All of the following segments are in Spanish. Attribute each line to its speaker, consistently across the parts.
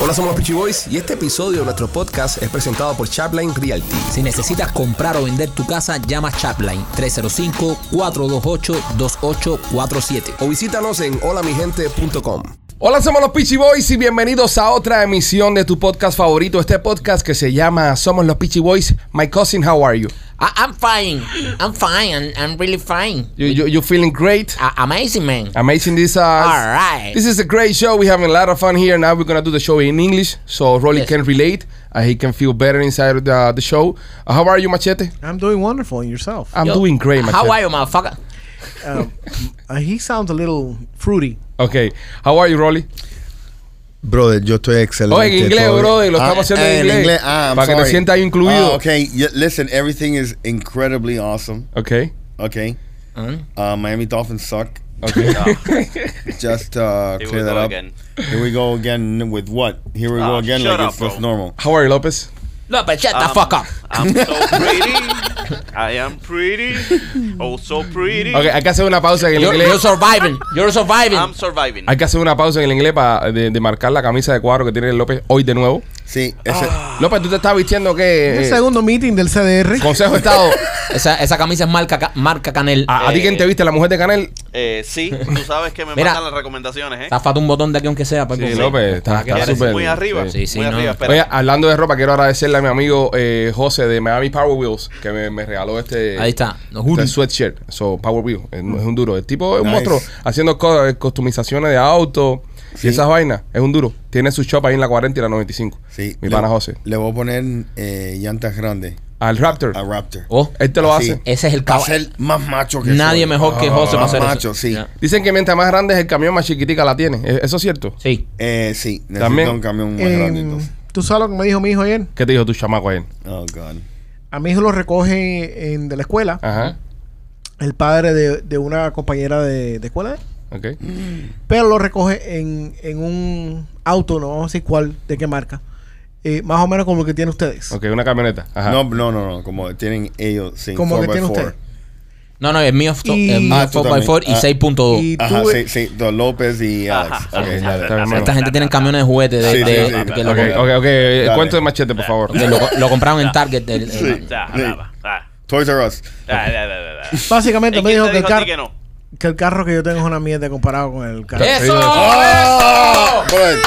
Speaker 1: Hola, somos los Peachy Boys y este episodio de nuestro podcast es presentado por Chapline Realty.
Speaker 2: Si necesitas comprar o vender tu casa, llama Chapline 305-428-2847.
Speaker 1: O visítanos en holamigente.com. Hola, somos los Peachy Boys y bienvenidos a otra emisión de tu podcast favorito. Este podcast que se llama Somos los Peachy Boys. My cousin, how are you?
Speaker 3: I, I'm fine. I'm fine. I'm, I'm really fine.
Speaker 1: You, you, you feeling great?
Speaker 3: A- amazing, man.
Speaker 1: Amazing this uh,
Speaker 3: All right.
Speaker 1: This is a great show. We're having a lot of fun here. Now we're gonna do the show in English, so Rolly
Speaker 3: Yes.
Speaker 1: can relate and he can feel better inside the, the show. Uh, how are you, Machete?
Speaker 4: I'm doing wonderful. And yourself?
Speaker 1: I'm
Speaker 3: Yo,
Speaker 1: doing great, Machete.
Speaker 3: How are you, motherfucker?
Speaker 4: Um, uh, he sounds a little fruity.
Speaker 1: Okay. How are you, Rolly?
Speaker 5: Brother, yo estoy excelente.
Speaker 1: Oh, en inglés,
Speaker 5: todo bien.
Speaker 1: brother, lo estamos haciendo en
Speaker 5: ah,
Speaker 1: inglés.
Speaker 5: Ah, I'm
Speaker 1: Para que te
Speaker 5: sorry.
Speaker 1: sientas ahí incluido.
Speaker 5: Ah, okay, Yeah, listen, everything is incredibly awesome.
Speaker 1: Okay.
Speaker 5: Okay.
Speaker 3: Mm.
Speaker 5: Uh, Miami Dolphins suck.
Speaker 1: Okay.
Speaker 5: Just uh,
Speaker 6: Here we
Speaker 5: clear that
Speaker 6: go
Speaker 5: up.
Speaker 6: again.
Speaker 5: Here we go again with what? Here we go
Speaker 6: Ah,
Speaker 5: again
Speaker 6: shut
Speaker 5: like
Speaker 6: up,
Speaker 5: it's just
Speaker 6: bro.
Speaker 5: normal.
Speaker 1: how are you, Lopez?
Speaker 3: Lopez, shut the
Speaker 6: Um,
Speaker 3: fuck up.
Speaker 6: I'm so pretty. I am pretty. Oh, so pretty.
Speaker 1: Okay, hay que hacer una pausa en el
Speaker 3: You're,
Speaker 1: inglés.
Speaker 3: you're surviving. You're surviving.
Speaker 6: I'm surviving.
Speaker 1: Hay que hacer una pausa en el inglés para de, de marcar la camisa de cuadro que tiene López hoy de nuevo.
Speaker 5: Sí, ese.
Speaker 1: López, tú te estás vistiendo que. eh,
Speaker 4: El segundo meeting del CDR.
Speaker 1: Consejo de Estado.
Speaker 3: esa, esa camisa es marca, Ca- marca Canel.
Speaker 4: Ah.
Speaker 1: ¿A, a ti
Speaker 6: Eh.
Speaker 1: quién te viste? ¿La mujer de Canel?
Speaker 6: Eh, sí, tú sabes que me
Speaker 3: Mira.
Speaker 6: mandan las recomendaciones, ¿eh?
Speaker 3: Zafate un botón de aquí aunque sea. Paco.
Speaker 1: Sí, López, está,
Speaker 3: Ah, que
Speaker 1: está
Speaker 6: Eres
Speaker 3: eres
Speaker 1: súper.
Speaker 6: muy arriba.
Speaker 1: sí.
Speaker 3: Sí, sí,
Speaker 6: muy
Speaker 3: no.
Speaker 6: arriba, espera.
Speaker 1: Oye, hablando de ropa, quiero agradecerle a mi amigo eh, José de Miami Power Wheels que me, me regaló este.
Speaker 3: Ahí está. Los
Speaker 1: Este
Speaker 3: hoodies.
Speaker 1: sweatshirt, so Power Wheels, eh, no es un duro. El tipo es un
Speaker 5: Nice.
Speaker 1: monstruo haciendo co- eh, customizaciones de auto
Speaker 5: Sí.
Speaker 1: y esas vainas. Es un duro. Tiene su shop ahí en la 40 y la 95.
Speaker 5: Sí,
Speaker 1: Mi
Speaker 5: le-
Speaker 1: pana José.
Speaker 5: Le voy a poner eh, llantas grandes
Speaker 1: Al Raptor.
Speaker 5: a Raptor.
Speaker 3: Oh,
Speaker 1: Él te Este lo
Speaker 5: Así.
Speaker 1: hace.
Speaker 3: ese es el
Speaker 5: Para
Speaker 3: caballo.
Speaker 5: ser más macho que
Speaker 3: Nadie
Speaker 5: soy.
Speaker 3: mejor que
Speaker 1: Ah,
Speaker 3: José para
Speaker 5: Más
Speaker 3: hacer eso.
Speaker 5: macho, sí.
Speaker 3: Ya.
Speaker 1: Dicen que mientras más grande es el camión, más chiquitica la tiene. ¿E- ¿Eso es cierto?
Speaker 3: Sí.
Speaker 5: Eh, sí, necesito
Speaker 1: También.
Speaker 5: un camión más
Speaker 4: Em,
Speaker 5: grande entonces.
Speaker 4: Tú sabes lo que me dijo mi hijo ayer.
Speaker 1: ¿Qué te dijo tu chamaco ayer?
Speaker 5: Oh, God.
Speaker 4: A mi hijo lo recoge en- de la escuela.
Speaker 1: Ajá.
Speaker 4: El padre de, de una compañera de, de escuela. ¿eh?
Speaker 1: Ok.
Speaker 4: Pero lo recoge en, en un auto, no vamos a decir cuál, de qué marca. Eh, más o menos como lo que tienen ustedes.
Speaker 1: Ok, una camioneta. Ajá.
Speaker 5: No, no, no, no, como tienen ellos, sí.
Speaker 4: Como
Speaker 5: four
Speaker 4: que
Speaker 5: by
Speaker 4: tiene
Speaker 5: four.
Speaker 4: usted.
Speaker 3: No, no, el mío es to-
Speaker 4: Y-
Speaker 3: el mío
Speaker 5: Ah,
Speaker 3: es
Speaker 5: tú
Speaker 3: 4x4 y
Speaker 5: también. Ah.
Speaker 3: 6.2.
Speaker 4: Y
Speaker 5: Ajá,
Speaker 4: tú-
Speaker 5: sí, sí, do- López y Alex.
Speaker 6: Ajá.
Speaker 5: Ok, dale.
Speaker 1: Está bien,
Speaker 3: Esta gente tiene camiones de juguete de,
Speaker 5: Sí, sí,
Speaker 3: de-
Speaker 5: sí,
Speaker 3: que
Speaker 5: claro.
Speaker 3: lo,
Speaker 1: Ok, ok, ok.
Speaker 5: Dale.
Speaker 1: Cuento de machete, por favor.
Speaker 3: que lo- lo compraron en Target. del- eh,
Speaker 5: Sí.
Speaker 6: Ya,
Speaker 5: Sí.
Speaker 6: ya, va, va.
Speaker 5: Toys R Us.
Speaker 6: Ya, ya, ya, ya, ya.
Speaker 4: Básicamente
Speaker 6: ¿Y
Speaker 4: me
Speaker 6: quién
Speaker 4: dijo
Speaker 6: te
Speaker 4: que el,
Speaker 6: dijo a
Speaker 4: car-
Speaker 6: ti que no?
Speaker 4: que el carro que yo tengo es una mierda comparado con el carro.
Speaker 3: ¡Eso!
Speaker 5: ¡Oh! Brother,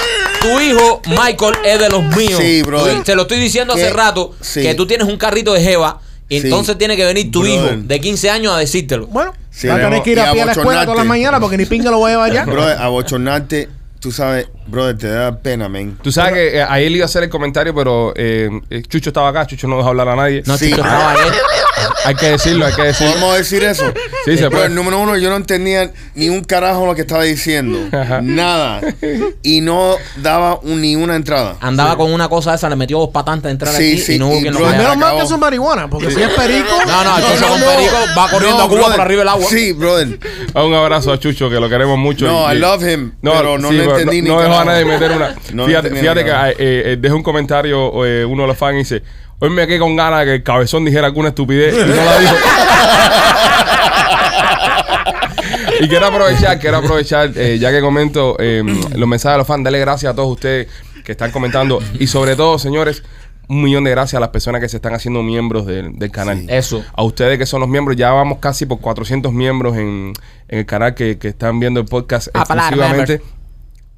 Speaker 3: Tu hijo, Michael, es de los míos.
Speaker 5: Sí, brother.
Speaker 3: Tú- Te lo estoy diciendo hace
Speaker 5: ¿Qué?
Speaker 3: rato
Speaker 5: Sí.
Speaker 3: que tú tienes un carrito de Jeva. Y
Speaker 5: Sí.
Speaker 3: entonces tiene que venir tu
Speaker 5: Brother.
Speaker 3: hijo de 15 años a decírtelo.
Speaker 4: Bueno,
Speaker 5: Sí,
Speaker 4: va a
Speaker 5: mi
Speaker 4: tener
Speaker 5: amor.
Speaker 4: que ir
Speaker 5: Y
Speaker 4: a
Speaker 5: a
Speaker 4: pie a la escuela todas las
Speaker 5: bochornarte.
Speaker 4: mañana porque ni pinga lo voy a llevar ya.
Speaker 5: brother, abochornarte, tú sabes, brother, te da pena, man.
Speaker 1: Tú sabes que eh, ahí le iba a hacer el comentario, pero eh, eh, Chucho estaba acá. Chucho no deja hablar a nadie.
Speaker 3: No,
Speaker 5: Sí. Ah.
Speaker 3: Chucho estaba ayer.
Speaker 1: Hay que decirlo, hay que decirlo.
Speaker 5: ¿Podemos decir eso?
Speaker 1: Sí, se
Speaker 5: Brother,
Speaker 1: puede.
Speaker 5: número uno, yo no entendía ni un carajo lo que estaba diciendo.
Speaker 1: Ajá.
Speaker 5: Nada. Y no daba un- ni una entrada.
Speaker 3: Andaba con una cosa esa, le metió dos patantes de entrar
Speaker 5: Sí,
Speaker 3: aquí
Speaker 5: sí,
Speaker 3: y no hubo
Speaker 5: y
Speaker 3: quien lo
Speaker 5: bro-
Speaker 3: callara.
Speaker 4: Menos mal
Speaker 5: acabó.
Speaker 4: que eso es marihuana, porque si es perico.
Speaker 3: No, no, Chucho con perico va corriendo a Cuba
Speaker 5: brother.
Speaker 3: por arriba del agua.
Speaker 5: Sí, brother.
Speaker 1: Un abrazo a Chucho, que lo queremos mucho.
Speaker 5: No,
Speaker 1: Y-
Speaker 5: I love him. pero no
Speaker 1: sí,
Speaker 5: le
Speaker 1: pero
Speaker 5: entendí
Speaker 1: no,
Speaker 5: ni
Speaker 1: no dejó a
Speaker 5: carajo.
Speaker 1: nadie meter una.
Speaker 5: No le
Speaker 1: fíjate
Speaker 5: entendí
Speaker 1: fíjate
Speaker 5: ni
Speaker 1: que
Speaker 5: carajo.
Speaker 1: eh, eh, dejó un comentario eh, uno de los fans y dice: Hoy me quedé con ganas de que el cabezón dijera alguna estupidez y no la dijo. Y quiero aprovechar, quiero aprovechar, eh, ya que comento eh, los mensajes de los fans, dale gracias a todos ustedes que están comentando. Y sobre todo, señores, un millón de gracias a las personas que se están haciendo miembros del, del canal.
Speaker 3: Eso.
Speaker 1: A ustedes que son los miembros, ya vamos casi por 400 miembros en, en el canal que, que están viendo el podcast
Speaker 3: A parar,
Speaker 1: exclusivamente.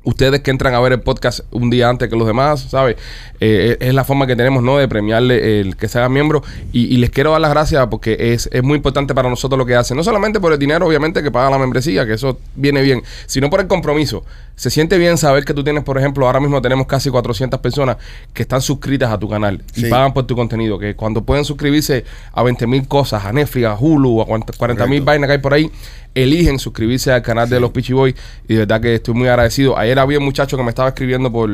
Speaker 1: Ustedes que entran a ver el podcast un día antes que los demás, ¿sabes? Eh, es es la forma que tenemos, ¿no? De premiarle el que se haga miembro. Y, y les quiero dar las gracias porque es, es muy importante para nosotros lo que hacen. No solamente por el dinero, obviamente, que paga la membresía, que eso viene bien, sino por el compromiso. Se siente bien saber que tú tienes, por ejemplo, ahora mismo tenemos casi 400 personas que están suscritas a tu canal y
Speaker 5: Sí.
Speaker 1: pagan por tu contenido. Que cuando pueden suscribirse a 20 mil cosas, a Netflix, a Hulu, a 40 mil
Speaker 5: Correcto.
Speaker 1: vainas que hay por ahí, eligen suscribirse al canal de los Peachy Boys y de verdad que estoy muy agradecido. Ayer había un muchacho que me estaba escribiendo por,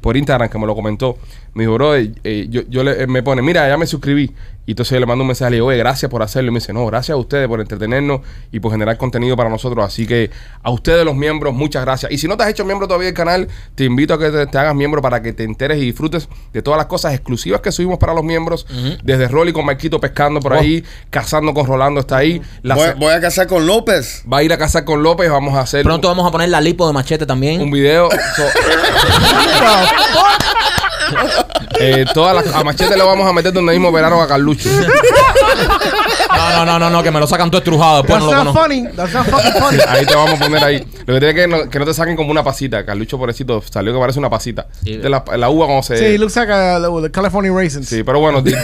Speaker 1: por Instagram que me lo comentó. Me dijo, bro, yo, yo le- eh, me pone, mira, ya me suscribí. Y entonces yo le mando un mensaje, le digo, oye, gracias por hacerlo. Y me dice, no, gracias a ustedes por entretenernos y por generar contenido para nosotros. Así que a ustedes los miembros, muchas gracias. Y si no te has hecho miembro todavía del canal, te invito a que te, te hagas miembro para que te enteres y disfrutes de todas las cosas exclusivas que subimos para los miembros. Desde Rolly con Marquito pescando por ahí, cazando con Rolando está ahí. La
Speaker 5: Oh. Voy,
Speaker 1: se-
Speaker 5: voy a casar con López.
Speaker 1: Va a ir a casa con López, vamos a hacer
Speaker 3: Pronto vamos a poner la lipo de machete también.
Speaker 1: un video. So- Eh, todas las, a Machete lo vamos a meter donde mismo verano a Carlucho.
Speaker 7: No, no, no, no, no, que me lo sacan todo estrujado. Después
Speaker 4: That's
Speaker 7: no lo
Speaker 4: not
Speaker 7: conozco.
Speaker 4: funny. That's not fucking funny.
Speaker 1: Ahí te vamos a poner ahí. Lo que tiene que no, que no te saquen como una pasita. Carlucho, pobrecito, salió que parece una pasita. De la, la uva como se...
Speaker 4: Sí, it looks like a, the- the California raisins.
Speaker 1: Sí, pero bueno, di-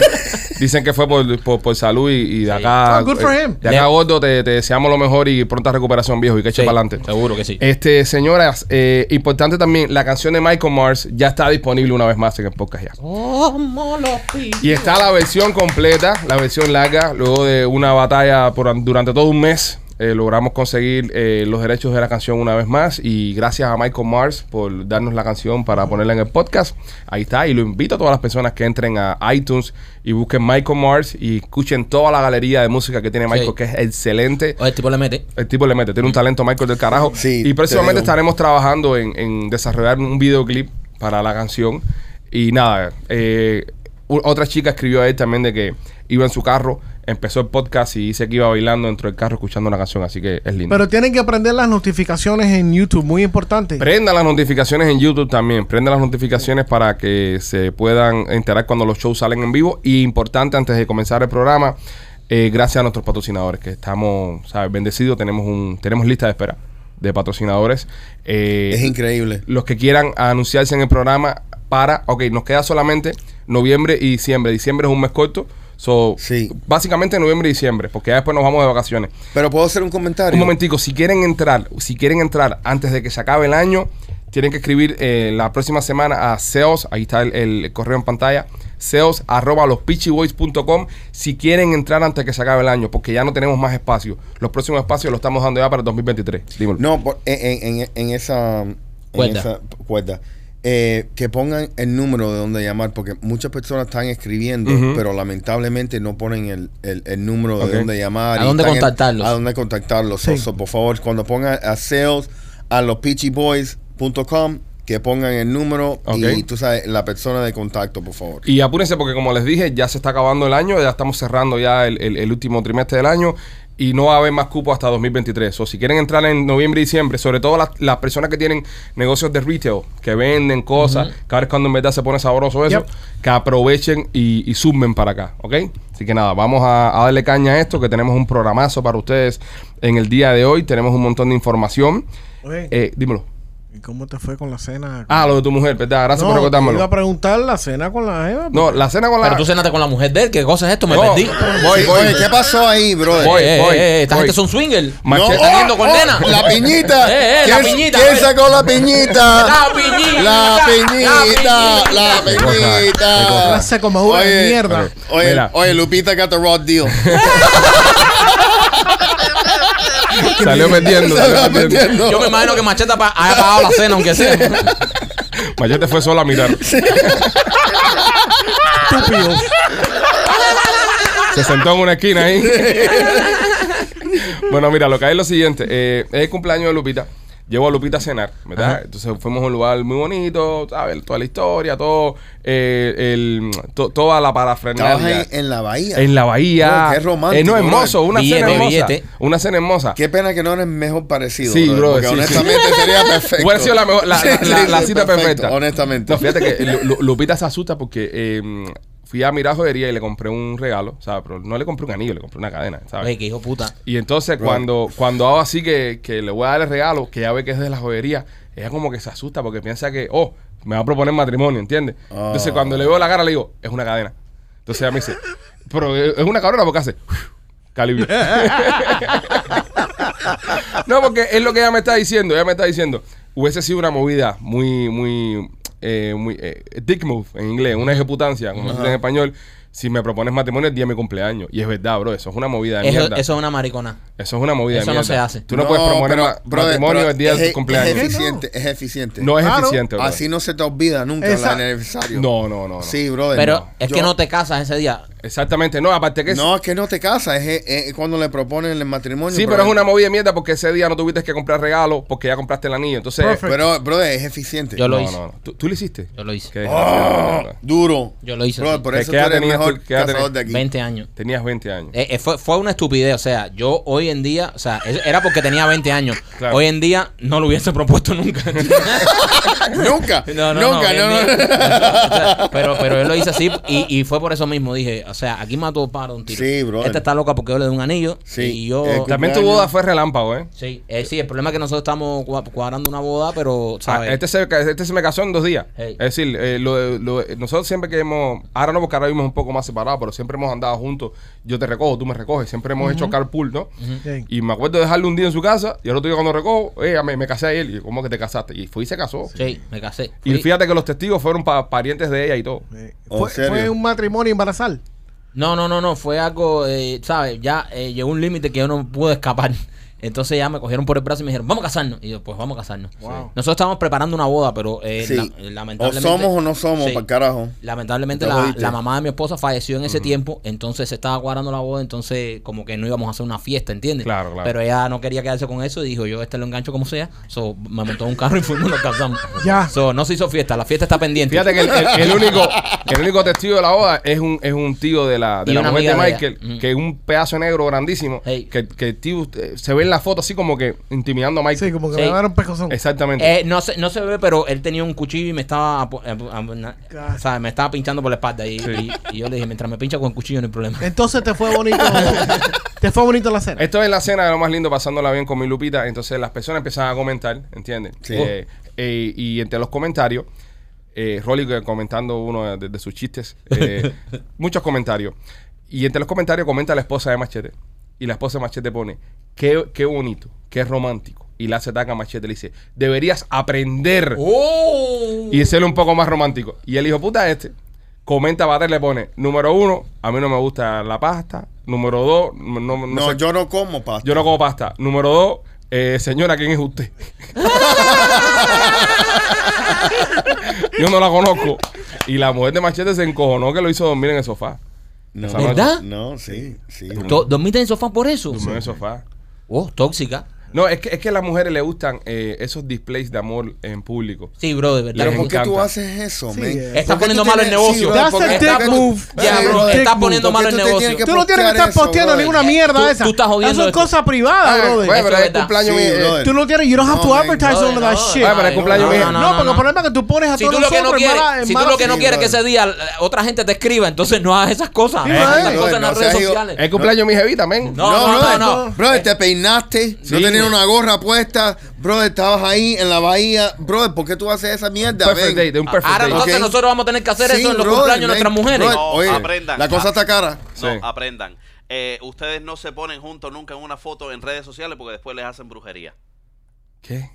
Speaker 1: dicen que fue por, por, por salud y, y de acá.
Speaker 4: Oh, good for
Speaker 1: eh,
Speaker 4: him.
Speaker 1: De acá, gordo, te, te deseamos lo mejor y pronta recuperación, viejo, y que eche
Speaker 7: Sí,
Speaker 1: para adelante.
Speaker 7: Seguro que sí.
Speaker 1: Este, señoras, eh, importante también, la canción de Michael Mars ya está disponible una vez más en el podcast ya. Y está la versión completa, la versión larga, luego de una batalla por- durante todo un mes. eh, logramos conseguir eh, los derechos de la canción una vez más y gracias a Michael Mars por darnos la canción para ponerla en el podcast. Ahí está y lo invito a todas las personas que entren a iTunes y busquen Michael Mars y escuchen toda la galería de música que tiene Michael
Speaker 7: Sí.
Speaker 1: que es excelente.
Speaker 7: Oye, el tipo le mete.
Speaker 1: El tipo le mete, tiene un talento Michael del carajo.
Speaker 5: Sí,
Speaker 1: y próximamente
Speaker 5: te digo.
Speaker 1: estaremos trabajando en, en desarrollar un videoclip para la canción. Y nada, eh, u- otra chica escribió a él también de que iba en su carro, empezó el podcast y dice que iba bailando dentro del carro escuchando la canción, así que es lindo.
Speaker 4: Pero tienen que aprender las notificaciones en YouTube, muy importante.
Speaker 1: Prenda las notificaciones en YouTube también. Prenda las notificaciones para que se puedan enterar cuando los shows salen en vivo. Y importante, antes de comenzar el programa, eh, gracias a nuestros patrocinadores, que estamos, ¿sabes? Bendecidos, tenemos un, tenemos lista de espera de patrocinadores. Eh,
Speaker 5: Es increíble.
Speaker 1: los que quieran anunciarse en el programa para, ok, nos queda solamente noviembre y diciembre. Diciembre es un mes corto. So,
Speaker 5: Sí.
Speaker 1: básicamente noviembre y diciembre, porque ya después nos vamos de vacaciones.
Speaker 5: Pero puedo hacer un comentario.
Speaker 1: Un momentico, si quieren entrar, si quieren entrar antes de que se acabe el año, tienen que escribir eh, la próxima semana a seos, ahí está el, el correo en pantalla, seos arroba lospitchyboys.com si quieren entrar antes de que se acabe el año, porque ya no tenemos más espacio. Los próximos espacios los estamos dando ya para el 2023. Dímelo.
Speaker 5: No, por- en, en- en- en esa en
Speaker 7: Cuerda.
Speaker 5: esa cuerda. Eh, que pongan el número de donde llamar, porque muchas personas están escribiendo,
Speaker 1: Ujú.
Speaker 5: pero lamentablemente no ponen el, el- el número de
Speaker 1: Ok.
Speaker 5: donde llamar.
Speaker 7: ¿A
Speaker 5: y
Speaker 7: dónde
Speaker 5: están en-
Speaker 7: contactarlos?
Speaker 5: a dónde contactarlos. So,
Speaker 4: Sí.
Speaker 5: so, por favor, cuando pongan a sales a los peachyboys.com, que pongan el número
Speaker 1: Ok.
Speaker 5: y tú sabes, la persona de contacto, por favor.
Speaker 1: Y apúrense porque como les dije, ya se está acabando el año, ya estamos cerrando ya el, el- el último trimestre del año y no va a haber más cupo hasta 2023. O si quieren entrar en noviembre y diciembre, sobre todo las, las personas que tienen negocios de retail, que venden cosas, cada vez cuando en verdad se pone sabroso eso,
Speaker 4: Yep.
Speaker 1: que aprovechen y, y sumen para acá, ¿ok? Así que nada, vamos a, a darle caña a esto, que tenemos un programazo para ustedes en el día de hoy, tenemos un montón de información.
Speaker 4: Oye,
Speaker 1: Eh, dímelo.
Speaker 4: ¿y ¿Cómo te fue con la cena?
Speaker 1: Ah, lo de tu mujer, ¿verdad? Gracias por recordármelo.
Speaker 4: Iba a preguntar la cena con la Eva.
Speaker 1: No, la cena con la...
Speaker 7: Pero tú cenaste con la mujer de él. ¿Qué cosa es esto? Me
Speaker 1: No,
Speaker 7: perdí.
Speaker 1: voy, voy.
Speaker 5: Oye, ¿qué pasó ahí, brother?
Speaker 1: Oh. Voy,
Speaker 7: Eh, eh,
Speaker 1: voy,
Speaker 7: eh, esta
Speaker 1: voy.
Speaker 7: gente son swingers.
Speaker 1: Machete-
Speaker 7: Están yendo condena.
Speaker 5: oh, La piñita.
Speaker 7: Eh, eh, la
Speaker 5: ¿Quién,
Speaker 7: piñita,
Speaker 5: ¿Quién
Speaker 1: pues.
Speaker 7: eh.
Speaker 5: sacó la piñita?
Speaker 7: La piñita,
Speaker 5: La
Speaker 7: la
Speaker 5: piñita.
Speaker 7: piñita.
Speaker 5: La
Speaker 1: Qué cosa, qué cosa.
Speaker 5: piñita.
Speaker 4: Clase como una mierda.
Speaker 5: Oye, oye,
Speaker 1: Mira.
Speaker 5: oye, Lupita got the raw deal.
Speaker 1: Salió perdiendo. salió perdiendo.
Speaker 7: Yo me imagino que Macheta pa- haya pagado la cena, aunque sea.
Speaker 1: Machete fue solo a mirar.
Speaker 4: Estúpidos.
Speaker 1: Se sentó en una esquina ahí. bueno, mira, lo que hay es lo siguiente. Eh, es el cumpleaños de Lupita. Llevo a Lupita a cenar, ¿verdad?
Speaker 7: Ajá.
Speaker 1: Entonces fuimos a un lugar muy bonito, ¿sabes? Toda la historia, todo, eh, el, to- toda la
Speaker 5: Estabas
Speaker 1: parafernalia.
Speaker 5: en, en la bahía.
Speaker 1: En la bahía.
Speaker 5: Oh, qué romántico,
Speaker 1: Eh, no, hermoso,
Speaker 5: brother.
Speaker 1: una cena
Speaker 7: Billete,
Speaker 1: hermosa.
Speaker 7: billete.
Speaker 1: Una cena hermosa.
Speaker 5: Qué pena que no eres mejor parecido.
Speaker 1: Sí,
Speaker 5: brother,
Speaker 1: brother,
Speaker 5: Porque
Speaker 1: sí,
Speaker 5: honestamente sería perfecto.
Speaker 1: Hubiera sido la, mejor- la, la- la- la
Speaker 5: Sí,
Speaker 1: cita
Speaker 5: perfecto,
Speaker 1: perfecta.
Speaker 5: Honestamente.
Speaker 1: No, fíjate que eh, Lu- Lu- Lupita se asusta porque eh, fui a mirar joyería y le compré un regalo, ¿sabes? Pero no le compré un anillo, le compré una cadena, ¿sabes?
Speaker 7: Oye, qué hijo puta.
Speaker 1: Y entonces cuando, cuando hago así que, que le voy a dar el regalo, que ya ve que es de la joyería, ella como que se asusta porque piensa que, oh, me va a proponer matrimonio, ¿entiendes? Entonces
Speaker 5: Ah.
Speaker 1: cuando le veo la cara le digo, es una cadena. Entonces ella me dice, pero eh, es una cabrona porque hace... Calibre. no, porque es lo que ella me está diciendo. Ella me está diciendo, hubiese sido una movida muy, muy, eh, muy eh, dick move en inglés, una ejecutancia, como se dice en español. Si me propones matrimonio el día de mi cumpleaños. Y es verdad, bro, eso es una movida de
Speaker 7: Eso,
Speaker 1: mierda.
Speaker 7: eso es una maricona.
Speaker 1: Eso es una movida. de
Speaker 7: Eso no
Speaker 1: mierda.
Speaker 7: se hace.
Speaker 1: Tú no, puedes proponer
Speaker 5: pero,
Speaker 1: ma-
Speaker 5: brother,
Speaker 1: matrimonio
Speaker 5: pero
Speaker 1: el día de
Speaker 5: es-
Speaker 1: tu cumpleaños.
Speaker 5: Es eficiente, es eficiente.
Speaker 1: no es
Speaker 4: Claro.
Speaker 1: eficiente. bro.
Speaker 5: Así no se te olvida nunca
Speaker 4: Esa-
Speaker 5: el aniversario.
Speaker 1: No, no, no. no.
Speaker 5: Sí, brother.
Speaker 7: Pero
Speaker 5: Pues no.
Speaker 7: es
Speaker 5: Yo-
Speaker 7: que no te casas ese día.
Speaker 1: Exactamente, no, aparte que
Speaker 5: No, es que no te casas, es, es- es cuando le proponen el matrimonio.
Speaker 1: Sí, pero es una movida de mierda porque ese día no tuviste que comprar regalo porque ya compraste el anillo. Entonces,
Speaker 4: Perfect.
Speaker 5: Pero, brother, es eficiente.
Speaker 7: Yo lo
Speaker 1: no,
Speaker 7: hice.
Speaker 1: no, no. ¿Tú, tú lo hiciste?
Speaker 7: Yo lo hice.
Speaker 1: Qué
Speaker 5: ¡Oh!
Speaker 1: desgraciado.
Speaker 5: Duro.
Speaker 7: Yo lo hice
Speaker 5: Brother,
Speaker 7: así.
Speaker 5: por
Speaker 1: ¿Qué-
Speaker 5: eso
Speaker 1: qué
Speaker 5: tú
Speaker 1: edad
Speaker 5: eres el
Speaker 1: tenías
Speaker 5: mejor
Speaker 1: tú? ¿Qué edad
Speaker 5: cazador
Speaker 1: tenías?
Speaker 5: de aquí.
Speaker 7: 20 años.
Speaker 1: Tenías 20 años.
Speaker 7: Eh, eh, fue, fue una estupidez, o sea, yo hoy en día, o sea, eso era porque tenía 20 años.
Speaker 1: Claro.
Speaker 7: Hoy en día no lo hubiese propuesto nunca.
Speaker 5: Nunca.
Speaker 7: No, no,
Speaker 5: nunca,
Speaker 7: no,
Speaker 5: no, no.
Speaker 7: hoy en día- o sea, pero, pero yo lo hice así y, y fue por eso mismo. Dije, o sea, aquí mató para un tiro.
Speaker 5: Sí, brother.
Speaker 7: Esta está loca porque yo le doy un anillo.
Speaker 5: Sí.
Speaker 7: Y yo.
Speaker 5: Eh,
Speaker 1: También tu boda fue relámpago, ¿eh?
Speaker 7: Sí, eh, sí, el problema es que nosotros estamos cua- cuadrando una boda, pero,
Speaker 1: Ah,
Speaker 7: ¿sabes?
Speaker 1: este, se, este se me casó en dos días.
Speaker 7: Hey.
Speaker 1: Es decir, eh, lo- lo- nosotros siempre que hemos. Ahora no, porque ahora vivimos un poco más separados, pero siempre hemos andado juntos. Yo te recojo, tú me recoges. Siempre hemos hecho carpool, ¿no?
Speaker 4: Bien.
Speaker 1: Y me acuerdo de dejarle un día en su casa. Y al otro día cuando recojo, eh, me, me casé a él. Y yo, ¿cómo que te casaste? Y fui y se casó.
Speaker 7: Sí, me casé.
Speaker 1: Y
Speaker 7: Fui-
Speaker 1: fíjate que los testigos fueron pa- parientes de ella y todo.
Speaker 4: Eh,
Speaker 5: ¿En
Speaker 4: fue,
Speaker 5: serio?
Speaker 4: fue un matrimonio embarazal.
Speaker 7: No, no, no, no, fue algo, eh, ¿sabes? Ya eh, llegó un límite que yo no pude escapar. Entonces ya me cogieron por el brazo y me dijeron, vamos a casarnos. Y yo, pues vamos a casarnos.
Speaker 4: Wow.
Speaker 7: Nosotros estábamos preparando una boda, pero eh,
Speaker 5: Sí.
Speaker 7: la- eh,
Speaker 5: O
Speaker 7: lamentablemente...
Speaker 5: somos o no somos,
Speaker 7: Sí.
Speaker 5: para carajo.
Speaker 7: Lamentablemente
Speaker 5: Te
Speaker 7: la,
Speaker 5: jodiste.
Speaker 7: la mamá de mi esposa falleció en ese tiempo, entonces se estaba guardando la boda, entonces como que no íbamos a hacer una fiesta, ¿entiendes?
Speaker 1: Claro, claro.
Speaker 7: Pero ella no quería quedarse con eso y dijo, yo este lo engancho como sea. So, me montó en un carro y fuimos y nos casamos.
Speaker 4: Ya.
Speaker 7: So, no se hizo fiesta, la fiesta está pendiente.
Speaker 1: Fíjate que el, el- el único, el único testigo de la boda es un, es un tío de la, de
Speaker 7: Y
Speaker 1: la
Speaker 7: una
Speaker 1: mujer de
Speaker 7: amiga de
Speaker 1: Michael,
Speaker 7: ella. Mm.
Speaker 1: que es un pedazo negro grandísimo,
Speaker 7: Ey.
Speaker 1: que, que el tío eh, se ve en la foto así como que intimidando a Michael.
Speaker 4: Sí, como que
Speaker 7: Sí.
Speaker 4: me dieron pescozón.
Speaker 1: Exactamente.
Speaker 7: Eh, no, se, no se ve, pero él tenía un cuchillo y me estaba apu- apu- apu- na-
Speaker 4: Claro.
Speaker 7: o sea, me estaba pinchando por la espalda. Y, y- y yo le dije, mientras me pincha con el cuchillo, no hay problema.
Speaker 4: Entonces te fue bonito. te fue bonito la cena.
Speaker 1: Esto es la cena de lo más lindo, pasándola bien con mi Lupita. Entonces las personas empiezan a comentar, ¿entiendes?
Speaker 5: Sí.
Speaker 1: Eh, eh, y entre los comentarios, eh, Rolly que comentando uno de, de sus chistes, eh, muchos comentarios. Y entre los comentarios comenta la esposa de Machete. Y la esposa de Machete pone, qué, qué bonito, qué romántico. Y la hace ataca a Machete y le dice, deberías aprender
Speaker 5: ¡Oh!
Speaker 1: y serle un poco más romántico. Y el hijo puta este comenta, va le pone, número uno, a mí no me gusta la pasta. Número dos, no, no,
Speaker 5: No,
Speaker 1: sé-
Speaker 5: yo no como pasta.
Speaker 1: yo no como pasta. Número dos, eh, señora, ¿quién es usted? Yo no la conozco. Y la mujer de Machete se encojonó que lo hizo dormir en el sofá.
Speaker 5: No,
Speaker 1: Esa noche.
Speaker 7: ¿Verdad?
Speaker 5: No, sí, sí.
Speaker 7: To- ¿Dormiste en el sofá por eso?
Speaker 1: Durmió en el sofá.
Speaker 7: Oh, tóxica.
Speaker 1: No, es que, es que a las mujeres le gustan eh, esos displays de amor en público.
Speaker 7: Sí, bro, de verdad.
Speaker 1: Les
Speaker 5: Pero ¿por qué tú
Speaker 1: encanta.
Speaker 5: haces eso,
Speaker 4: Sí,
Speaker 5: man?
Speaker 4: eh.
Speaker 5: ¿Por
Speaker 7: Estás
Speaker 5: qué
Speaker 7: poniendo
Speaker 5: tú
Speaker 7: malo el
Speaker 5: tienes-
Speaker 7: negocio.
Speaker 5: brother,
Speaker 4: That's a
Speaker 5: ¿por qué-
Speaker 4: dick
Speaker 5: por qué-
Speaker 7: Ya,
Speaker 4: move.
Speaker 5: Sí,
Speaker 7: bro,
Speaker 5: brother,
Speaker 7: estás
Speaker 4: Dick
Speaker 7: poniendo
Speaker 5: ¿por qué
Speaker 7: malo el
Speaker 5: tú te tienes
Speaker 7: negocio.
Speaker 5: que
Speaker 4: Tú no tienes que
Speaker 5: postear
Speaker 4: estar
Speaker 5: eso,
Speaker 4: posteando
Speaker 5: brother?
Speaker 4: ninguna mierda
Speaker 7: Tú-
Speaker 4: esa.
Speaker 7: tú estás jodiendo
Speaker 4: Eso es
Speaker 7: esto.
Speaker 4: cosa privada,
Speaker 5: Ah,
Speaker 4: brother.
Speaker 1: Oye, pero
Speaker 7: Eso
Speaker 1: es
Speaker 7: es verdad.
Speaker 1: cumpleaños
Speaker 5: Sí,
Speaker 1: mío.
Speaker 5: brother.
Speaker 4: Tú no tienes, you don't have
Speaker 5: No,
Speaker 4: to
Speaker 5: man.
Speaker 4: advertise all of that shit.
Speaker 1: Ay, pero es cumpleaños mía.
Speaker 4: No, porque el problema es que tú pones a
Speaker 7: Si
Speaker 4: todos
Speaker 7: tú lo que no
Speaker 4: nosotros en
Speaker 7: quieres,
Speaker 4: mala- en
Speaker 7: si tú
Speaker 4: mala
Speaker 7: lo que no
Speaker 5: Sí,
Speaker 7: quieres que
Speaker 5: brother.
Speaker 7: ese día eh, otra gente te escriba, entonces no hagas esas cosas.
Speaker 4: Sí,
Speaker 7: No hagas esas
Speaker 4: brother.
Speaker 7: cosas en
Speaker 5: No,
Speaker 7: las
Speaker 5: no
Speaker 7: redes
Speaker 5: seas ido-
Speaker 7: sociales.
Speaker 1: Es cumpleaños de mi jevita, men.
Speaker 7: No, no, no,
Speaker 5: brother,
Speaker 7: no.
Speaker 5: brother, te peinaste, no
Speaker 1: Sí.
Speaker 5: tenías una gorra puesta, brother, estabas ahí en la bahía. Brother, ¿por qué tú haces esa mierda?
Speaker 1: Perfect
Speaker 5: Ven.
Speaker 1: date, de un perfect
Speaker 7: Ahora
Speaker 1: date.
Speaker 7: entonces
Speaker 5: Ok.
Speaker 7: nosotros vamos a tener que hacer
Speaker 5: Sí,
Speaker 7: eso en los
Speaker 5: brother,
Speaker 7: cumpleaños de
Speaker 5: man.
Speaker 7: nuestras mujeres.
Speaker 5: Brother,
Speaker 6: No,
Speaker 5: oye,
Speaker 6: aprendan. Ah.
Speaker 5: la cosa está cara.
Speaker 6: No, ah.
Speaker 1: Sí.
Speaker 6: aprendan. Eh, ustedes no se ponen juntos nunca en una foto en redes sociales porque después les hacen brujería.
Speaker 1: ¿Qué?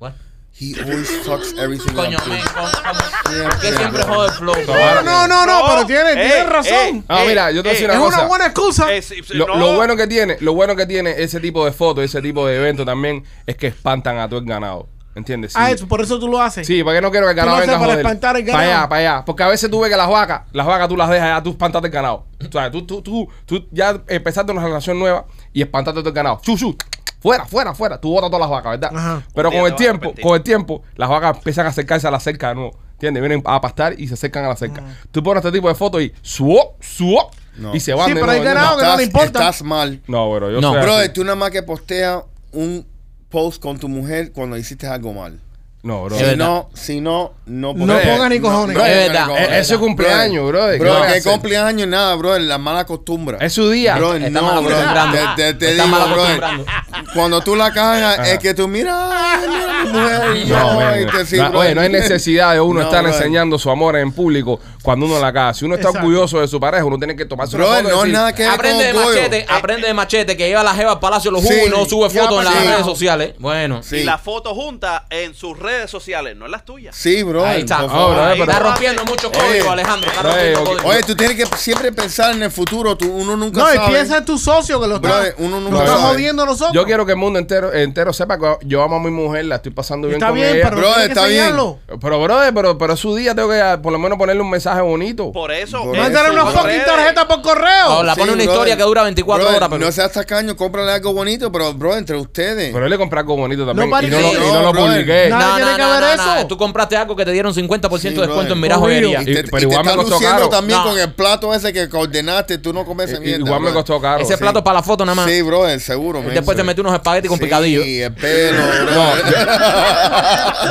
Speaker 7: What?
Speaker 5: He always fucks everything
Speaker 7: Coño,
Speaker 5: up.
Speaker 7: man, ¿cómo- cómo-
Speaker 5: Siempre,
Speaker 7: ¿por qué siempre
Speaker 5: brother.
Speaker 7: jode el flow? bro?
Speaker 1: Ahora-
Speaker 4: No, no, no, no, pero tienes,
Speaker 6: eh,
Speaker 4: tienes razón.
Speaker 6: eh,
Speaker 1: Ah, mira, yo te voy a decir
Speaker 4: es
Speaker 1: una
Speaker 4: una
Speaker 1: cosa.
Speaker 4: buena excusa.
Speaker 6: Eh, sí, sí,
Speaker 1: Lo,
Speaker 6: no.
Speaker 1: lo bueno que tiene, lo bueno que tiene ese tipo de fotos, ese tipo de eventos también, es que espantan a todo el ganado. ¿Entiendes? Sí.
Speaker 4: Ah, eso, por eso tú lo haces.
Speaker 1: Sí, porque no quiero que el
Speaker 4: Tú lo
Speaker 1: ganado
Speaker 4: haces
Speaker 1: venga a
Speaker 4: para
Speaker 1: joder.
Speaker 4: espantar el
Speaker 1: Para
Speaker 4: ganado.
Speaker 1: allá, para allá. Porque a veces tú ves que las vacas, las vacas tú las dejas, ya tú espantaste el ganado. O sea, tú, tú, tú, tú ya empezaste una relación nueva y espantaste todo el ganado. Chu, chu. Fuera, fuera, fuera. Tú botas todas las vacas, ¿verdad?
Speaker 4: Ajá.
Speaker 1: Pero
Speaker 6: Un
Speaker 1: con
Speaker 6: día te
Speaker 1: el
Speaker 6: vas a
Speaker 1: tiempo,
Speaker 6: arrepentir.
Speaker 1: con el tiempo, las vacas empiezan a acercarse a la cerca de nuevo. ¿Entiendes? Vienen a pastar y se acercan a la cerca. Tú pones este tipo de fotos y suop, suop.
Speaker 5: No.
Speaker 1: Y se van
Speaker 4: Sí,
Speaker 1: de
Speaker 4: pero hay
Speaker 1: nuevo, de
Speaker 4: ganado
Speaker 1: nuevo.
Speaker 4: que no
Speaker 5: Estás-
Speaker 4: le importa.
Speaker 5: Estás mal.
Speaker 1: No, pero yo
Speaker 7: No.
Speaker 1: soy así.
Speaker 5: Brother, tú nada más que posteas un post con tu mujer cuando hiciste algo mal.
Speaker 1: No, bro.
Speaker 7: Es
Speaker 5: Si
Speaker 7: verdad.
Speaker 5: no, si no, no
Speaker 4: No pongas ni cojones.
Speaker 5: brother,
Speaker 7: Es verdad.
Speaker 5: no pongas ni
Speaker 1: Es- es su
Speaker 5: cojones.
Speaker 1: cumpleaños, brother. ¿Qué vas a
Speaker 5: Brother, que
Speaker 1: hacer?
Speaker 5: cumpleaños nada, brother. La mala costumbre.
Speaker 1: Es su día.
Speaker 5: Brother,
Speaker 7: Está
Speaker 5: no,
Speaker 7: mal acostumbrando.
Speaker 5: brother. Te, te- te
Speaker 7: Está
Speaker 5: digo,
Speaker 7: mal
Speaker 5: brother.
Speaker 7: acostumbrando.
Speaker 5: Cuando tú la cagas,
Speaker 1: Ajá.
Speaker 5: es que tú miras. ay, mira, mi mujer,
Speaker 1: No,
Speaker 5: yo,
Speaker 1: bueno,
Speaker 5: y te- sí,
Speaker 1: no,
Speaker 5: brother.
Speaker 1: oye, no hay necesidad de uno
Speaker 5: No,
Speaker 1: estar
Speaker 5: brother.
Speaker 1: enseñando su amor en público cuando uno la caga. Si uno está
Speaker 4: Exacto.
Speaker 1: orgulloso de su pareja, uno tiene que tomarse una
Speaker 5: Brother,
Speaker 1: foto y
Speaker 5: no
Speaker 1: decir,
Speaker 5: nada que ver con
Speaker 7: Aprende de
Speaker 5: orgullo.
Speaker 7: machete, aprende de machete que lleva la jeva al Palacio de los
Speaker 5: Eh, Sí,
Speaker 7: Jugos y no sube
Speaker 4: ya
Speaker 7: fotos en las
Speaker 5: pasé.
Speaker 7: redes sociales. Bueno,
Speaker 5: Sí.
Speaker 6: Y la foto junta en sus redes sociales, no en las tuyas.
Speaker 5: Sí, brother.
Speaker 7: ahí está.
Speaker 5: por favor.
Speaker 1: Ahora,
Speaker 7: Ahí
Speaker 1: pero-
Speaker 7: está rompiendo muchos códigos, Alejandro. Está
Speaker 1: oye,
Speaker 7: rompiendo
Speaker 1: oye,
Speaker 7: códigos.
Speaker 5: Oye, tú tienes que siempre pensar en el futuro. Tú, uno nunca
Speaker 4: No, y
Speaker 5: sabe.
Speaker 4: piensa en tu socio que lo está,
Speaker 5: Brother, uno
Speaker 4: lo
Speaker 5: nunca
Speaker 4: está
Speaker 5: sabe.
Speaker 4: jodiendo a nosotros.
Speaker 1: Yo Yo quiero que el mundo entero, entero sepa que yo amo a mi mujer, la estoy pasando bien
Speaker 4: Está
Speaker 1: con
Speaker 4: bien,
Speaker 1: ella.
Speaker 4: pero
Speaker 5: Bro,
Speaker 4: tienes que
Speaker 5: está bien.
Speaker 4: enseñarlo.
Speaker 1: Pero, brother, pero, pero es su día tengo que ah, por lo menos ponerle un mensaje bonito.
Speaker 6: Por eso.
Speaker 5: Por
Speaker 6: eso,
Speaker 4: Mándale una
Speaker 6: por
Speaker 4: fucking
Speaker 6: redes.
Speaker 4: tarjeta por correo.
Speaker 7: Ahora la
Speaker 5: Sí,
Speaker 7: pone una
Speaker 5: brother.
Speaker 7: historia que dura 24
Speaker 5: Brother,
Speaker 7: horas. Pero...
Speaker 5: No seas tacaño, cómprale algo bonito, pero, bro, entre ustedes.
Speaker 1: Pero él le compré algo bonito también.
Speaker 4: No,
Speaker 1: y, no,
Speaker 4: parece-
Speaker 1: lo- y no lo
Speaker 5: No,
Speaker 1: publiqué.
Speaker 4: brother. Nada tiene que ver eso.
Speaker 7: Tú compraste algo que te dieron 50%
Speaker 5: Sí,
Speaker 7: de descuento
Speaker 5: brother.
Speaker 7: en Mirá Joyería.
Speaker 5: Y te,
Speaker 1: Y- pero
Speaker 5: y te
Speaker 1: igual me
Speaker 5: estás
Speaker 1: costó
Speaker 5: luciendo
Speaker 1: caro.
Speaker 5: también
Speaker 7: No.
Speaker 5: con el plato ese que ordenaste. Tú no comes esa
Speaker 1: I-
Speaker 5: mierda.
Speaker 1: igual me
Speaker 5: brother.
Speaker 1: costó caro.
Speaker 7: Ese
Speaker 1: sí.
Speaker 7: plato para la foto nada más.
Speaker 5: Sí, bro, seguro.
Speaker 7: Y
Speaker 5: man.
Speaker 7: después te
Speaker 5: Sí.
Speaker 7: metí unos espaguetis con
Speaker 5: Sí,
Speaker 7: picadillo. Eh,
Speaker 5: el pelo, bro.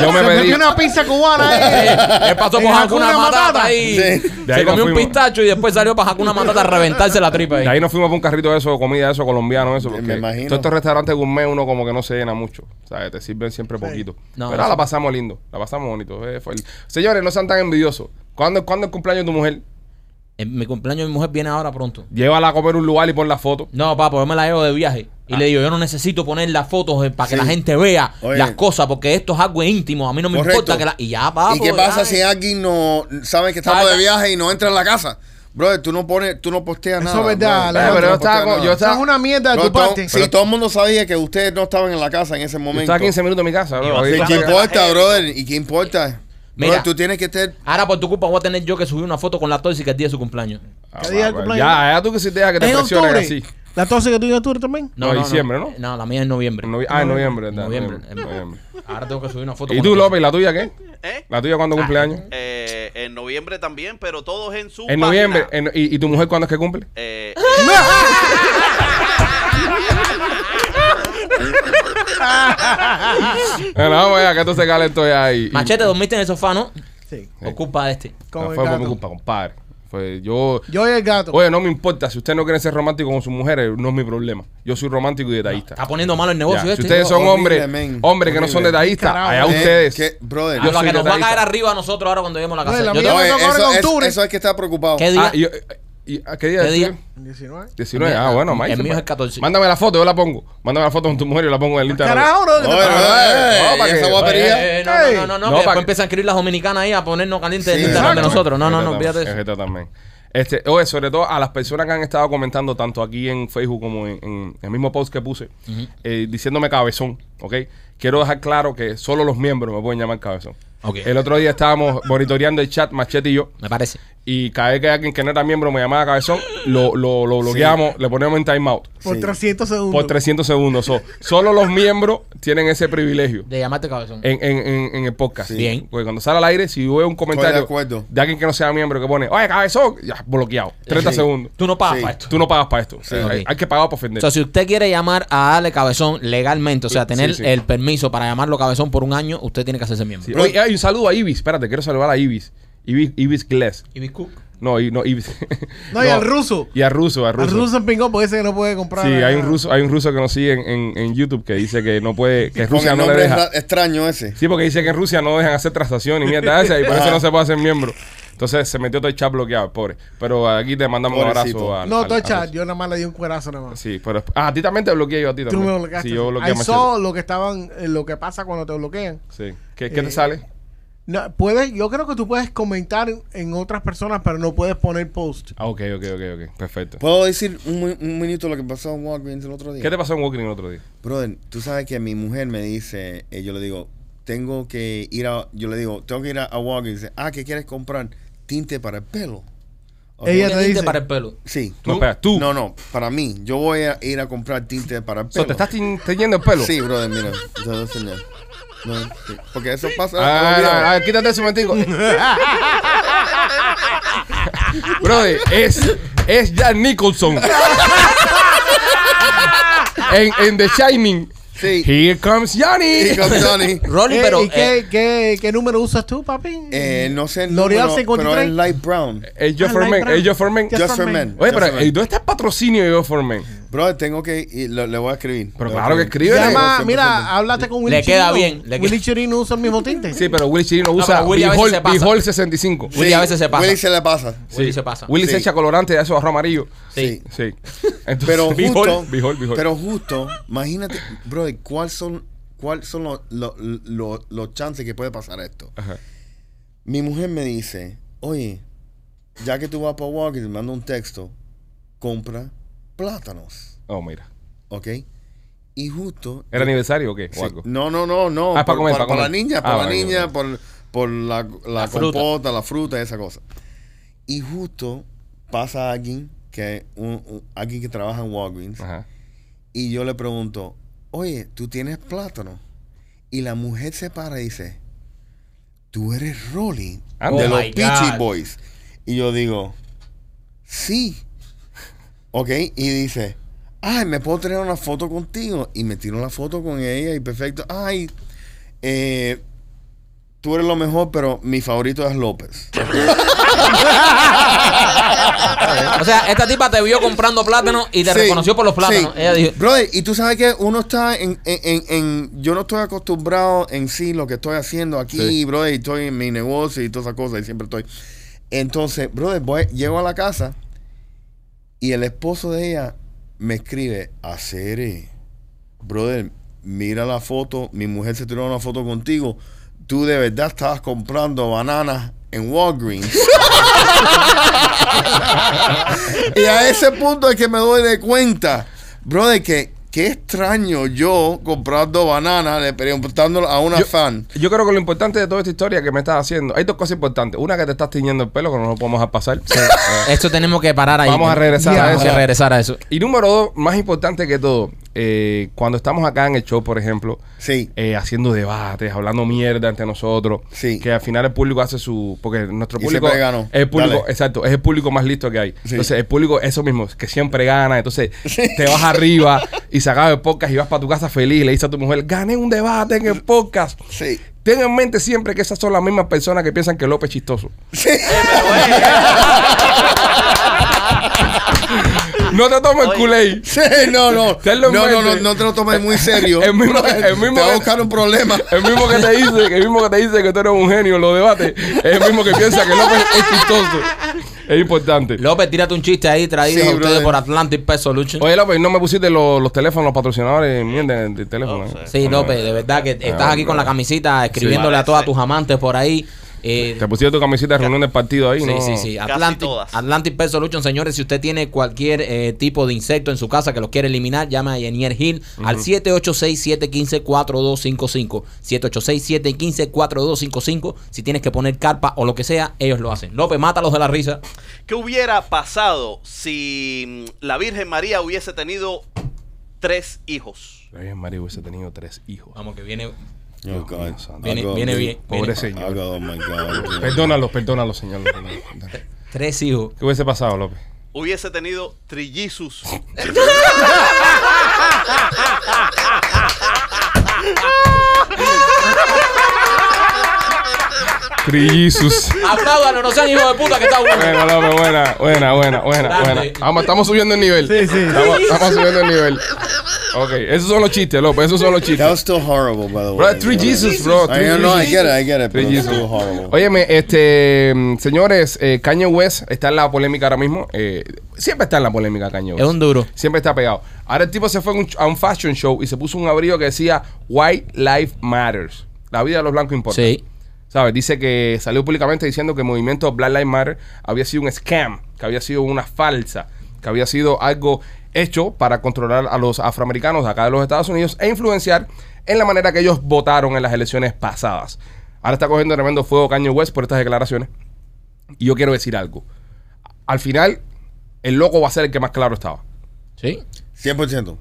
Speaker 1: Yo me
Speaker 4: Se
Speaker 1: pedí.
Speaker 4: metió una pizza cubana. eh.
Speaker 7: Él pasó
Speaker 4: En
Speaker 7: por Hakuna
Speaker 4: Hakuna
Speaker 7: Matata,
Speaker 4: Matata.
Speaker 7: y
Speaker 5: Sí.
Speaker 1: De ahí
Speaker 7: se
Speaker 1: nos
Speaker 7: comió un
Speaker 1: fuimos.
Speaker 7: pistacho y después salió para Hakuna Matata a reventarse la tripa ahí.
Speaker 1: De ahí nos fuimos por un carrito de eso, comida de eso, colombiano, eso.
Speaker 5: Me
Speaker 1: Porque
Speaker 5: imagino.
Speaker 1: Todos estos restaurantes gourmet uno como que no se llena mucho. ¿Sabes? Te sirven siempre poquito.
Speaker 7: No,
Speaker 1: Pero ah,
Speaker 7: eso-
Speaker 1: la pasamos lindo. La pasamos bonito. eh, fue el- Señores, no sean tan envidiosos. ¿Cuándo, ¿Cuándo es el cumpleaños de tu mujer?
Speaker 7: Eh, Mi cumpleaños de mi mujer viene ahora pronto.
Speaker 1: Llévala a comer un lugar y pon la foto.
Speaker 7: No, papá, yo me la llevo de viaje. Y le digo, yo no necesito poner las fotos eh, para que la gente vea
Speaker 5: Ah. Oye.
Speaker 7: las cosas, porque esto es algo íntimo. A mí no me
Speaker 5: Correcto.
Speaker 7: importa que la. Y ya, papá.
Speaker 5: ¿Y qué pasa si alguien no sabe que estamos de viaje y no entra en la casa? Bro, tú no pones, tú no posteas
Speaker 4: Eso
Speaker 5: nada.
Speaker 4: es verdad,
Speaker 5: brother.
Speaker 4: Alejandro,
Speaker 5: Tú
Speaker 1: Eh, pero yo
Speaker 5: posteas
Speaker 1: estaba con-
Speaker 5: nada.
Speaker 1: yo
Speaker 4: Eso es una mierda de
Speaker 5: Bro,
Speaker 4: tu
Speaker 5: todo-
Speaker 4: parte.
Speaker 5: pero todo el mundo sabía que ustedes no estaban en la casa en ese momento.
Speaker 1: Está a 15 minutos de mi casa. bro.
Speaker 6: va a
Speaker 1: Ahí
Speaker 5: ¿Y
Speaker 6: ser
Speaker 1: está.
Speaker 5: qué
Speaker 6: Claro.
Speaker 5: importa, brother? ¿Y qué importa?
Speaker 7: Mira.
Speaker 5: Brother, tú tienes que estar...
Speaker 7: Ahora por tu culpa voy a tener yo que subir una foto con la tóxica el día de su cumpleaños.
Speaker 1: Ah,
Speaker 4: ¿Qué día es el
Speaker 1: bueno,
Speaker 4: cumpleaños?
Speaker 1: Ya, ya tú que si dejas que te
Speaker 4: Es en
Speaker 1: presionen
Speaker 4: octubre.
Speaker 1: así.
Speaker 4: La tos que tú en octubre también.
Speaker 1: No, diciembre, ¿no?
Speaker 7: Eh, No, la mía es noviembre.
Speaker 1: En novi- ah, en noviembre, ¿verdad?
Speaker 7: Noviembre.
Speaker 1: Noviembre, noviembre.
Speaker 7: Ahora tengo que subir una foto
Speaker 1: ¿Y
Speaker 7: con
Speaker 1: tú,
Speaker 7: la tóxica.
Speaker 1: López, la tuya qué?
Speaker 6: ¿Eh?
Speaker 1: ¿La tuya
Speaker 4: Ah.
Speaker 1: cuándo cumpleaños?
Speaker 6: Eh, en noviembre también, pero todos en su
Speaker 1: En
Speaker 6: página.
Speaker 1: noviembre. eh. en- y, y tu mujer cuándo es que cumple?
Speaker 6: Eh,
Speaker 1: Bueno, vamos allá, que esto se calentó ya ahí.
Speaker 7: Machete, dormiste en el sofá, ¿no?
Speaker 4: Sí.
Speaker 7: Por culpa de este.
Speaker 4: Como
Speaker 1: No
Speaker 4: el
Speaker 1: fue por mi
Speaker 4: gato.
Speaker 1: culpa, compadre. Fue yo.
Speaker 4: Yo y el gato.
Speaker 1: Oye, no me importa. Si usted no quiere ser romántico con sus mujeres, no es mi problema. Yo soy romántico y detallista.
Speaker 7: Está poniendo malo el
Speaker 1: Ya,
Speaker 7: negocio
Speaker 1: Si
Speaker 7: este.
Speaker 1: ustedes son
Speaker 5: Horrible,
Speaker 1: hombres,
Speaker 5: men.
Speaker 1: hombres que no son
Speaker 5: Horrible.
Speaker 1: detallistas,
Speaker 4: Carajo,
Speaker 1: allá
Speaker 5: Eh,
Speaker 1: ustedes.
Speaker 5: que- brother.
Speaker 1: Yo
Speaker 7: a lo
Speaker 1: soy
Speaker 7: que nos va a
Speaker 1: detallista.
Speaker 7: caer arriba a nosotros ahora cuando lleguemos a la
Speaker 4: No,
Speaker 7: casa.
Speaker 4: y la
Speaker 7: Yo
Speaker 4: mía
Speaker 7: te-
Speaker 4: me
Speaker 5: Oye,
Speaker 4: toca ahora
Speaker 5: eso,
Speaker 4: en
Speaker 5: es-
Speaker 4: octubre.
Speaker 5: eso es que está preocupado.
Speaker 7: ¿Qué día?
Speaker 1: Ah, y- y- y- ¿a ¿Qué día?
Speaker 7: ¿Qué
Speaker 1: es?
Speaker 7: día?
Speaker 4: 19.
Speaker 1: 19. Ah, bueno,
Speaker 7: El
Speaker 1: Mike.
Speaker 7: mío es el Pues 14.
Speaker 1: Mándame la foto, yo la pongo. Mándame la foto con tu mujer y yo la pongo en el Instagram.
Speaker 4: Carajo, bro. que te
Speaker 5: Oye,
Speaker 4: pasa?
Speaker 5: brother, eh,
Speaker 1: No, para
Speaker 5: ¿y esa
Speaker 1: que-
Speaker 5: guapería?
Speaker 7: Eh, eh, eh, no, no, no, no,
Speaker 1: No,
Speaker 7: no, que
Speaker 1: para
Speaker 7: después
Speaker 1: que-
Speaker 7: empiezan a escribir las dominicanas ahí a ponernos calientes en
Speaker 5: Sí,
Speaker 7: el Instagram de
Speaker 5: exacto.
Speaker 7: nosotros. No, no, no,
Speaker 1: Jeta
Speaker 7: olvídate de
Speaker 1: también,
Speaker 7: eso.
Speaker 1: jeta también. Este, oye, sobre todo a las personas que han estado comentando tanto aquí en Facebook como en, en el mismo post que puse, eh, diciéndome cabezón, ¿ok? Quiero dejar claro que solo los miembros me pueden llamar cabezón.
Speaker 7: Ok.
Speaker 1: El otro día estábamos monitoreando el chat, Machete y yo,
Speaker 7: Me parece.
Speaker 1: y cada vez que alguien que no era miembro me llamaba cabezón, lo, lo, lo bloqueamos, le ponemos en timeout
Speaker 4: Por 300 segundos.
Speaker 1: por 300 segundos. So, solo los miembros tienen ese privilegio.
Speaker 7: De llamarte cabezón.
Speaker 1: En, en, en, en el podcast.
Speaker 5: Sí.
Speaker 7: Bien.
Speaker 1: Porque cuando sale al aire, si veo un comentario
Speaker 5: de acuerdo.
Speaker 1: alguien que no sea miembro que pone, oye, cabezón, ya, bloqueado. 30
Speaker 5: Sí.
Speaker 1: segundos.
Speaker 7: Tú no pagas
Speaker 5: Sí.
Speaker 7: para esto.
Speaker 1: Tú no pagas para esto.
Speaker 5: Sí.
Speaker 1: Hay- hay,
Speaker 7: Ok.
Speaker 1: que pagar para ofender.
Speaker 7: O sea, si usted quiere llamar a Ale Cabezón legalmente, o sea, tener
Speaker 1: sí.
Speaker 7: el permiso para llamarlo Cabezón por un año, usted tiene que hacerse miembro.
Speaker 1: Sí. Oye, hay un saludo a Ibis. Espérate, quiero saludar a Ibis. Ibis, Ibis Glass.
Speaker 7: Y Biscook.
Speaker 1: No, I- no Ibis.
Speaker 4: No, y al ruso.
Speaker 1: Y al ruso, al
Speaker 4: Al
Speaker 1: ruso.
Speaker 4: ruso en pingón, porque ese que no puede comprar.
Speaker 1: Sí,
Speaker 4: nada.
Speaker 1: hay un ruso, hay un ruso que nos sigue en, en- en YouTube que dice que no puede, que
Speaker 5: Con
Speaker 1: Rusia
Speaker 5: el
Speaker 1: no le
Speaker 5: nombre
Speaker 1: deja.
Speaker 5: ra- extraño ese.
Speaker 1: Sí, porque dice que en Rusia no dejan hacer transacciones y mierda esa, y por eso no se puede hacer miembro. Entonces se metió todo el chat bloqueado, pobre. Pero aquí te mandamos
Speaker 5: Pobrecito.
Speaker 1: un abrazo. al-
Speaker 4: No,
Speaker 1: al-
Speaker 4: todo
Speaker 1: al
Speaker 4: chat.
Speaker 1: ruso.
Speaker 4: Yo nada más le di un cuerazo nada más.
Speaker 1: Sí, pero ah, a ti también te bloqueé yo a ti
Speaker 4: Tú
Speaker 1: también.
Speaker 4: me bloqueaste.
Speaker 1: Sí, yo bloqueé a
Speaker 4: Ahí
Speaker 1: Machete.
Speaker 4: solo lo que estaban, eh, lo que pasa cuando te bloquean.
Speaker 1: Sí. ¿Qué, qué te
Speaker 4: Eh,
Speaker 1: sale?
Speaker 4: No, puedes, yo creo que tú puedes comentar en- en otras personas, pero no puedes poner post.
Speaker 1: Ah, ok, ok, ok, ok. Perfecto.
Speaker 4: pues,
Speaker 5: ¿Puedo decir un, mi- un minuto lo que pasó en Walgreens el otro día?
Speaker 1: ¿Qué te pasó en Walking el otro día?
Speaker 5: Brother, tú sabes que mi mujer me dice, eh, yo le digo, tengo que ir a, yo le digo, tengo que ir a, a Walgreens. Dice, ah, ¿qué quieres comprar? Tinte para el pelo. Ok.
Speaker 4: Ella-
Speaker 7: ¿Qué
Speaker 4: te
Speaker 7: tinte
Speaker 4: dice?
Speaker 7: para el pelo?
Speaker 5: Sí.
Speaker 1: No, espera, tú.
Speaker 5: No, no, para mí. Yo voy a ir a comprar tinte para el
Speaker 1: O sea,
Speaker 5: pelo.
Speaker 1: ¿Te estás tin- teñiendo el pelo?
Speaker 5: Sí, brother, mira. Yo no sé nada. No, sí. Porque eso pasa.
Speaker 1: Ah,
Speaker 5: a los
Speaker 1: ah, ah,
Speaker 5: viejos.
Speaker 1: ah, quítate ese momentico. Brother, es, es Jack Nicholson. en, en The Shining.
Speaker 5: Sí.
Speaker 1: Here comes Johnny.
Speaker 5: Y con Johnny.
Speaker 7: Rolly,
Speaker 4: Eh,
Speaker 7: pero.
Speaker 4: ¿Y qué,
Speaker 7: eh,
Speaker 4: qué- qué número usas tú, papi?
Speaker 5: Eh, no sé. el
Speaker 4: L'Oreal
Speaker 5: número,
Speaker 4: 53.
Speaker 5: Pero es light brown.
Speaker 1: Es Joe
Speaker 4: Ah,
Speaker 1: Forman.
Speaker 4: Light Brown.
Speaker 1: Es Joe Forman.
Speaker 4: Just
Speaker 5: Just for
Speaker 4: for
Speaker 5: men.
Speaker 4: men.
Speaker 1: Oye,
Speaker 5: Just
Speaker 1: pero
Speaker 5: for
Speaker 1: eh,
Speaker 5: men.
Speaker 1: ¿dónde está el patrocinio de Joe Forman?
Speaker 5: Brother, tengo que. y lo, le voy a escribir.
Speaker 1: Pero
Speaker 5: Le voy a
Speaker 1: claro que
Speaker 5: escribir.
Speaker 1: escribe.
Speaker 4: Llama,
Speaker 5: 100%.
Speaker 4: mira, háblate con Willy
Speaker 7: Le queda
Speaker 4: Chirino.
Speaker 7: bien, le
Speaker 4: Willy
Speaker 7: queda-
Speaker 4: Chirino usa el mismo tinte.
Speaker 1: Sí, pero Willy Chirino usa
Speaker 7: pero Willy a veces
Speaker 1: Bijol
Speaker 7: se pasa.
Speaker 1: Bijol 65.
Speaker 7: Willy a veces se pasa.
Speaker 5: Willy se le pasa.
Speaker 1: Sí.
Speaker 7: Willy se pasa.
Speaker 1: Willy se
Speaker 5: Sí.
Speaker 1: echa colorante de esos arroz amarillo.
Speaker 5: Sí.
Speaker 1: Sí. Entonces,
Speaker 5: Pero justo.
Speaker 1: Bijol, Bijol.
Speaker 5: Pero justo, imagínate, brother, ¿cuál son, cuál son los, los, los, los chances que puede pasar esto?
Speaker 1: Ajá.
Speaker 5: Mi mujer me dice, oye, ya que tú vas para Walgreens, me manda un texto, compra plátanos,
Speaker 1: Oh, mira.
Speaker 5: ¿ok? Y justo.
Speaker 1: ¿Era aniversario o qué? O
Speaker 5: Sí.
Speaker 1: algo.
Speaker 5: No, no, no, no.
Speaker 1: Ah, para
Speaker 5: por,
Speaker 1: comer,
Speaker 5: por-
Speaker 1: para
Speaker 5: por la
Speaker 1: comer.
Speaker 5: niña, por
Speaker 1: Ah,
Speaker 5: la
Speaker 1: vale,
Speaker 5: niña,
Speaker 1: vale.
Speaker 5: por, por la, la
Speaker 7: La fruta.
Speaker 5: compota, la fruta, esa cosa. Y justo pasa alguien que, un, un- alguien que trabaja en Walgreens
Speaker 1: Ajá.
Speaker 5: y yo le pregunto, oye, ¿tú tienes plátano? Y la mujer se para y dice, tú eres Rolly
Speaker 1: Anda.
Speaker 5: de
Speaker 7: Oh
Speaker 5: los
Speaker 7: my
Speaker 5: Peachy
Speaker 7: God.
Speaker 5: Boys. Y yo digo, sí. Ok, y dice, ay, me puedo tener una foto contigo. Y me tiro la foto con ella y perfecto. Ay, eh, tú eres lo mejor, pero mi favorito es López.
Speaker 7: O sea, esta tipa te vio comprando plátanos y te
Speaker 5: Sí,
Speaker 7: reconoció por los plátanos.
Speaker 5: sí.
Speaker 7: Ella dijo,
Speaker 5: Brother, y tú sabes que uno está en, en- en- en- Yo no estoy acostumbrado en sí lo que estoy haciendo aquí,
Speaker 1: Sí.
Speaker 5: brother, y estoy en mi negocio y todas esas cosas, y siempre estoy. Entonces, brother, voy- llego a la casa y el esposo de ella me escribe: Acere, brother, mira la foto, mi mujer se tiró una foto contigo, tú de verdad estabas comprando bananas en Walgreens. Y a ese punto es que me doy de cuenta, brother, que qué extraño yo comprando bananas, le preguntando a una
Speaker 1: Yo-
Speaker 5: fan.
Speaker 1: Yo creo que lo importante de toda esta historia que me estás haciendo, hay dos cosas importantes. Una que te estás tiñendo el pelo, que no lo podemos dejar pasar. Eh,
Speaker 7: esto tenemos que parar ahí.
Speaker 1: Vamos a regresar
Speaker 4: a
Speaker 7: Vamos
Speaker 1: eso.
Speaker 7: a regresar a eso.
Speaker 1: y número dos, más importante que todo, eh, cuando estamos acá en el show, por ejemplo,
Speaker 5: Sí.
Speaker 1: eh, haciendo debates, hablando mierda entre nosotros.
Speaker 5: Sí.
Speaker 1: Que al final el público hace su. Porque nuestro
Speaker 5: Y
Speaker 1: público.
Speaker 5: siempre ganó.
Speaker 1: Es el público,
Speaker 5: Dale.
Speaker 1: exacto, es el público más listo que hay. Entonces, el público, eso mismo, que siempre gana. Entonces, te vas arriba y se acaba el podcast y vas para tu casa feliz. Y le dices a tu mujer, gané un debate en el podcast.
Speaker 5: Sí.
Speaker 1: Ten en mente siempre que esas son las mismas personas que piensan que López es chistoso. Eh,
Speaker 6: eh,
Speaker 1: no te tomes el
Speaker 6: Oye.
Speaker 1: culé.
Speaker 5: Sí, no, no.
Speaker 1: Tenlo
Speaker 5: No,
Speaker 1: en
Speaker 5: no, no,
Speaker 1: mente.
Speaker 5: no te lo tomes muy serio.
Speaker 1: El mismo-
Speaker 5: Brother,
Speaker 1: el mismo
Speaker 5: te va a
Speaker 1: que-
Speaker 5: buscar un problema.
Speaker 1: El mismo que te dice, el mismo que te dice que tú eres un genio en los debates, es el mismo que piensa que López es chistoso. Es importante.
Speaker 7: López, tírate un chiste ahí traído
Speaker 5: Sí,
Speaker 7: a ustedes
Speaker 5: brother.
Speaker 7: por Atlantic Pest Solution.
Speaker 1: Oye, López, no me pusiste los, los teléfonos, los patrocinadores, mierda, del teléfono.
Speaker 6: No
Speaker 1: eh?
Speaker 6: sé.
Speaker 7: Sí, López, de verdad que estás
Speaker 1: Ah,
Speaker 7: aquí con la camisita escribiéndole a todas tus amantes por ahí. Eh,
Speaker 1: Te pusiste tu camiseta de reunión del partido ahí,
Speaker 7: Sí,
Speaker 1: ¿no?
Speaker 7: sí, sí.
Speaker 6: Casi
Speaker 7: Atlantic,
Speaker 6: todas.
Speaker 7: Atlantic Pest Solution, señores. Si usted tiene cualquier eh, tipo de insecto en su casa que los quiere eliminar, llame a Yenier Hill al 786-715-4255. 786-715-4255. Si tienes que poner carpa o lo que sea, ellos lo hacen. López, mátalos de la risa.
Speaker 6: ¿Qué hubiera pasado si mm, la Virgen María hubiese tenido tres hijos?
Speaker 1: Ay, María hubiese tenido tres hijos.
Speaker 7: Vamos, que viene,
Speaker 5: Oh, God.
Speaker 7: viene,
Speaker 5: Oh, God.
Speaker 7: viene bien.
Speaker 1: Pobre
Speaker 7: viene-
Speaker 5: Oh,
Speaker 1: señor.
Speaker 5: God, oh, my God.
Speaker 1: Perdónalo, perdónalo, señor. López.
Speaker 7: Tres hijos.
Speaker 1: ¿Qué hubiese pasado, López?
Speaker 6: Hubiese tenido trillizos.
Speaker 1: Trillizus.
Speaker 7: Apláudalo, no sean hijos de puta que está bueno.
Speaker 1: Buena, López, buena, buena, buena, buena, buena.
Speaker 7: Grande.
Speaker 1: Vamos, estamos subiendo el nivel.
Speaker 4: Sí, sí.
Speaker 1: Estamos, estamos subiendo el nivel. Ok, esos son los chistes, López, esos son los
Speaker 5: That was
Speaker 1: chistes.
Speaker 5: still horrible, by the way.
Speaker 1: Bro, three Jesus, bro.
Speaker 5: I don't know, I get it, I get it.
Speaker 1: Three
Speaker 5: But it's
Speaker 1: Jesus.
Speaker 5: still horrible.
Speaker 1: Óyeme, este, mm, señores, eh, Kanye West está en la polémica ahora mismo. eh, siempre está en la polémica Kanye West.
Speaker 7: Es un duro.
Speaker 1: Siempre está pegado. Ahora el tipo se fue a un- a un fashion show y se puso un abrigo que decía White Life Matters. La vida de los blancos importa.
Speaker 7: Sí.
Speaker 1: ¿Sabes? Dice que salió públicamente diciendo que el movimiento Black Lives Matter había sido un scam, que había sido una falsa, que había sido algo hecho para controlar a los afroamericanos de acá de los Estados Unidos e influenciar en la manera que ellos votaron en las elecciones pasadas. Ahora está cogiendo tremendo fuego Kanye West por estas declaraciones. Y yo quiero decir algo. Al final, el loco va a ser el que más claro estaba.
Speaker 7: Sí.
Speaker 5: 100%.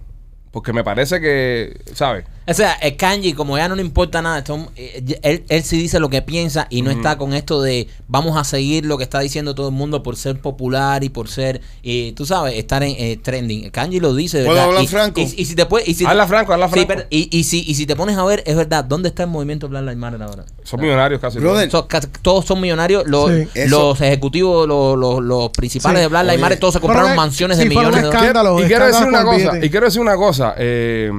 Speaker 1: Porque me parece que, ¿sabes?
Speaker 7: O sea, el Kanji, como ya no le importa nada, esto, eh, él, él sí dice lo que piensa y no está con esto de vamos a seguir lo que está diciendo todo el mundo por ser popular y por ser, eh, tú sabes, estar en eh, trending. El Kanji lo dice, de
Speaker 5: ¿Puedo
Speaker 7: ¿verdad?
Speaker 5: hablar
Speaker 7: y,
Speaker 5: franco?
Speaker 7: Y, y si te puedes... y si-
Speaker 1: Habla franco, habla
Speaker 7: Sí,
Speaker 1: franco.
Speaker 7: pero- y, y si, y si te pones a ver, es verdad, ¿dónde está el movimiento Black Lives Matter ahora?
Speaker 1: Son millonarios casi.
Speaker 5: Brother,
Speaker 7: So, ca- todos son millonarios, los,
Speaker 4: Sí.
Speaker 5: Eso-
Speaker 7: los ejecutivos, los, los- los principales
Speaker 4: Sí.
Speaker 7: de Black Lives
Speaker 5: Oye.
Speaker 7: Matter, todos se compraron
Speaker 4: Fueron-
Speaker 7: mansiones
Speaker 4: sí,
Speaker 7: de
Speaker 4: fueron
Speaker 7: millones de dólares.
Speaker 4: escándalos,
Speaker 1: y quiero decir una
Speaker 4: escándalos con
Speaker 1: cosa,
Speaker 4: billetes.
Speaker 1: y quiero decir una cosa. eh,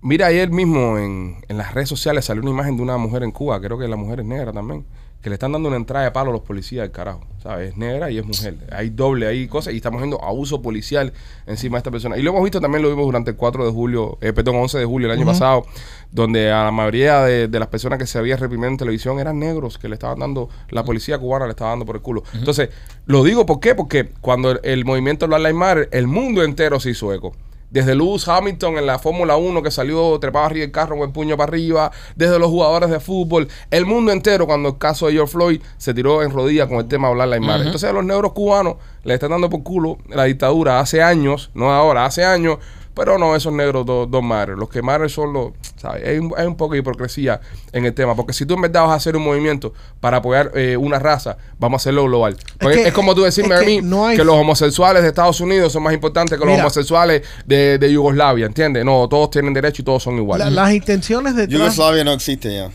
Speaker 1: mira, ayer mismo en, en las redes sociales salió una imagen de una mujer en Cuba, creo que la mujer es negra también, que le están dando una entrada de palo a los policías del carajo. ¿Sabes? Es negra y es mujer. Hay doble, hay cosas, y estamos viendo abuso policial encima de esta persona. Y lo hemos visto también, lo vimos durante el 4 de julio, eh, perdón, 11 de julio del año pasado, donde a la mayoría de, de las personas que se había reprimido en televisión eran negros que le estaban dando, la policía cubana le estaba dando por el culo. Entonces, lo digo ¿por qué? Porque cuando el, el movimiento Black Lives Matter, el mundo entero se hizo eco Desde Lewis Hamilton en la Fórmula 1 que salió trepado arriba del carro con el puño para arriba, desde los jugadores de fútbol, el mundo entero cuando el caso de George Floyd se tiró en rodillas con el tema de hablar la imagen. Entonces a los negros cubanos le están dando por culo la dictadura hace años, no ahora, hace años, pero no esos negros dos dos madres. Los que madres son los, ¿sabes? Hay un, hay un poco de hipocresía en el tema, porque si tú en verdad vas a hacer un movimiento para apoyar eh, una raza, vamos a hacerlo global. Porque Es,
Speaker 4: que-
Speaker 1: como tú decirme
Speaker 4: es
Speaker 1: a mí
Speaker 4: que no hay-
Speaker 1: que los homosexuales de Estados Unidos son más importantes que los
Speaker 4: Mira.
Speaker 1: homosexuales de, de Yugoslavia, ¿entiendes? No, todos tienen derecho y todos son iguales.
Speaker 4: La- las intenciones detrás.
Speaker 5: Yugoslavia no existe ya.
Speaker 1: Eh,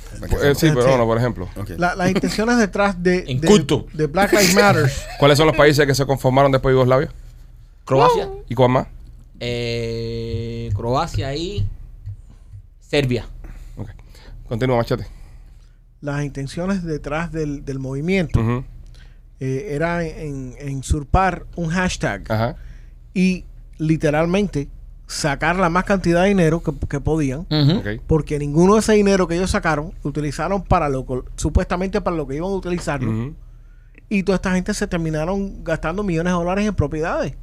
Speaker 1: sí, pero
Speaker 4: Sí.
Speaker 1: bueno, por ejemplo.
Speaker 5: Ok.
Speaker 4: la- las intenciones detrás de, de,
Speaker 7: Inculto.
Speaker 4: de Black Lives Matter.
Speaker 1: ¿Cuáles son los países que se conformaron después de Yugoslavia?
Speaker 7: Croacia.
Speaker 1: ¿Y cuál más?
Speaker 7: Eh, Croacia y Serbia.
Speaker 1: Ok. Continúa, machete.
Speaker 4: las intenciones detrás del, del movimiento
Speaker 1: Ujú.
Speaker 4: eh, era en, en usurpar un hashtag
Speaker 7: Ah.
Speaker 1: Ajá.
Speaker 4: y literalmente sacar la más cantidad de dinero que, que podían.
Speaker 7: Mm.
Speaker 1: Ok.
Speaker 4: Porque ninguno de ese dinero que ellos sacaron utilizaron para lo que- supuestamente para lo que iban a
Speaker 7: Mm.
Speaker 4: utilizarlo.
Speaker 1: Ujú.
Speaker 4: Y toda esta gente se terminaron gastando millones de dólares en propiedades.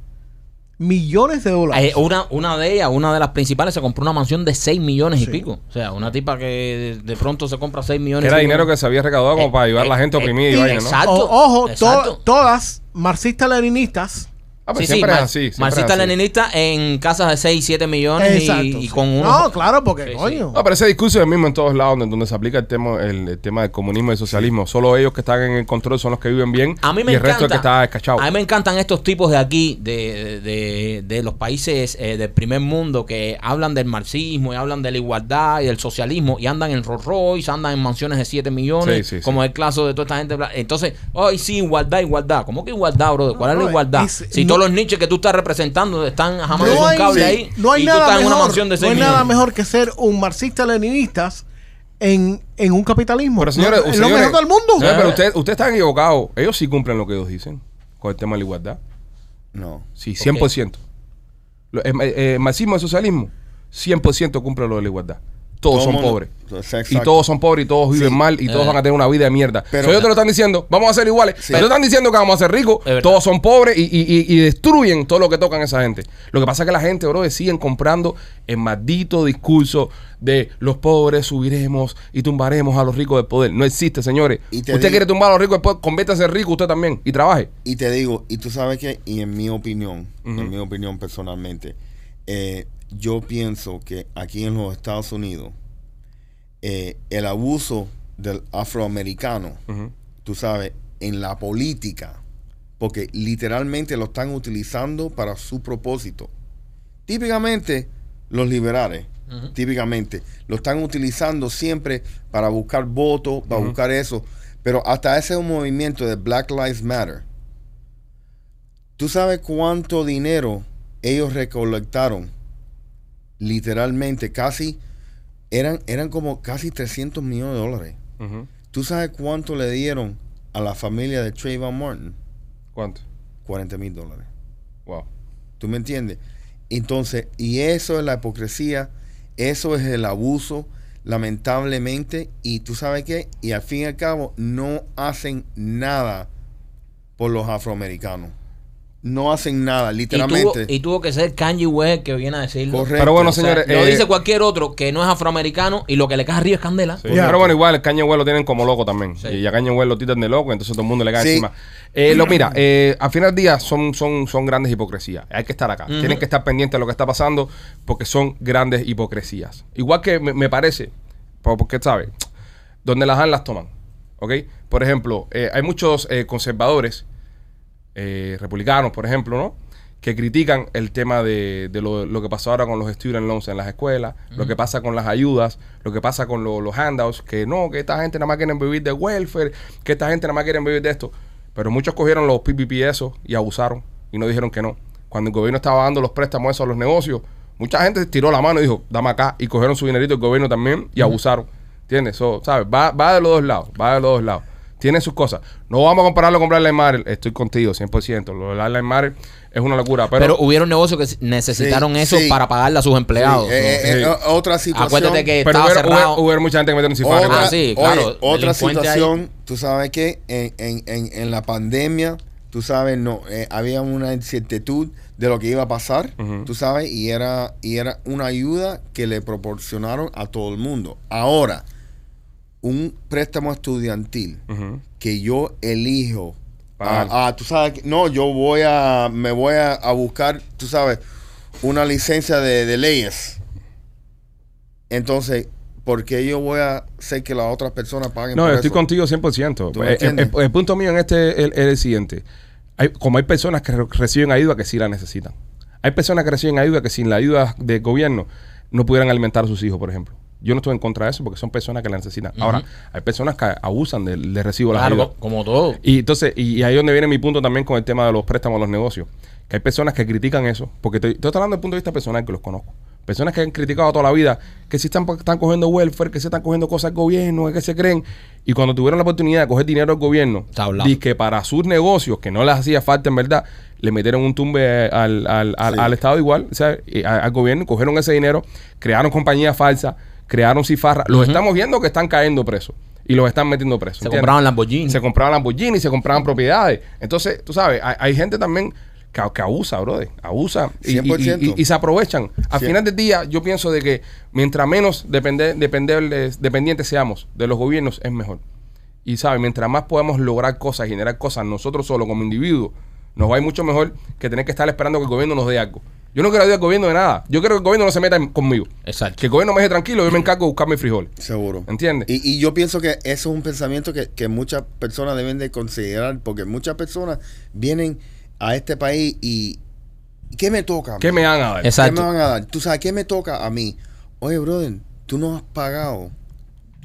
Speaker 4: Millones de dólares.
Speaker 7: Eh, una, una de ellas, una de las principales, se compró una mansión de 6 millones
Speaker 4: Sí.
Speaker 7: y pico. O sea, una tipa que de, de pronto se compra 6 millones.
Speaker 1: Que era
Speaker 7: y pico.
Speaker 1: dinero que se había recaudado como
Speaker 7: Eh,
Speaker 1: para ayudar a la
Speaker 7: eh,
Speaker 1: gente
Speaker 7: eh,
Speaker 1: oprimida y
Speaker 7: eh,
Speaker 1: vaina, ¿no?
Speaker 7: exacto.
Speaker 4: O- ojo, to-
Speaker 7: exacto.
Speaker 4: todas marxistas-leninistas.
Speaker 1: Ah, pero
Speaker 7: Sí, sí,
Speaker 1: siempre es
Speaker 7: mar-
Speaker 1: así. siempre es
Speaker 7: marxista
Speaker 1: así.
Speaker 7: leninista en casas de 6, 7 millones y- y,
Speaker 4: sí.
Speaker 7: con uno.
Speaker 4: No, claro, porque
Speaker 7: Sí, sí.
Speaker 4: coño.
Speaker 1: No, pero ese discurso es el mismo en todos lados donde, donde se aplica el tema, el, el tema del comunismo y el socialismo. Solo ellos que están en el control son los que viven bien
Speaker 7: A mí me
Speaker 1: y el
Speaker 7: encanta.
Speaker 1: resto es el que está escachado.
Speaker 7: A mí me encantan estos tipos de aquí, de, de- de los países eh, del primer mundo, que hablan del marxismo y hablan de la igualdad y del socialismo y andan en Rolls Royce, andan en mansiones de 7 millones,
Speaker 1: Sí, sí, sí.
Speaker 7: como es el caso de toda esta gente. bla- Entonces, ay, sí, igualdad, igualdad. ¿Cómo que igualdad, bro? ¿Cuál es
Speaker 4: No,
Speaker 7: la igualdad?
Speaker 4: es-
Speaker 7: si todos
Speaker 4: no-
Speaker 7: los niches que tú estás representando están jamás
Speaker 4: no
Speaker 7: un
Speaker 4: hay,
Speaker 7: cable
Speaker 4: sí,
Speaker 7: ahí
Speaker 4: no hay
Speaker 7: y tú
Speaker 4: nada
Speaker 7: estás en
Speaker 4: mejor,
Speaker 7: una mansión de 6
Speaker 4: no hay nada
Speaker 7: millones.
Speaker 4: mejor que ser un marxista-leninista en, en un capitalismo.
Speaker 1: pero señores,
Speaker 4: No, es
Speaker 1: señores,
Speaker 4: lo mejor del mundo.
Speaker 1: señores,
Speaker 7: Eh,
Speaker 1: pero ustedes usted están equivocados. Ellos sí cumplen lo que ellos dicen con el tema de la igualdad.
Speaker 5: No.
Speaker 1: Sí, 100%. Lo- El, eh, el marxismo y el socialismo, 100% cumple lo de la igualdad. Todos
Speaker 5: Todo
Speaker 1: son
Speaker 5: mundo-
Speaker 1: pobres.
Speaker 5: Exacto.
Speaker 1: Y todos son pobres y todos viven
Speaker 5: Sí. Eh.
Speaker 1: mal y todos van a tener una vida de mierda.
Speaker 5: Pero-
Speaker 1: Pero ellos te lo están diciendo, vamos a ser iguales.
Speaker 5: Sí.
Speaker 1: Pero están diciendo que vamos a ser ricos,
Speaker 7: Es verdad.
Speaker 1: todos son pobres y, y- y- y destruyen todo lo que tocan esa gente. Lo que pasa es que la gente, bro, siguen comprando el maldito discurso de los pobres subiremos y tumbaremos a los ricos del poder. No existe, señores.
Speaker 5: Y
Speaker 1: Usted
Speaker 5: te digo-
Speaker 1: quiere tumbar a los ricos del poder, conviértase en rico usted también y trabaje.
Speaker 5: Y te digo, y tú sabes que, y en mi opinión,
Speaker 1: Ujú.
Speaker 5: en mi opinión personalmente, eh, yo pienso que aquí en los Estados Unidos, eh, el abuso del afroamericano,
Speaker 1: Ujú.
Speaker 5: tú sabes, en la política, porque literalmente lo están utilizando para su propósito. Típicamente, los liberales, típicamente, lo están utilizando siempre para buscar votos, para buscar eso. Pero hasta ese movimiento de Black Lives Matter, ¿tú sabes cuánto dinero ellos recolectaron? Literalmente, casi, eran, eran como casi 300 millones de dólares.
Speaker 1: Ujú.
Speaker 5: ¿Tú sabes cuánto le dieron a la familia de Trayvon Martin?
Speaker 1: ¿Cuánto?
Speaker 5: 40 mil dólares.
Speaker 1: Wow.
Speaker 5: ¿Tú me entiendes? Entonces, y eso es la hipocresía, eso es el abuso, lamentablemente, y tú sabes qué, y al fin y al cabo no hacen nada por los afroamericanos. No hacen nada,
Speaker 7: Y tuvo,
Speaker 5: literalmente.
Speaker 7: y tuvo que ser Kanye West que viene a decirlo.
Speaker 5: Correcto.
Speaker 1: Pero bueno,
Speaker 5: O sea,
Speaker 1: señores.
Speaker 7: Lo
Speaker 1: eh,
Speaker 7: dice cualquier otro que no es afroamericano y lo que le cae arriba es candela.
Speaker 1: Sí.
Speaker 4: Ya.
Speaker 1: Pero bueno, igual el Caña lo tienen como loco también.
Speaker 7: Sí.
Speaker 1: Y a Caña lo tiran de loco, entonces todo el mundo le cae
Speaker 5: Sí.
Speaker 1: encima. Eh, lo, mira, eh, al final del día son, son, son grandes hipocresías. Hay que estar acá. Tienen que estar pendientes de lo que está pasando porque son grandes hipocresías. Igual que me, me parece, po- porque sabes, donde las dan, las toman. ¿Ok? Por ejemplo, eh, hay muchos eh, conservadores, eh, republicanos, por ejemplo, ¿no? Que critican el tema de, de lo, lo que pasó ahora con los student loans en las escuelas, lo que pasa con las ayudas, lo que pasa con lo- los handouts, que no, que esta gente nada más quieren vivir de welfare, que esta gente nada más quieren vivir de esto. Pero muchos cogieron los PPP esos y abusaron y no dijeron que no. Cuando el gobierno estaba dando los préstamos esos a los negocios, mucha gente tiró la mano y dijo, dame acá, y cogieron su dinerito el gobierno también y abusaron. ¿Entiendes? So, ¿sabes? Va, va de los dos lados, va de los dos lados. Tiene sus cosas. No vamos a compararlo con Black Lives Matter. Estoy contigo, 100%. Lo de Black Lives Matter es una locura. Pero,
Speaker 7: Pero, hubieron negocios que necesitaron
Speaker 5: Sí,
Speaker 7: eso
Speaker 5: sí.
Speaker 7: para pagarle a sus
Speaker 5: Sí,
Speaker 7: empleados.
Speaker 5: eh,
Speaker 1: ¿no?
Speaker 5: eh,
Speaker 1: Sí.
Speaker 5: o- Otra situación.
Speaker 7: Acuérdate que
Speaker 1: pero
Speaker 7: estaba
Speaker 1: hubo,
Speaker 7: cerrado.
Speaker 1: hubo- hubo mucha gente que metieron en cifarro.
Speaker 5: Otra,
Speaker 7: Ah, sí, claro,
Speaker 5: oye, otra
Speaker 7: delincuente ahí.
Speaker 5: situación, tú sabes que en, en- en- en la pandemia tú sabes, no, eh, había una incertidumbre de lo que iba a pasar,
Speaker 1: Ujú.
Speaker 5: tú sabes, y era, y era una ayuda que le proporcionaron a todo el mundo. Ahora, un préstamo estudiantil
Speaker 1: Ujú.
Speaker 5: que yo elijo.
Speaker 1: Pagar.
Speaker 5: Ah, ah, tú sabes, que- no, yo voy a, me voy a, a buscar, tú sabes, una licencia de, de leyes. Entonces, ¿por qué yo voy a hacer que las otras personas paguen?
Speaker 1: No,
Speaker 5: por
Speaker 1: estoy
Speaker 5: eso?
Speaker 1: contigo 100%.
Speaker 5: ¿Tú me
Speaker 1: Eh, eh,
Speaker 5: entiendes?
Speaker 1: el, punto mío en este es el, es el siguiente. Hay- como hay personas que re- reciben ayuda que sí la necesitan. Hay personas que reciben ayuda que sin la ayuda del gobierno no pudieran alimentar a sus hijos, por ejemplo. Yo no estoy en contra de eso porque son personas que la necesitan. Ahora, hay personas que abusan del de recibo de las
Speaker 7: Claro,
Speaker 1: ayudas.
Speaker 7: co- como todo.
Speaker 1: Y entonces, y y ahí es donde viene mi punto también con el tema de los préstamos a los negocios. Que hay personas que critican eso, porque estoy, estoy hablando desde el punto de vista personal que los conozco. Personas que han criticado toda la vida, que si están, están cogiendo welfare, que se están cogiendo cosas del gobierno, que se creen. Y cuando tuvieron la oportunidad de coger dinero del gobierno,
Speaker 7: Está hablando.
Speaker 1: que para sus negocios, que no les hacía falta en verdad, le metieron un tumbe al, al, al-
Speaker 5: Sí.
Speaker 1: al Estado igual, o sea, eh, a- al gobierno, cogieron ese dinero, crearon compañías falsas, crearon cifarras. Los estamos viendo que están cayendo presos y los están metiendo presos.
Speaker 7: Se
Speaker 1: ¿entiendes?
Speaker 7: compraron Lamborghini.
Speaker 1: Se compraban Lamborghini, se compraban propiedades. Entonces, tú sabes, hay, hay gente también que, que abusa, brother. Abusa y, y- y-
Speaker 5: 100%.
Speaker 1: y- y se aprovechan. Al
Speaker 5: Cien-
Speaker 1: final del día, yo pienso de que mientras menos depende- dependerles- dependientes seamos de los gobiernos, es mejor. Y sabes, mientras más podemos lograr cosas, generar cosas nosotros solos como individuos, nos va a ir mucho mejor que tener que estar esperando que el gobierno nos dé algo. Yo no quiero ayudar al gobierno de nada. Yo quiero que el gobierno no se meta en- conmigo.
Speaker 7: Exacto.
Speaker 1: Que el gobierno me deje tranquilo, yo me encargo de buscar mis frijoles.
Speaker 5: Seguro.
Speaker 1: ¿Entiendes?
Speaker 5: Y, y yo pienso que eso es un pensamiento que, que muchas personas deben de considerar, porque muchas personas vienen a este país y ¿qué me toca?
Speaker 1: ¿Qué me van a dar?
Speaker 7: Exacto.
Speaker 5: ¿Qué me van a dar? Tú sabes, ¿qué me toca a mí? Oye, brother, tú no has pagado.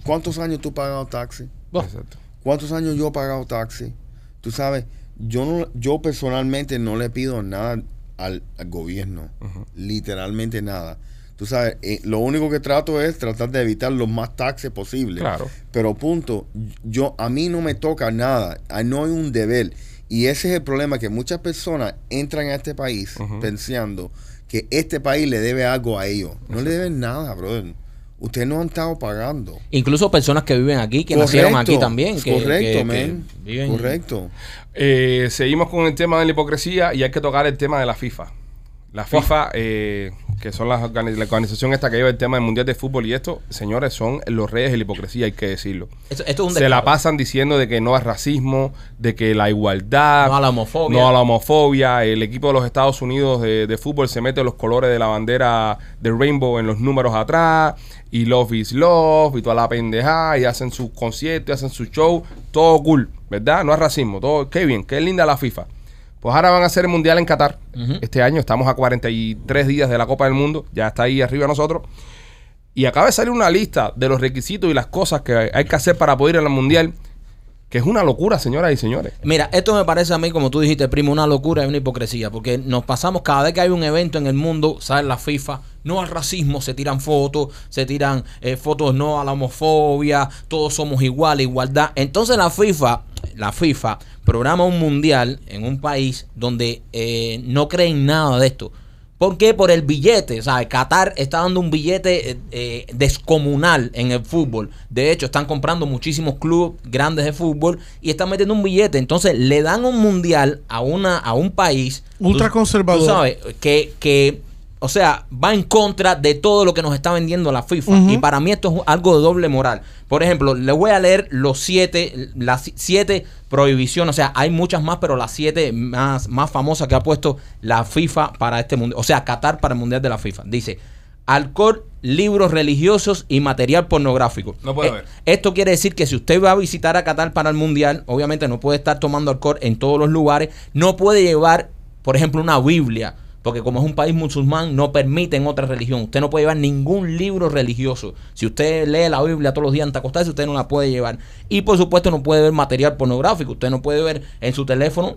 Speaker 5: ¿Cuántos años tú has pagado taxi?
Speaker 1: Exacto.
Speaker 5: ¿Cuántos años yo he pagado taxi? Tú sabes, yo no, yo personalmente no le pido nada al, al gobierno, literalmente nada. Tú sabes, eh, lo único que trato es tratar de evitar los más taxes posible.
Speaker 1: Claro.
Speaker 5: Pero punto, yo a mí no me toca nada, ah, no hay un deber. Y ese es el problema que muchas personas entran a este país
Speaker 1: Ujú.
Speaker 5: pensando que este país le debe algo a ellos. No le deben nada, brother. Ustedes no han estado pagando.
Speaker 7: Incluso personas que viven aquí, que nacieron aquí también. Que,
Speaker 5: correcto,
Speaker 7: que- que
Speaker 5: man.
Speaker 7: viven-
Speaker 5: Correcto.
Speaker 1: Eh, seguimos con el tema de la hipocresía y hay que tocar el tema de la FIFA. La FIFA, eh, que son las organi- la organización esta que lleva el tema del Mundial de Fútbol y esto, señores, son los reyes de la hipocresía, hay que decirlo.
Speaker 7: Esto, esto es un
Speaker 1: Se la
Speaker 7: descaro.
Speaker 1: pasan diciendo de que no al racismo, de que la igualdad,
Speaker 7: No a la homofobia.
Speaker 1: no a la homofobia. El equipo de los Estados Unidos de, de fútbol se mete los colores de la bandera de Rainbow en los números atrás, y Love is Love, y toda la pendejada, y hacen sus conciertos, y hacen su show, todo cool, ¿verdad? No al racismo, todo, qué bien, qué linda la FIFA. Pues ahora van a hacer el Mundial en Qatar. Este año estamos a 43 días de la Copa del Mundo, ya está ahí arriba de nosotros. Y acaba de salir una lista de los requisitos y las cosas que hay que hacer para poder ir al mundial, que es una locura, señoras y señores.
Speaker 7: Mira, esto me parece a mí, como tú dijiste, primo, una locura y una hipocresía, porque nos pasamos cada vez que hay un evento en el mundo, sale la FIFA, no al racismo, se tiran fotos, se tiran eh, fotos no a la homofobia, todos somos iguales, igualdad. Entonces la FIFA, la FIFA programa un mundial en un país donde eh, no creen nada de esto. ¿Por qué? Por el billete. O sea, Qatar está dando un billete eh, eh, descomunal en el fútbol. De hecho, están comprando muchísimos clubes grandes de fútbol y están metiendo un billete. Entonces, le dan un mundial a, una, a un país.
Speaker 4: Ultraconservador.
Speaker 7: tú sabes, eh, que, que, o sea, va en contra de todo lo que nos está vendiendo la FIFA.
Speaker 4: Ujú.
Speaker 7: Y para mí esto es algo de doble moral. Por ejemplo, le voy a leer los siete, las siete prohibiciones. O sea, hay muchas más, pero las siete más, más famosas que ha puesto la FIFA para este mundial. O sea, Qatar para el mundial de la FIFA. Dice. Alcohol, libros religiosos y material pornográfico.
Speaker 1: No puede
Speaker 7: Eh,
Speaker 1: haber.
Speaker 7: esto quiere decir que si usted va a visitar a Qatar para el Mundial, obviamente no puede estar tomando alcohol en todos los lugares, no puede llevar, por ejemplo, una Biblia, porque como es un país musulmán, no permiten otra religión. Usted no puede llevar ningún libro religioso. Si usted lee la Biblia todos los días antes de acostarse, usted no la puede llevar. Y por supuesto no puede ver material pornográfico, usted no puede ver en su teléfono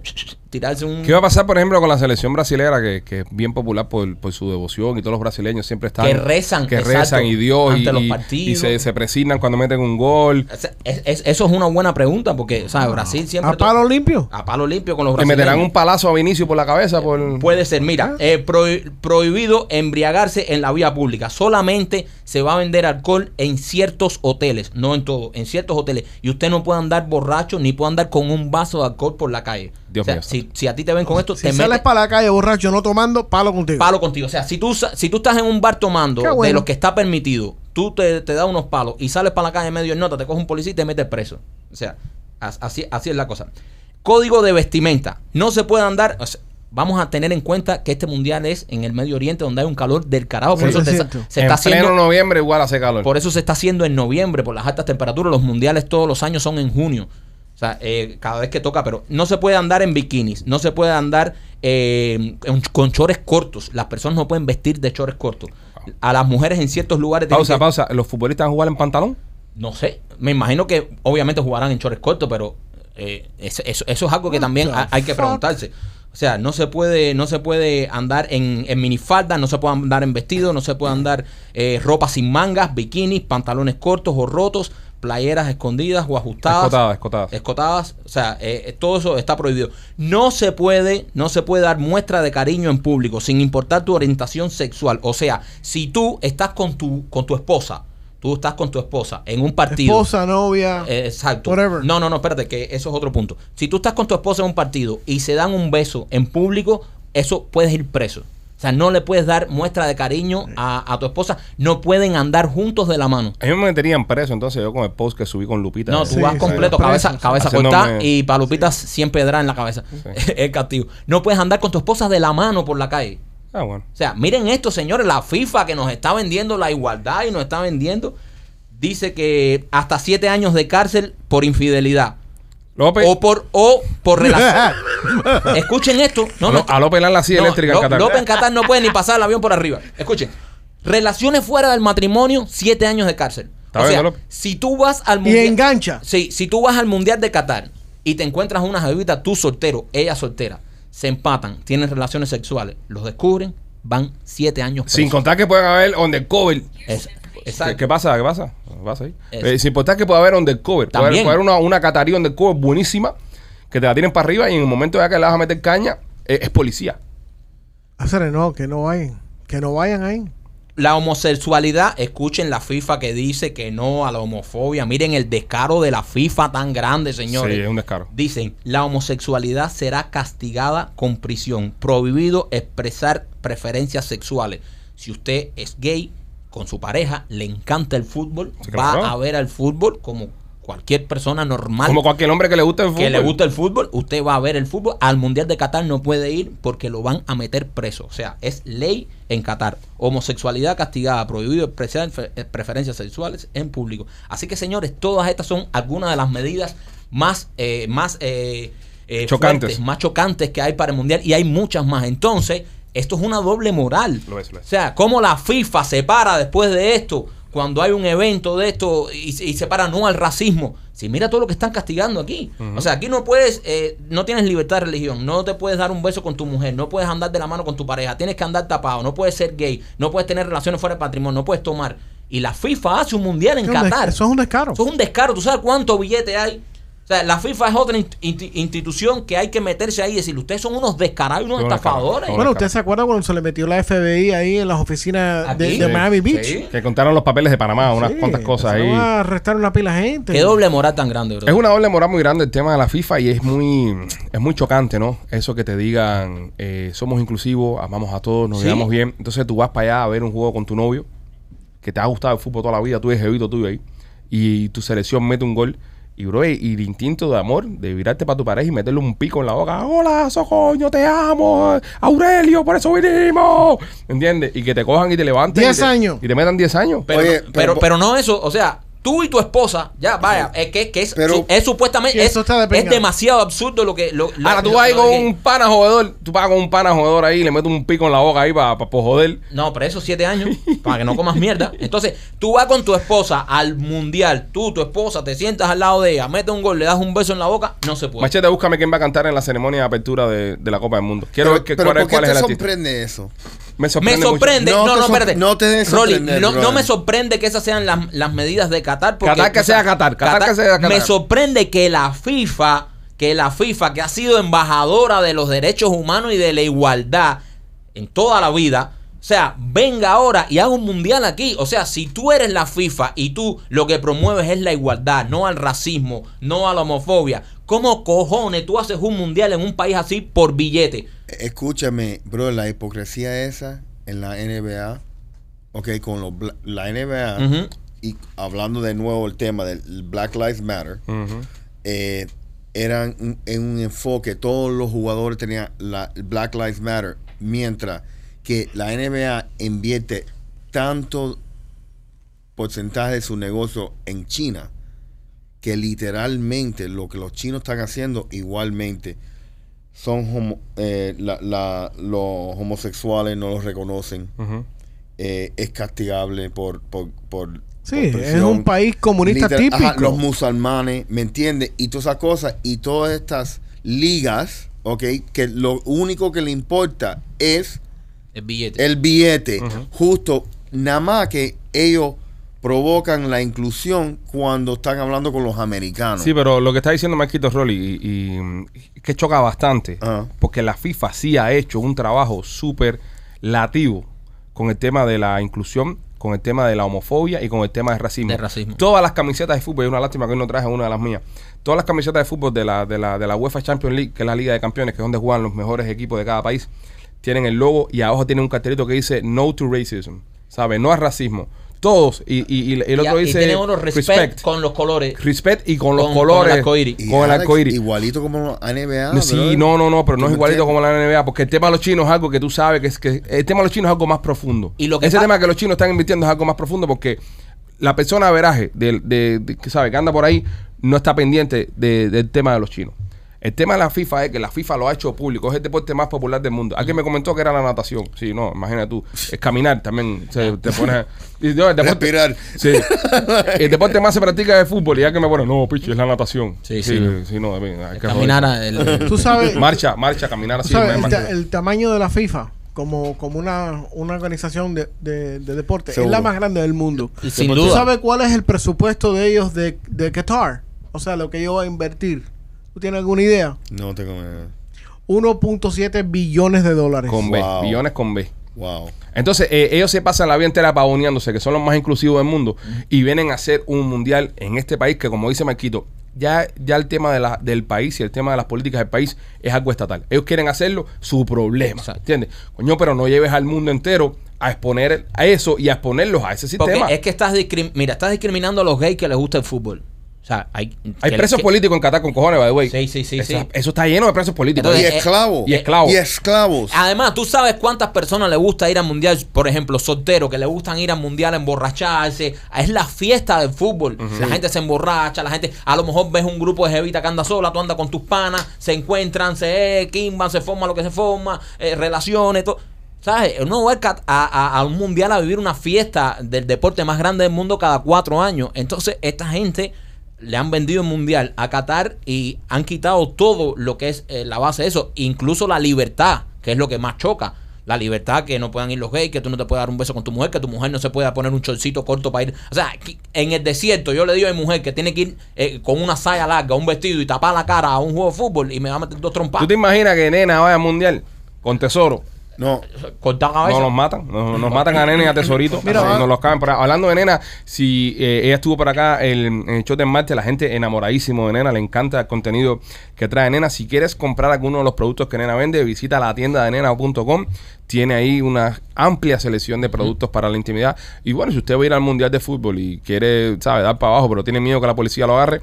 Speaker 7: tirarse un...
Speaker 1: ¿Qué va a pasar, por ejemplo, con la selección brasilera, que, que es bien popular por, por su devoción y todos los brasileños siempre están...
Speaker 7: Que rezan,
Speaker 1: Que
Speaker 7: exacto,
Speaker 1: rezan y Dios y,
Speaker 7: ante los
Speaker 1: y-
Speaker 7: partidos.
Speaker 1: y se, se presignan cuando meten un gol.
Speaker 7: O sea, es- es- eso es una buena pregunta, porque, ¿sabes? Brasil siempre...
Speaker 4: Ah,
Speaker 7: Ah,
Speaker 4: ¿A palo limpio?
Speaker 7: a palo limpio con los
Speaker 1: Le
Speaker 7: brasileños. Eh,
Speaker 1: meterán un palazo a Vinicio por la cabeza. Por...
Speaker 7: Puede ser, mira,
Speaker 1: ¿Ah?
Speaker 7: Eh, prohi- prohibido embriagarse en la vía pública. Solamente se va a vender alcohol en ciertos hoteles, no en todos, en ciertos hoteles. Y usted no puede andar borracho ni puede andar con un vaso de alcohol por la calle.
Speaker 1: Dios
Speaker 7: O sea,
Speaker 1: mío.
Speaker 7: Si, si a ti te ven con esto,
Speaker 4: Si
Speaker 7: te
Speaker 4: sales
Speaker 7: metes
Speaker 4: para la calle borracho no tomando, palo contigo.
Speaker 7: palo contigo. O sea, si tú, sa- si tú estás en un bar tomando
Speaker 4: Qué bueno.
Speaker 7: de los que está permitido, tú te, te das unos palos y sales para la calle medio en nota, te coge un policía y te metes preso. O sea, as- así, así es la cosa. Código de vestimenta. No se puede andar. o sea, vamos a tener en cuenta que este mundial es en el Medio Oriente donde hay un calor del carajo. Por
Speaker 4: Sí,
Speaker 7: eso
Speaker 4: es
Speaker 7: te- se,
Speaker 4: cierto.
Speaker 1: en
Speaker 7: está
Speaker 1: pleno
Speaker 7: haciendo.
Speaker 1: noviembre igual hace calor.
Speaker 7: Por eso se está haciendo en noviembre, por las altas temperaturas. Los mundiales todos los años son en junio. O sea, eh, cada vez que toca, pero no se puede andar en bikinis, no se puede andar eh, en- con chores cortos. Las personas no pueden vestir de chores cortos. A las mujeres en ciertos lugares. tienen
Speaker 1: pausa,
Speaker 7: que-
Speaker 1: pausa. ¿Los futbolistas van a jugar en pantalón?
Speaker 7: No sé, me imagino que obviamente jugarán en chores cortos, pero eh, es- eso, eso es algo que también ha- hay que preguntarse. O sea, no se puede, no se puede andar en, en minifaldas, no se puede andar en vestido, no se puede andar eh, ropa sin mangas, bikinis, pantalones cortos o rotos, playeras escondidas o ajustadas.
Speaker 1: Escotadas, escotadas.
Speaker 7: Escotadas, o sea, eh, eh, todo eso está prohibido. No se puede, no se puede dar muestra de cariño en público, sin importar tu orientación sexual. O sea, si tú estás con tu, con tu esposa, tú estás con tu esposa en un partido.
Speaker 4: Esposa, novia.
Speaker 7: Eh, Exacto.
Speaker 4: Whatever.
Speaker 7: No, no, no, espérate, que eso es otro punto. Si tú estás con tu esposa en un partido y se dan un beso en público, eso puedes ir preso. O sea, no le puedes dar muestra de cariño a, a tu esposa. No pueden andar juntos de la mano.
Speaker 1: A mí me meterían preso, entonces yo con el post que subí con Lupita.
Speaker 7: No,
Speaker 1: Eh,
Speaker 7: tú
Speaker 4: Sí,
Speaker 7: vas
Speaker 4: sí,
Speaker 7: completo,
Speaker 4: sí.
Speaker 7: cabeza,
Speaker 4: Preso.
Speaker 7: cabeza
Speaker 1: Haciéndome-
Speaker 7: cortada y palupitas siempre pedra en la cabeza. el castigo. No puedes andar con tu esposa de la mano por la calle.
Speaker 1: Ah, bueno.
Speaker 7: O sea, miren esto, señores, la FIFA que nos está vendiendo la igualdad y nos está vendiendo, dice que hasta siete años de cárcel por infidelidad.
Speaker 1: López.
Speaker 7: O por, o por relación. Escuchen esto. No,
Speaker 1: a,
Speaker 7: no,
Speaker 1: Lo- a López le dan la silla
Speaker 7: no,
Speaker 1: eléctrica
Speaker 7: Lo-
Speaker 1: en Qatar.
Speaker 7: López en Qatar no puede ni pasar el avión por arriba. Escuchen. Relaciones fuera del matrimonio, siete años de cárcel.
Speaker 1: Está
Speaker 7: O
Speaker 1: bien,
Speaker 7: sea,
Speaker 1: López.
Speaker 7: si tú vas al
Speaker 4: y engancha.
Speaker 7: Sí, si tú vas al Mundial de Qatar y te encuentras una jevita, tú soltero, ella soltera, se empatan, tienen relaciones sexuales, los descubren, van siete
Speaker 1: Sin
Speaker 7: años
Speaker 1: Pues,
Speaker 7: presos.
Speaker 1: contar que pueden haber undercover.
Speaker 7: Es-
Speaker 1: ¿Qué,
Speaker 7: exacto.
Speaker 1: ¿Qué pasa? ¿Qué pasa? ¿Qué pasa ahí?
Speaker 7: Eso.
Speaker 1: Eh, sin importar que puede haber undercover. Puede haber,
Speaker 7: También.
Speaker 1: puede haber una, una catarí undercover buenísima que te la tienen para arriba y en el momento ya que le vas a meter caña, eh, es policía.
Speaker 4: Hacer no, que no vayan. Que no vayan ahí.
Speaker 7: La homosexualidad, escuchen la FIFA que dice que no a la homofobia. Miren el descaro de la FIFA tan grande, señores.
Speaker 1: Sí, es un descaro.
Speaker 7: Dicen, la homosexualidad será castigada con prisión. Prohibido expresar preferencias sexuales. Si usted es gay, con su pareja, le encanta el fútbol,
Speaker 1: Sí,
Speaker 7: va
Speaker 1: claro.
Speaker 7: a ver al fútbol como cualquier persona normal
Speaker 1: Como cualquier hombre que le gusta el fútbol.
Speaker 7: que le gusta el fútbol, usted va a ver el fútbol. Al Mundial de Qatar no puede ir porque lo van a meter preso. O sea, es ley en Qatar. Homosexualidad castigada, prohibido expresar fe- eh, preferencias sexuales en público. Así que, señores, todas estas son algunas de las medidas más, eh, más eh, eh,
Speaker 1: Chocantes.
Speaker 7: fuertes, más chocantes que hay para el Mundial y hay muchas más. Entonces, esto es una doble moral.
Speaker 1: Lo es, lo es.
Speaker 7: O sea, ¿cómo la FIFA se para después de esto? Cuando hay un evento de esto y, se- y se para no al racismo. Si mira todo lo que están castigando aquí. O sea, aquí no puedes, eh, no tienes libertad de religión, no te puedes dar un beso con tu mujer, no puedes andar de la mano con tu pareja, tienes que andar tapado, no puedes ser gay, no puedes tener relaciones fuera del patrimonio, no puedes tomar. Y la FIFA hace un mundial en
Speaker 4: Es un des-
Speaker 7: Qatar.
Speaker 4: Eso es un descaro.
Speaker 7: Eso es un descaro. ¿Tú sabes cuánto billete hay? O sea, la FIFA es otra inst- inti- institución que hay que meterse ahí y decir, ustedes son unos descarados y unos
Speaker 1: Son unos
Speaker 7: estafadores.
Speaker 1: descarados.
Speaker 4: Bueno, ¿usted se acuerda cuando se le metió la FBI ahí en las oficinas de,
Speaker 7: Aquí.
Speaker 4: de
Speaker 7: Sí.
Speaker 4: Miami Beach?
Speaker 7: Sí.
Speaker 1: Que contaron los papeles de Panamá, unas
Speaker 4: Sí,
Speaker 1: cuantas cosas ahí.
Speaker 4: empezaron a arrestar una pila de gente.
Speaker 7: Qué doble moral tan grande, bro.
Speaker 1: Es una doble moral muy grande el tema de la FIFA y es muy, es muy chocante, ¿no? Eso que te digan, eh, somos inclusivos, amamos a todos, nos
Speaker 7: Sí.
Speaker 1: llevamos bien. Entonces tú vas para allá a ver un juego con tu novio, que te ha gustado el fútbol toda la vida, tú eres jevito tuyo ahí, y tu selección mete un gol. Y, bro, y el instinto de amor, de virarte para tu pareja y meterle un pico en la boca. Hola, Socoño, te amo. Aurelio, por eso vinimos. ¿Entiendes? Y que te cojan y te levanten.
Speaker 4: Diez
Speaker 1: y te-
Speaker 4: años.
Speaker 1: Y te metan 10 años.
Speaker 7: Pero,
Speaker 5: Oye,
Speaker 7: pero,
Speaker 5: pero-
Speaker 7: pero, no eso, o sea, tú y tu esposa, ya, vaya, es que, que es,
Speaker 5: Pero-
Speaker 7: su- es supuestamente,
Speaker 4: Sí,
Speaker 7: es,
Speaker 4: eso está de
Speaker 7: es
Speaker 4: pringao.
Speaker 7: demasiado absurdo lo que... Lo, lo-
Speaker 1: Ahora tú
Speaker 7: lo-
Speaker 1: vas ahí
Speaker 7: lo
Speaker 1: con
Speaker 7: que-
Speaker 1: un pana jodedor, tú vas con un pana jodedor ahí y le metes un pico en la boca ahí para joder.
Speaker 7: No, pero esos siete años, para que no comas mierda. Entonces, tú vas con tu esposa al mundial, tú, tu esposa, te sientas al lado de ella, metes un gol, le das un beso en la boca, no se puede.
Speaker 1: Machete, búscame quién va a cantar en la ceremonia de apertura de, de la Copa del Mundo. Quiero ver que,
Speaker 5: pero
Speaker 1: cuál, es-
Speaker 5: ¿por qué
Speaker 1: cuál es el
Speaker 5: te
Speaker 1: artista.
Speaker 5: sorprende eso?
Speaker 1: Me
Speaker 7: me
Speaker 1: mucho.
Speaker 7: sorprende, no,
Speaker 5: mucho. No
Speaker 7: no,
Speaker 5: te sorpre-
Speaker 7: espérate.
Speaker 5: no te dejes
Speaker 7: Rolly,
Speaker 5: sorprender,
Speaker 7: no, no
Speaker 5: brother.
Speaker 7: me sorprende que esas sean las, las medidas de Qatar. Porque,
Speaker 1: Qatar que
Speaker 7: o sea,
Speaker 1: sea Qatar, Qatar que sea Qatar.
Speaker 7: Me sorprende que la FIFA, que la FIFA, que ha sido embajadora de los derechos humanos y de la igualdad, en toda la vida. O sea, venga ahora y haga un mundial aquí. O sea, si tú eres la FIFA y tú lo que promueves es la igualdad, no al racismo, no a la homofobia, ¿cómo cojones tú haces un mundial en un país así por billete?
Speaker 5: Escúchame, bro, la hipocresía esa en la NBA, ok, con los bla- la NBA,
Speaker 7: Ujú.
Speaker 5: y hablando de nuevo el tema del Black Lives Matter,
Speaker 1: Ujú.
Speaker 5: eh, eran un- en un enfoque, todos los jugadores tenían la el Black Lives Matter, mientras que la NBA invierte tanto porcentaje de su negocio en China, que literalmente lo que los chinos están haciendo igualmente son homo- eh, la- la- los homosexuales no los reconocen,
Speaker 1: Ujú.
Speaker 5: eh, es castigable por... por, por
Speaker 4: Sí,
Speaker 5: por
Speaker 4: es
Speaker 5: presión.
Speaker 4: un país comunista
Speaker 5: Literal-
Speaker 4: típico.
Speaker 5: ajá, los musulmanes, ¿me entiendes? Y todas esas cosas, y todas estas ligas, ¿ok? Que lo único que le importa es
Speaker 7: El billete.
Speaker 5: el billete. Justo, nada más que ellos provocan la inclusión cuando están hablando con los americanos.
Speaker 1: Sí, pero lo que está diciendo Marquito Rolly y, y que choca bastante,
Speaker 5: Ajá.
Speaker 1: porque la FIFA sí ha hecho un trabajo súper lativo con el tema de la inclusión, con el tema de la homofobia y con el tema del racismo.
Speaker 7: Del racismo.
Speaker 1: Todas las camisetas de fútbol, es una lástima que hoy no traje una de las mías, todas las camisetas de fútbol de la, de, la, de la UEFA Champions League, que es la Liga de Campeones, que es donde juegan los mejores equipos de cada país, tienen el logo y abajo tienen un cartelito que dice No to Racism, ¿sabes? No al racismo. Todos, y, y- y el otro
Speaker 7: Y- y
Speaker 1: dice
Speaker 7: tiene uno respect,
Speaker 1: respect.
Speaker 7: con los colores.
Speaker 1: Respect y con los
Speaker 7: Con- con
Speaker 1: colores.
Speaker 7: el arcoíris.
Speaker 5: Y
Speaker 1: Con el
Speaker 5: Alex,
Speaker 1: arcoíris.
Speaker 5: Igualito como la NBA.
Speaker 1: Sí,
Speaker 5: brother.
Speaker 1: no, no, no, pero no
Speaker 5: ¿Tú
Speaker 1: es
Speaker 5: me
Speaker 1: igualito como
Speaker 5: entiendes?
Speaker 1: la NBA, porque el tema de los chinos es algo que tú sabes, que es que el tema de los chinos es algo más profundo.
Speaker 7: Y lo que
Speaker 1: Ese
Speaker 7: pa-
Speaker 1: tema que los chinos están invirtiendo es algo más profundo porque la persona veraje de, de- de- que sabe que anda por ahí no está pendiente de- del tema de los chinos. El tema de la FIFA es que la FIFA lo ha hecho público, es el deporte más popular del mundo. Alguien me comentó que era la natación. Sí, no, imagina tú. Es caminar también. se- te pones. a- y yo, el deporte-
Speaker 5: Respirar.
Speaker 1: Sí. El deporte más se practica es fútbol. Y ya que me pone, no, pichi, es la natación.
Speaker 7: Sí, sí, no.
Speaker 1: sí, no, hay que joder.
Speaker 7: Caminar a- el-
Speaker 4: Tú sabes,
Speaker 1: Marcha, marcha, caminar
Speaker 4: tú
Speaker 1: así.
Speaker 4: sabes
Speaker 1: me
Speaker 4: el, ta-
Speaker 1: imagino.
Speaker 4: el tamaño de la FIFA como, como una, una organización de, de, de deporte. Es
Speaker 5: Seguro.
Speaker 4: la más grande del mundo.
Speaker 7: sin
Speaker 4: ¿Tú
Speaker 7: duda.
Speaker 4: sabes cuál es el presupuesto de ellos de, de Qatar? O sea, lo que ellos van a invertir. ¿Tú tienes alguna idea?
Speaker 5: No tengo.
Speaker 4: 1.7 billones de dólares.
Speaker 1: Con B,
Speaker 5: Wow.
Speaker 1: billones con B.
Speaker 5: Wow.
Speaker 1: Entonces, eh, ellos se pasan la vida entera pavoneándose, que son los más inclusivos del mundo, y vienen a hacer un mundial en este país que, como dice Marquito, ya, ya el tema de la- del país y el tema de las políticas del país es algo estatal. Ellos quieren hacerlo su problema,
Speaker 7: Exacto.
Speaker 1: ¿entiendes? Coño, pero no lleves al mundo entero a exponer a eso y a exponerlos a ese
Speaker 7: Porque
Speaker 1: sistema.
Speaker 7: es que estás, discrim- mira, estás discriminando a los gays que les gusta el fútbol. O sea, hay,
Speaker 1: Hay
Speaker 7: que-
Speaker 1: presos
Speaker 7: que-
Speaker 1: políticos en Qatar con cojones, by the way.
Speaker 7: Sí, sí, sí,
Speaker 1: Esa-
Speaker 7: sí.
Speaker 1: Eso está lleno de presos políticos.
Speaker 5: Y
Speaker 7: Entonces, eh, Ah,
Speaker 5: esclavos.
Speaker 1: y esclavos.
Speaker 5: Y esclavos.
Speaker 7: Además, tú sabes cuántas personas le gusta ir al mundial, por ejemplo, solteros que le gustan ir al mundial a emborracharse. Es la fiesta del fútbol. La gente se emborracha, la gente, a lo mejor ves un grupo de jevita que anda sola, tú andas con tus panas, se encuentran, se eh, quimban, se forma lo que se forma, eh, relaciones, todo. ¿Sabes? Uno va al cat- a, a- a un mundial a vivir una fiesta del deporte más grande del mundo cada cuatro años. Entonces, esta gente le han vendido el mundial a Qatar y han quitado todo lo que es eh, la base de eso, incluso la libertad, que es lo que más choca. La libertad que no puedan ir los gays, que tú no te puedes dar un beso con tu mujer, que tu mujer no se pueda poner un chorcito corto para ir. O sea, que en el desierto yo le digo a mi mujer que tiene que ir eh, con una saya larga, un vestido y tapar la cara a un juego de fútbol y me va a meter dos trompas.
Speaker 1: ¿Tú te imaginas que nena vaya al mundial con tesoro?
Speaker 5: No.
Speaker 7: Cortar cabeza.
Speaker 1: No nos matan, no- nos matan a Nena y a Tesorito.
Speaker 4: Mira,
Speaker 1: Sí,
Speaker 4: va.
Speaker 1: nos los caben por ahí. Hablando de Nena, si eh, ella estuvo por acá el, en el show de Marte, la gente enamoradísimo de Nena, le encanta el contenido que trae Nena. Si quieres comprar alguno de los productos que Nena vende, visita la tienda de nena.com. Tiene ahí una amplia selección de productos para la intimidad. Y bueno, si usted va a ir al Mundial de Fútbol y quiere, sabe, dar para abajo, pero tiene miedo que la policía lo agarre,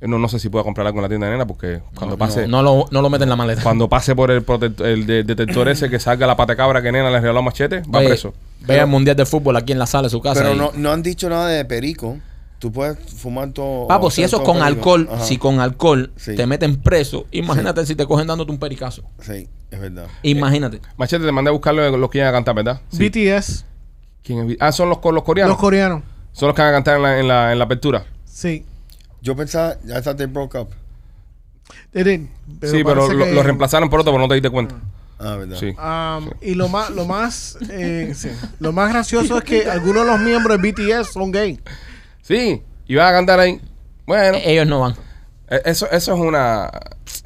Speaker 1: eh, no, no sé si puede comprarla con la tienda de Nena porque cuando pase...
Speaker 7: No lo, no lo meten en la maleta.
Speaker 1: Cuando pase por el, protector- el de- detector ese que salga la patacabra que nena le regaló a machete, va
Speaker 7: Oye,
Speaker 1: preso.
Speaker 7: Ve al mundial de fútbol aquí en la sala de su casa.
Speaker 5: Pero
Speaker 7: y-
Speaker 5: no, no han dicho nada de perico. Tú puedes fumar todo.
Speaker 7: Papo,
Speaker 5: o
Speaker 7: si eso
Speaker 5: hacer todo
Speaker 7: con
Speaker 5: perico.
Speaker 7: alcohol,
Speaker 5: Ajá.
Speaker 7: si con alcohol
Speaker 5: Sí.
Speaker 7: te meten preso, imagínate si te cogen dándote un pericazo.
Speaker 5: Sí, es verdad.
Speaker 7: Imagínate.
Speaker 1: Machete, te mandé a buscar los que iban a cantar, ¿verdad?
Speaker 4: BTS,
Speaker 1: ¿Quién es vi- Ah, son los, co- los coreanos.
Speaker 4: los coreanos.
Speaker 1: son los que van a cantar en la, en la, en la apertura.
Speaker 4: Sí.
Speaker 5: Yo pensaba, ya hasta te broke up.
Speaker 4: They did,
Speaker 1: sí, pero
Speaker 4: parece
Speaker 1: lo,
Speaker 4: que-
Speaker 1: lo reemplazaron por otro, pero no te diste cuenta.
Speaker 5: Ah, verdad.
Speaker 1: Sí.
Speaker 4: Um, Y lo más, lo más, eh, sí, lo más gracioso es que algunos de los miembros de BTS son gay.
Speaker 1: Sí, y van a cantar ahí. Bueno,
Speaker 7: Eh, Ellos no van.
Speaker 1: E- Eso, eso es una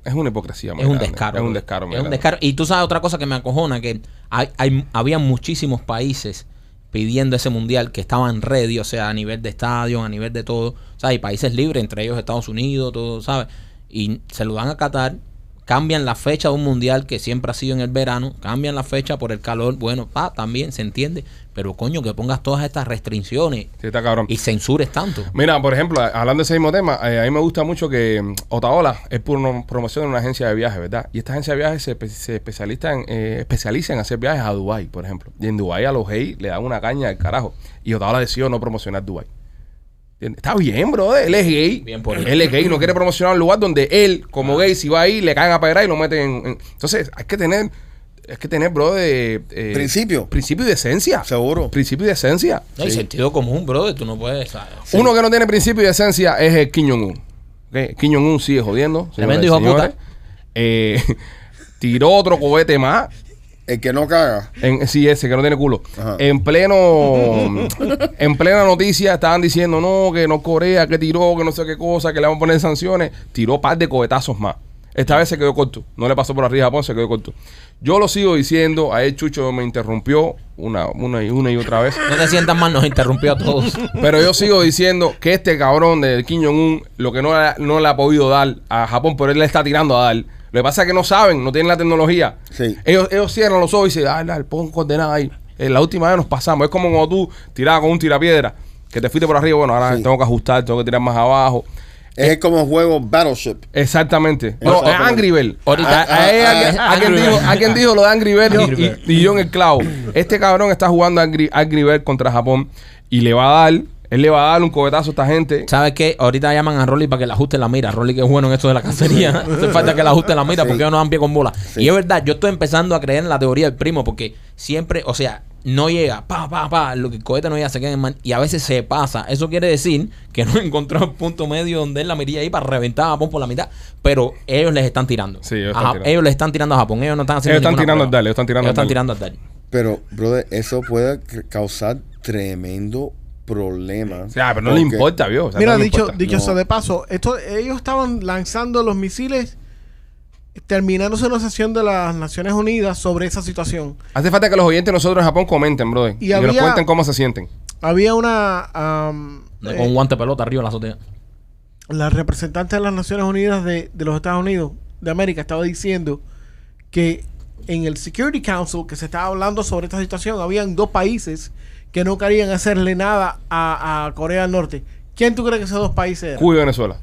Speaker 1: es una hipocresía. muy
Speaker 7: Es un
Speaker 1: grande.
Speaker 7: descaro.
Speaker 1: Es un
Speaker 7: bro.
Speaker 1: descaro. muy
Speaker 7: Es un
Speaker 1: grande.
Speaker 7: descaro. Y tú sabes otra cosa que me acojona, que hay, hay- había muchísimos países pidiendo ese mundial que estaban ready, o sea, a nivel de estadio, a nivel de todo. O sea, hay países libres, entre ellos Estados Unidos, todo, ¿sabes? Y se lo dan a Qatar, cambian la fecha de un mundial que siempre ha sido en el verano, cambian la fecha por el calor, bueno, pa, también se entiende, pero coño, que pongas todas estas restricciones
Speaker 1: Sí, está cabrón.
Speaker 7: y censures tanto.
Speaker 1: Mira, por ejemplo, hablando de ese mismo tema, eh, a mí me gusta mucho que mm, Otaola es por una promoción de una agencia de viajes, ¿verdad? Y esta agencia de viajes se, espe- se especializa, en, eh, especializa en hacer viajes a Dubái, por ejemplo. Y en Dubái a los gays le dan una caña del carajo. Y Otaola decidió no promocionar Dubái. ¿Entiendes? Está bien, brother. Él es gay.
Speaker 7: Bien por él. Ah.
Speaker 1: él. es gay. No quiere promocionar un lugar donde él, como gay, si va ahí, le caen a pedrar y lo meten en, en- Entonces, hay que tener... Es que tener, bro, de... eh,
Speaker 5: Principio.
Speaker 1: Principio y decencia.
Speaker 5: Seguro.
Speaker 1: Principio y decencia.
Speaker 7: No, y
Speaker 1: Sí.
Speaker 7: sentido común, brother, tú no puedes... ¿sabes?
Speaker 1: Uno que no tiene principio y esencia es el Kim Jong-un. ¿ok? Kim Jong-un sigue jodiendo. señoras
Speaker 7: Tremendo
Speaker 1: y
Speaker 7: hijo de
Speaker 1: señores.
Speaker 7: puta.
Speaker 1: Eh, tiró otro cohete más.
Speaker 5: El que no caga.
Speaker 1: En, sí, ese que no tiene culo.
Speaker 5: Ajá.
Speaker 1: En pleno en plena noticia estaban diciendo no, que no Corea, que tiró, que no sé qué cosa, que le van a poner sanciones. Tiró un par de cohetazos más. Esta vez se quedó corto. No le pasó por arriba a Japón, se quedó corto. Yo lo sigo diciendo. A él Chucho me interrumpió una, una, y- una y otra vez.
Speaker 7: No te sientas mal, nos interrumpió a todos.
Speaker 1: Pero yo sigo diciendo que este cabrón del Kim Jong-un, lo que no, ha- no le ha podido dar a Japón, pero él le está tirando a dar. Lo que pasa es que no saben, no tienen la tecnología.
Speaker 5: Sí.
Speaker 1: Ellos, ellos cierran los ojos y dicen, ah, la, pon coordenada ahí. Eh, la última vez nos pasamos. Es como cuando tú tirabas con un tirapiedra, que te fuiste por arriba, bueno, ahora
Speaker 5: Sí.
Speaker 1: tengo que ajustar, tengo que tirar más abajo. Eh.
Speaker 5: Es como el juego Battleship.
Speaker 1: Exactamente. No,
Speaker 5: Eso,
Speaker 1: es
Speaker 5: pero-
Speaker 1: Angry Bird.
Speaker 7: Ahorita-
Speaker 1: A- a- a- alguien-
Speaker 7: Ah,
Speaker 1: alguien
Speaker 7: Angry
Speaker 1: dijo-
Speaker 7: Bird.
Speaker 1: Alguien dijo lo de Angry Bird
Speaker 7: Angry
Speaker 1: y-
Speaker 7: Bird.
Speaker 1: y, yo en el clavo. Este cabrón está jugando Angry, Angry Bird contra Japón y le va a dar, él le va a dar un cohetazo a esta gente.
Speaker 7: ¿Sabes qué? Ahorita llaman a Rolly para que le ajuste la mira. Rolly que es bueno en esto de la cacería. Hace falta que le ajuste la mira porque ellos no dan pie con bola. Y es verdad, yo estoy empezando a creer en la teoría del primo porque siempre, o sea, no llega, pa, pa, pa, lo que el cohete no llega, se queda en el man. Y a veces se pasa. Eso quiere decir que no encontró el punto medio donde él la mirilla ahí para reventar a Japón por la mitad. Pero ellos les están tirando.
Speaker 1: Sí, ellos
Speaker 7: A
Speaker 1: están
Speaker 7: Ja-
Speaker 1: tirando.
Speaker 7: ellos les están tirando a Japón. Ellos no están haciendo
Speaker 1: Ellos están
Speaker 7: ninguna
Speaker 1: tirando
Speaker 7: prueba.
Speaker 1: al dale, ellos están tirando
Speaker 7: Ellos
Speaker 1: al
Speaker 7: están
Speaker 1: dale.
Speaker 7: tirando al dale.
Speaker 5: Pero, brother, eso puede c- causar tremendo problema.
Speaker 1: O sea, ah, pero no le
Speaker 5: Porque-
Speaker 1: importa, vio. O sea,
Speaker 4: Mira,
Speaker 1: no le
Speaker 4: dicho,
Speaker 1: importa.
Speaker 4: dicho
Speaker 5: No.
Speaker 4: sea de paso, esto, ellos estaban lanzando los misiles terminándose una sesión de las Naciones Unidas sobre esa situación.
Speaker 1: Hace falta que los oyentes de nosotros en Japón comenten, brother.
Speaker 4: Y
Speaker 1: Y, que nos
Speaker 4: había-
Speaker 1: cuenten cómo se sienten.
Speaker 4: Había una... am,
Speaker 7: Con
Speaker 4: eh,
Speaker 7: un guante de pelota arriba de la azotea.
Speaker 4: la representante de las Naciones Unidas de, de los Estados Unidos de América estaba diciendo que en el Security Council que se estaba hablando sobre esta situación, habían dos países que no querían hacerle nada a, a Corea del Norte. ¿Quién tú crees que esos dos países eran?
Speaker 1: Cuba y Venezuela.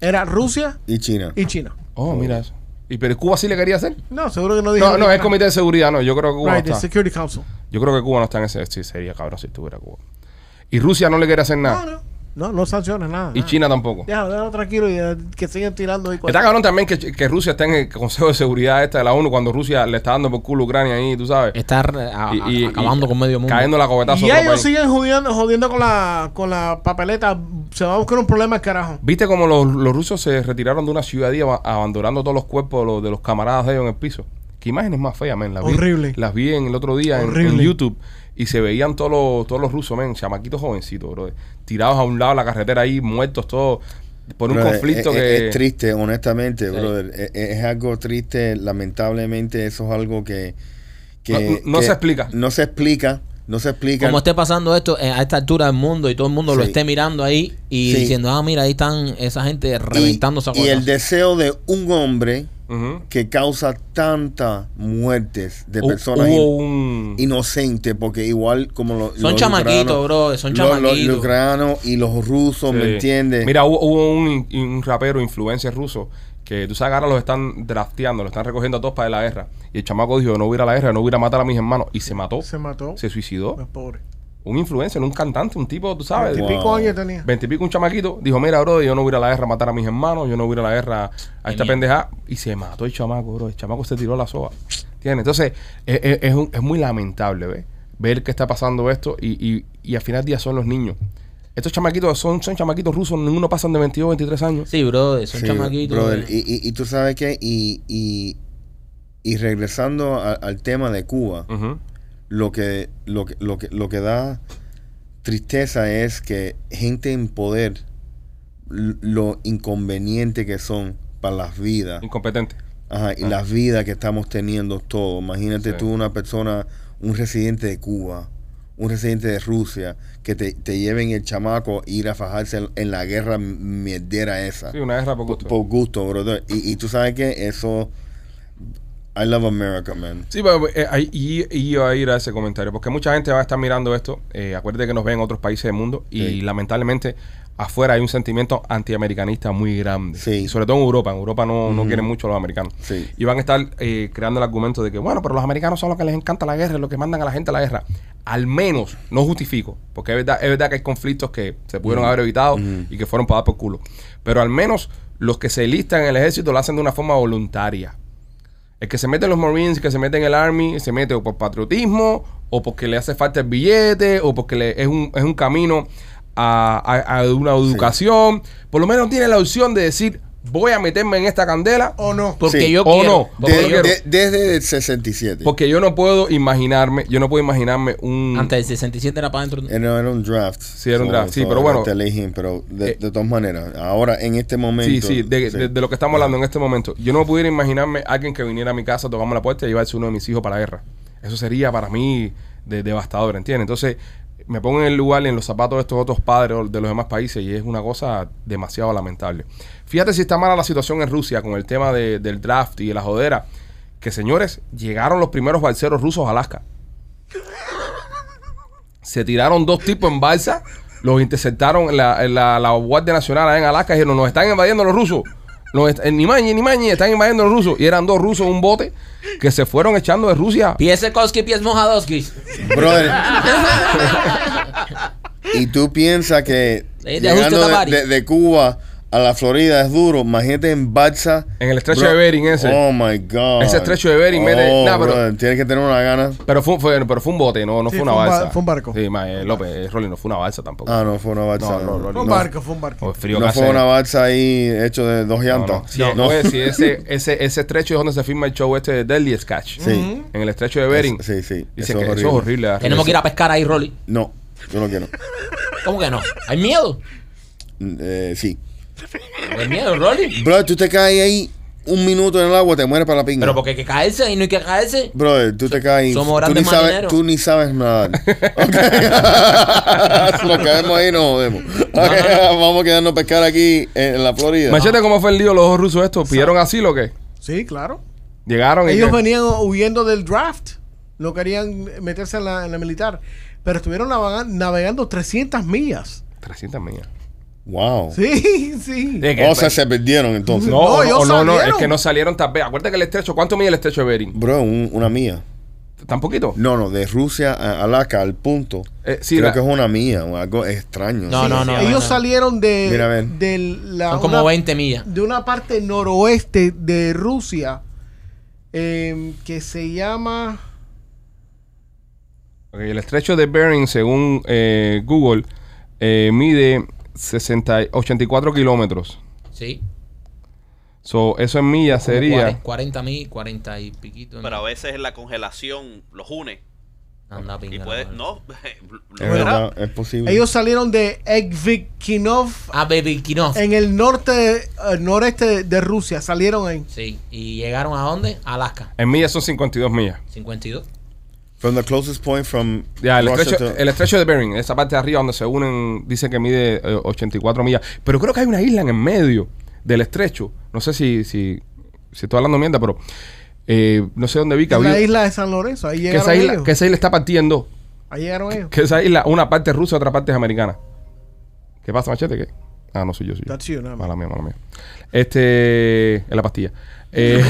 Speaker 4: Era Rusia
Speaker 5: Y China.
Speaker 4: y China.
Speaker 1: Oh, mira eso. ¿Y pero Cuba sí le quería hacer?
Speaker 4: No, seguro que no
Speaker 1: No,
Speaker 4: dijeron
Speaker 1: no,
Speaker 4: ni
Speaker 1: es
Speaker 4: nada.
Speaker 1: comité de seguridad, no. Yo creo que Cuba
Speaker 4: Right,
Speaker 1: no
Speaker 4: the
Speaker 1: está.
Speaker 4: Security Council.
Speaker 1: Yo creo que Cuba no está en ese. Sí, sería cabrón si estuviera Cuba. Y Rusia no le quiere hacer nada.
Speaker 4: No, no, no, no sanciones nada.
Speaker 1: Y
Speaker 4: nada.
Speaker 1: China tampoco.
Speaker 4: Déjalo, déjalo tranquilo y eh, que sigan tirando ahí.
Speaker 1: Está cabrón también que, que Rusia está en el Consejo de Seguridad esta de la ONU cuando Rusia le está dando por culo a Ucrania ahí, tú
Speaker 5: Este
Speaker 1: sabes.
Speaker 7: Está re- a-
Speaker 1: Y- y-
Speaker 7: a- acabando
Speaker 1: y
Speaker 7: con medio mundo.
Speaker 1: Cayendo la cobetazo.
Speaker 4: Y ellos siguen jodiendo, jodiendo con la con la papeleta. Se va a buscar un problema, carajo.
Speaker 1: ¿Viste cómo los, los rusos se retiraron de una ciudadía ab- abandonando todos los cuerpos de los, de los camaradas de ellos en el piso? Qué imágenes más feas, men. Las vi-
Speaker 4: Horrible.
Speaker 1: las vi en el otro día en,
Speaker 4: Horrible.
Speaker 1: en YouTube y se veían todos los, todos los rusos, men, chamaquitos jovencitos, bro. Tirados a un lado de la carretera ahí, muertos todos por un
Speaker 5: Brother,
Speaker 1: conflicto
Speaker 5: es,
Speaker 1: que...
Speaker 5: es- es triste, honestamente, brother. Es, es algo triste, lamentablemente, eso es algo que. que-
Speaker 1: No- no
Speaker 5: que
Speaker 1: se explica.
Speaker 5: No se explica. No se explica.
Speaker 7: Como esté pasando esto eh, a esta altura del mundo y todo el mundo lo
Speaker 5: Sí.
Speaker 7: esté mirando ahí y
Speaker 5: Sí.
Speaker 7: diciendo, ah, mira, ahí están esa gente
Speaker 5: Y-
Speaker 7: reventando esa
Speaker 5: y, el deseo de un hombre
Speaker 1: Ujú.
Speaker 5: que causa tantas muertes de
Speaker 7: Uh,
Speaker 1: Hu-
Speaker 5: personas
Speaker 1: Hubo
Speaker 5: in-
Speaker 1: un...
Speaker 5: inocentes, porque igual como los.
Speaker 7: Son
Speaker 5: los
Speaker 7: chamaquitos,
Speaker 5: ucranianos-
Speaker 7: brother, son
Speaker 5: los- Los,
Speaker 7: chamaquitos.
Speaker 5: ucranianos y los rusos, ¿me
Speaker 1: Sí.
Speaker 5: entiendes?
Speaker 1: Mira, hubo, hubo un, un rapero, influencer ruso, que tú sabes que ahora los están drafteando, los están recogiendo a todos para ir a la guerra. Y el chamaco dijo, no voy a ir a la guerra, no voy a ir a matar a mis hermanos. Y se mató,
Speaker 4: Se mató.
Speaker 1: se suicidó.
Speaker 4: Los pobres.
Speaker 1: Un influencer, un cantante, un tipo, tú sabes,
Speaker 5: Wow.
Speaker 4: Veintipico años tenía.
Speaker 1: veintipico, un chamaquito. Dijo, mira, bro, yo no voy a ir a la guerra a matar a mis hermanos, yo no voy a ir a la guerra a esta
Speaker 7: Genial.
Speaker 1: pendeja. Y se mató el chamaco, bro. El chamaco se tiró a la soga. ¿Entiendes? Entonces, es, es- es un- es muy lamentable, ¿ves? Ver que está pasando esto y, y, y al final del día son los niños. Estos chamaquitos son, son chamaquitos rusos, ninguno pasan de 22, 23 años.
Speaker 7: Sí, bro, son
Speaker 5: Sí,
Speaker 7: chamaquitos.
Speaker 5: brother,
Speaker 7: eh.
Speaker 5: y, y- y tú sabes qué, y, y, y regresando a- al tema de Cuba,
Speaker 1: Ujú.
Speaker 5: lo, que, lo, que, lo, que, lo que da tristeza es que gente en poder l- lo inconveniente que son para las vidas.
Speaker 1: Incompetente.
Speaker 5: Ajá, y las vidas que estamos teniendo todos. Imagínate
Speaker 1: Ah. Sí.
Speaker 5: tú una persona, un residente de Cuba, un residente de Rusia, que te, te lleven el chamaco e ir a fajarse en, en la guerra mierdera esa.
Speaker 1: Sí, una guerra por
Speaker 5: por,
Speaker 1: gusto.
Speaker 5: por gusto, brother. Y, y tú sabes que eso... I love America, man.
Speaker 1: Sí, pero, eh, ahí- y, y iba a ir a ese comentario, porque mucha gente va a estar mirando esto. Eh, acuérdate que nos ven en otros países del mundo y
Speaker 5: Sí.
Speaker 1: lamentablemente afuera hay un sentimiento antiamericanista muy grande.
Speaker 5: Sí.
Speaker 1: Y sobre todo en Europa. En Europa no, no quieren mucho a los americanos.
Speaker 5: Sí.
Speaker 1: Y van a estar eh, creando el argumento de que, bueno, pero los americanos son los que les encanta la guerra, los que mandan a la gente a la guerra. Al menos, no justifico, porque es verdad, es verdad que hay conflictos que se pudieron haber evitado y que fueron para dar por culo. Pero al menos los que se enlistan en el ejército lo hacen de una forma voluntaria. El que se mete en los Marines, que se mete en el Army, se mete o por patriotismo, o porque le hace falta el billete, o porque le- es, un, es un camino a, a- a una educación. Por lo menos tiene la opción de decir, voy a meterme en esta candela,
Speaker 4: O no.
Speaker 7: Porque
Speaker 5: Sí.
Speaker 7: yo
Speaker 1: Oh,
Speaker 7: quiero.
Speaker 1: no.
Speaker 7: porque
Speaker 5: De-
Speaker 1: Porque yo-
Speaker 5: de- desde el 67.
Speaker 1: porque yo no puedo imaginarme, yo no puedo imaginarme un...
Speaker 7: yo- antes del 67 era para dentro.
Speaker 5: Era, era un draft.
Speaker 1: Sí, era un draft, sí, pero bueno.
Speaker 5: Te eligen, pero de,
Speaker 1: Eh.
Speaker 5: de todas maneras, ahora en este
Speaker 1: Sí,
Speaker 5: momento.
Speaker 1: sí, de, de- de lo que estamos hablando en este momento. Yo no pudiera imaginarme a alguien que viniera a mi casa, tocamos la puerta y llevarse uno de mis hijos para la guerra. Eso sería para mí de- devastador, ¿entiendes? Entonces, me pongo en el lugar, en los zapatos de estos otros padres o de los demás países y es una cosa demasiado lamentable. Fíjate si está mala la situación en Rusia con el tema de- del draft y de la jodera. Que señores, llegaron los primeros balseros rusos a Alaska. Se tiraron dos tipos en balsa, los interceptaron en la, en la, la Guardia Nacional allá en Alaska y dijeron, nos están invadiendo los rusos. Nos est- ni mañe, ni mañe, están invadiendo los rusos. Y eran dos rusos en un bote que se fueron echando de Rusia.
Speaker 7: Pies Koski, pies Mojadoski.
Speaker 5: Brother. y tú piensas que
Speaker 7: Eh, de
Speaker 5: llegando
Speaker 7: ajuste
Speaker 5: de,
Speaker 7: Tabari.
Speaker 5: de- de Cuba a la Florida es duro. Imagínate en Balsa.
Speaker 1: En el estrecho de Bering ese.
Speaker 5: Oh my God.
Speaker 1: Ese estrecho de Bering, mete-
Speaker 5: Oh,
Speaker 1: nah, pero-
Speaker 5: brother, tienes que tener una gana.
Speaker 1: Pero fue, fue- pero fue un bote, no, no
Speaker 4: Sí,
Speaker 1: fue una
Speaker 4: fue un ba-
Speaker 1: balsa.
Speaker 4: fue un barco.
Speaker 1: Sí, ma, eh, López, eh, Rolly, no fue una balsa tampoco.
Speaker 5: Ah, no, fue una balsa.
Speaker 1: No, no,
Speaker 5: No,
Speaker 1: no,
Speaker 4: Fue un barco, fue un barco.
Speaker 1: O frío
Speaker 5: No
Speaker 1: que
Speaker 5: fue
Speaker 1: hace.
Speaker 5: una balsa ahí hecho de dos llantas.
Speaker 1: Sí, oye, sí, ese, ese, ese estrecho es donde se firma el show este de Deadly Sketch.
Speaker 5: Sí.
Speaker 1: En el estrecho de Bering.
Speaker 5: Sí, sí.
Speaker 1: Dice que eso es horrible. la
Speaker 7: Tenemos que ir a pescar ahí, Rolly.
Speaker 5: No, yo no quiero.
Speaker 7: ¿Cómo que no? ¿Hay miedo?
Speaker 5: Mm, Eh, sí.
Speaker 7: ¿Hay miedo, Rolly?
Speaker 5: Brother, tú te caes ahí un minuto en el agua, te mueres para la pinga.
Speaker 7: Pero porque hay que caerse y no hay que caerse.
Speaker 5: Brother, tú te caes.
Speaker 7: somos
Speaker 5: tú, ni
Speaker 7: grandes
Speaker 5: sabes,
Speaker 7: marineros.
Speaker 5: tú ni sabes nadar. Ok. si nos caemos ahí, nos jodemos. Ok, Vamos a quedarnos a pescar aquí en la Florida.
Speaker 1: Machete, ¿cómo fue el lío los dos rusos estos? ¿Pidieron asilo o qué?
Speaker 4: Sí, claro.
Speaker 1: Llegaron y
Speaker 4: Ellos
Speaker 1: qué?
Speaker 4: venían huyendo del draft. No querían meterse en la, en la militar. Pero estuvieron navega- navegando 300 millas.
Speaker 1: 300 millas.
Speaker 5: Wow.
Speaker 4: Sí, sí.
Speaker 1: Eh,
Speaker 5: O sea, se perdieron entonces.
Speaker 1: pues. no,
Speaker 4: No,
Speaker 1: o-
Speaker 4: ellos
Speaker 1: o no, no, es
Speaker 4: salieron.
Speaker 1: que no salieron tal vez. Acuérdate que el estrecho, ¿cuánto mide el estrecho de Bering?
Speaker 5: Bro, un- una mía.
Speaker 1: ¿Tan poquito?
Speaker 5: No, no, de Rusia a Alaska al punto.
Speaker 1: Eh, sí,
Speaker 5: Creo
Speaker 1: la-
Speaker 5: que es una mía o algo extraño.
Speaker 7: No,
Speaker 5: Sí.
Speaker 7: no, no.
Speaker 4: Ellos
Speaker 7: no.
Speaker 4: salieron de,
Speaker 5: Mira, ven.
Speaker 4: de la,
Speaker 7: Son como
Speaker 4: una-
Speaker 7: 20 millas.
Speaker 4: de una parte noroeste de Rusia eh, que se llama...
Speaker 1: Ok, el estrecho de Bering, según eh, Google, eh, mide 60, y- 84 kilómetros.
Speaker 7: Sí.
Speaker 1: So, eso en millas sería.
Speaker 7: 40 mil, 40 y piquito.
Speaker 6: Pero a veces la congelación los une.
Speaker 7: Anda, pinga,
Speaker 6: Y
Speaker 7: la
Speaker 6: puede.
Speaker 7: madre.
Speaker 6: No.
Speaker 5: Es,
Speaker 6: lo verá.
Speaker 5: verdad, es posible.
Speaker 4: Ellos salieron de Ekvikinov
Speaker 7: Ah, baby, Kinov.
Speaker 4: en el norte, eh, noreste de Rusia. Salieron ahí.
Speaker 7: Sí. ¿Y llegaron a dónde? A Alaska.
Speaker 1: En millas son 52 millas.
Speaker 7: 52.
Speaker 5: From the closest point from
Speaker 1: Ya, el
Speaker 5: Russia
Speaker 1: estrecho,
Speaker 5: to-
Speaker 1: el estrecho de Bering, esa parte de arriba donde se unen, dicen que mide eh, 84 millas. Pero creo que hay una isla en el medio del estrecho. No sé si, si, si estoy hablando mierda, pero eh, no sé dónde vi que
Speaker 4: En la
Speaker 1: había-
Speaker 4: isla de San Lorenzo. Ahí
Speaker 1: que
Speaker 4: llegaron
Speaker 1: esa, isla,
Speaker 4: ellos.
Speaker 1: que esa isla está partiendo.
Speaker 4: Ahí llegaron ellos.
Speaker 1: Que esa isla, una parte es rusa, otra parte es americana. ¿Qué pasa, machete? ¿Qué? Ah, no soy yo, soy yo.
Speaker 4: That's you, nada más.
Speaker 1: Mala mía, mala mía. Este. Es la pastilla. Eh,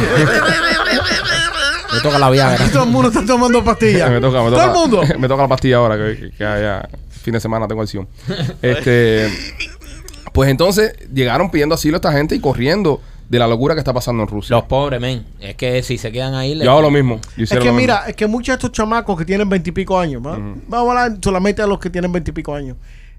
Speaker 7: Me toca la viagra.
Speaker 4: Aquí todo el mundo está tomando pastillas.
Speaker 1: me toca, me toca.
Speaker 4: Todo el mundo.
Speaker 1: me toca la pastilla ahora, que, que- que ya fin de semana tengo acción. Este. Pues entonces llegaron pidiendo asilo a esta gente y corriendo de la locura que está pasando en Rusia.
Speaker 7: Los pobres, men. Es que si se quedan ahí... le-
Speaker 1: Yo hago lo mismo. yo
Speaker 4: Es
Speaker 1: hicieron
Speaker 4: que
Speaker 1: lo mismo.
Speaker 4: mira, es que muchos de estos chamacos que tienen veintipico años, ¿va? vamos a hablar solamente de los que tienen veintipico años.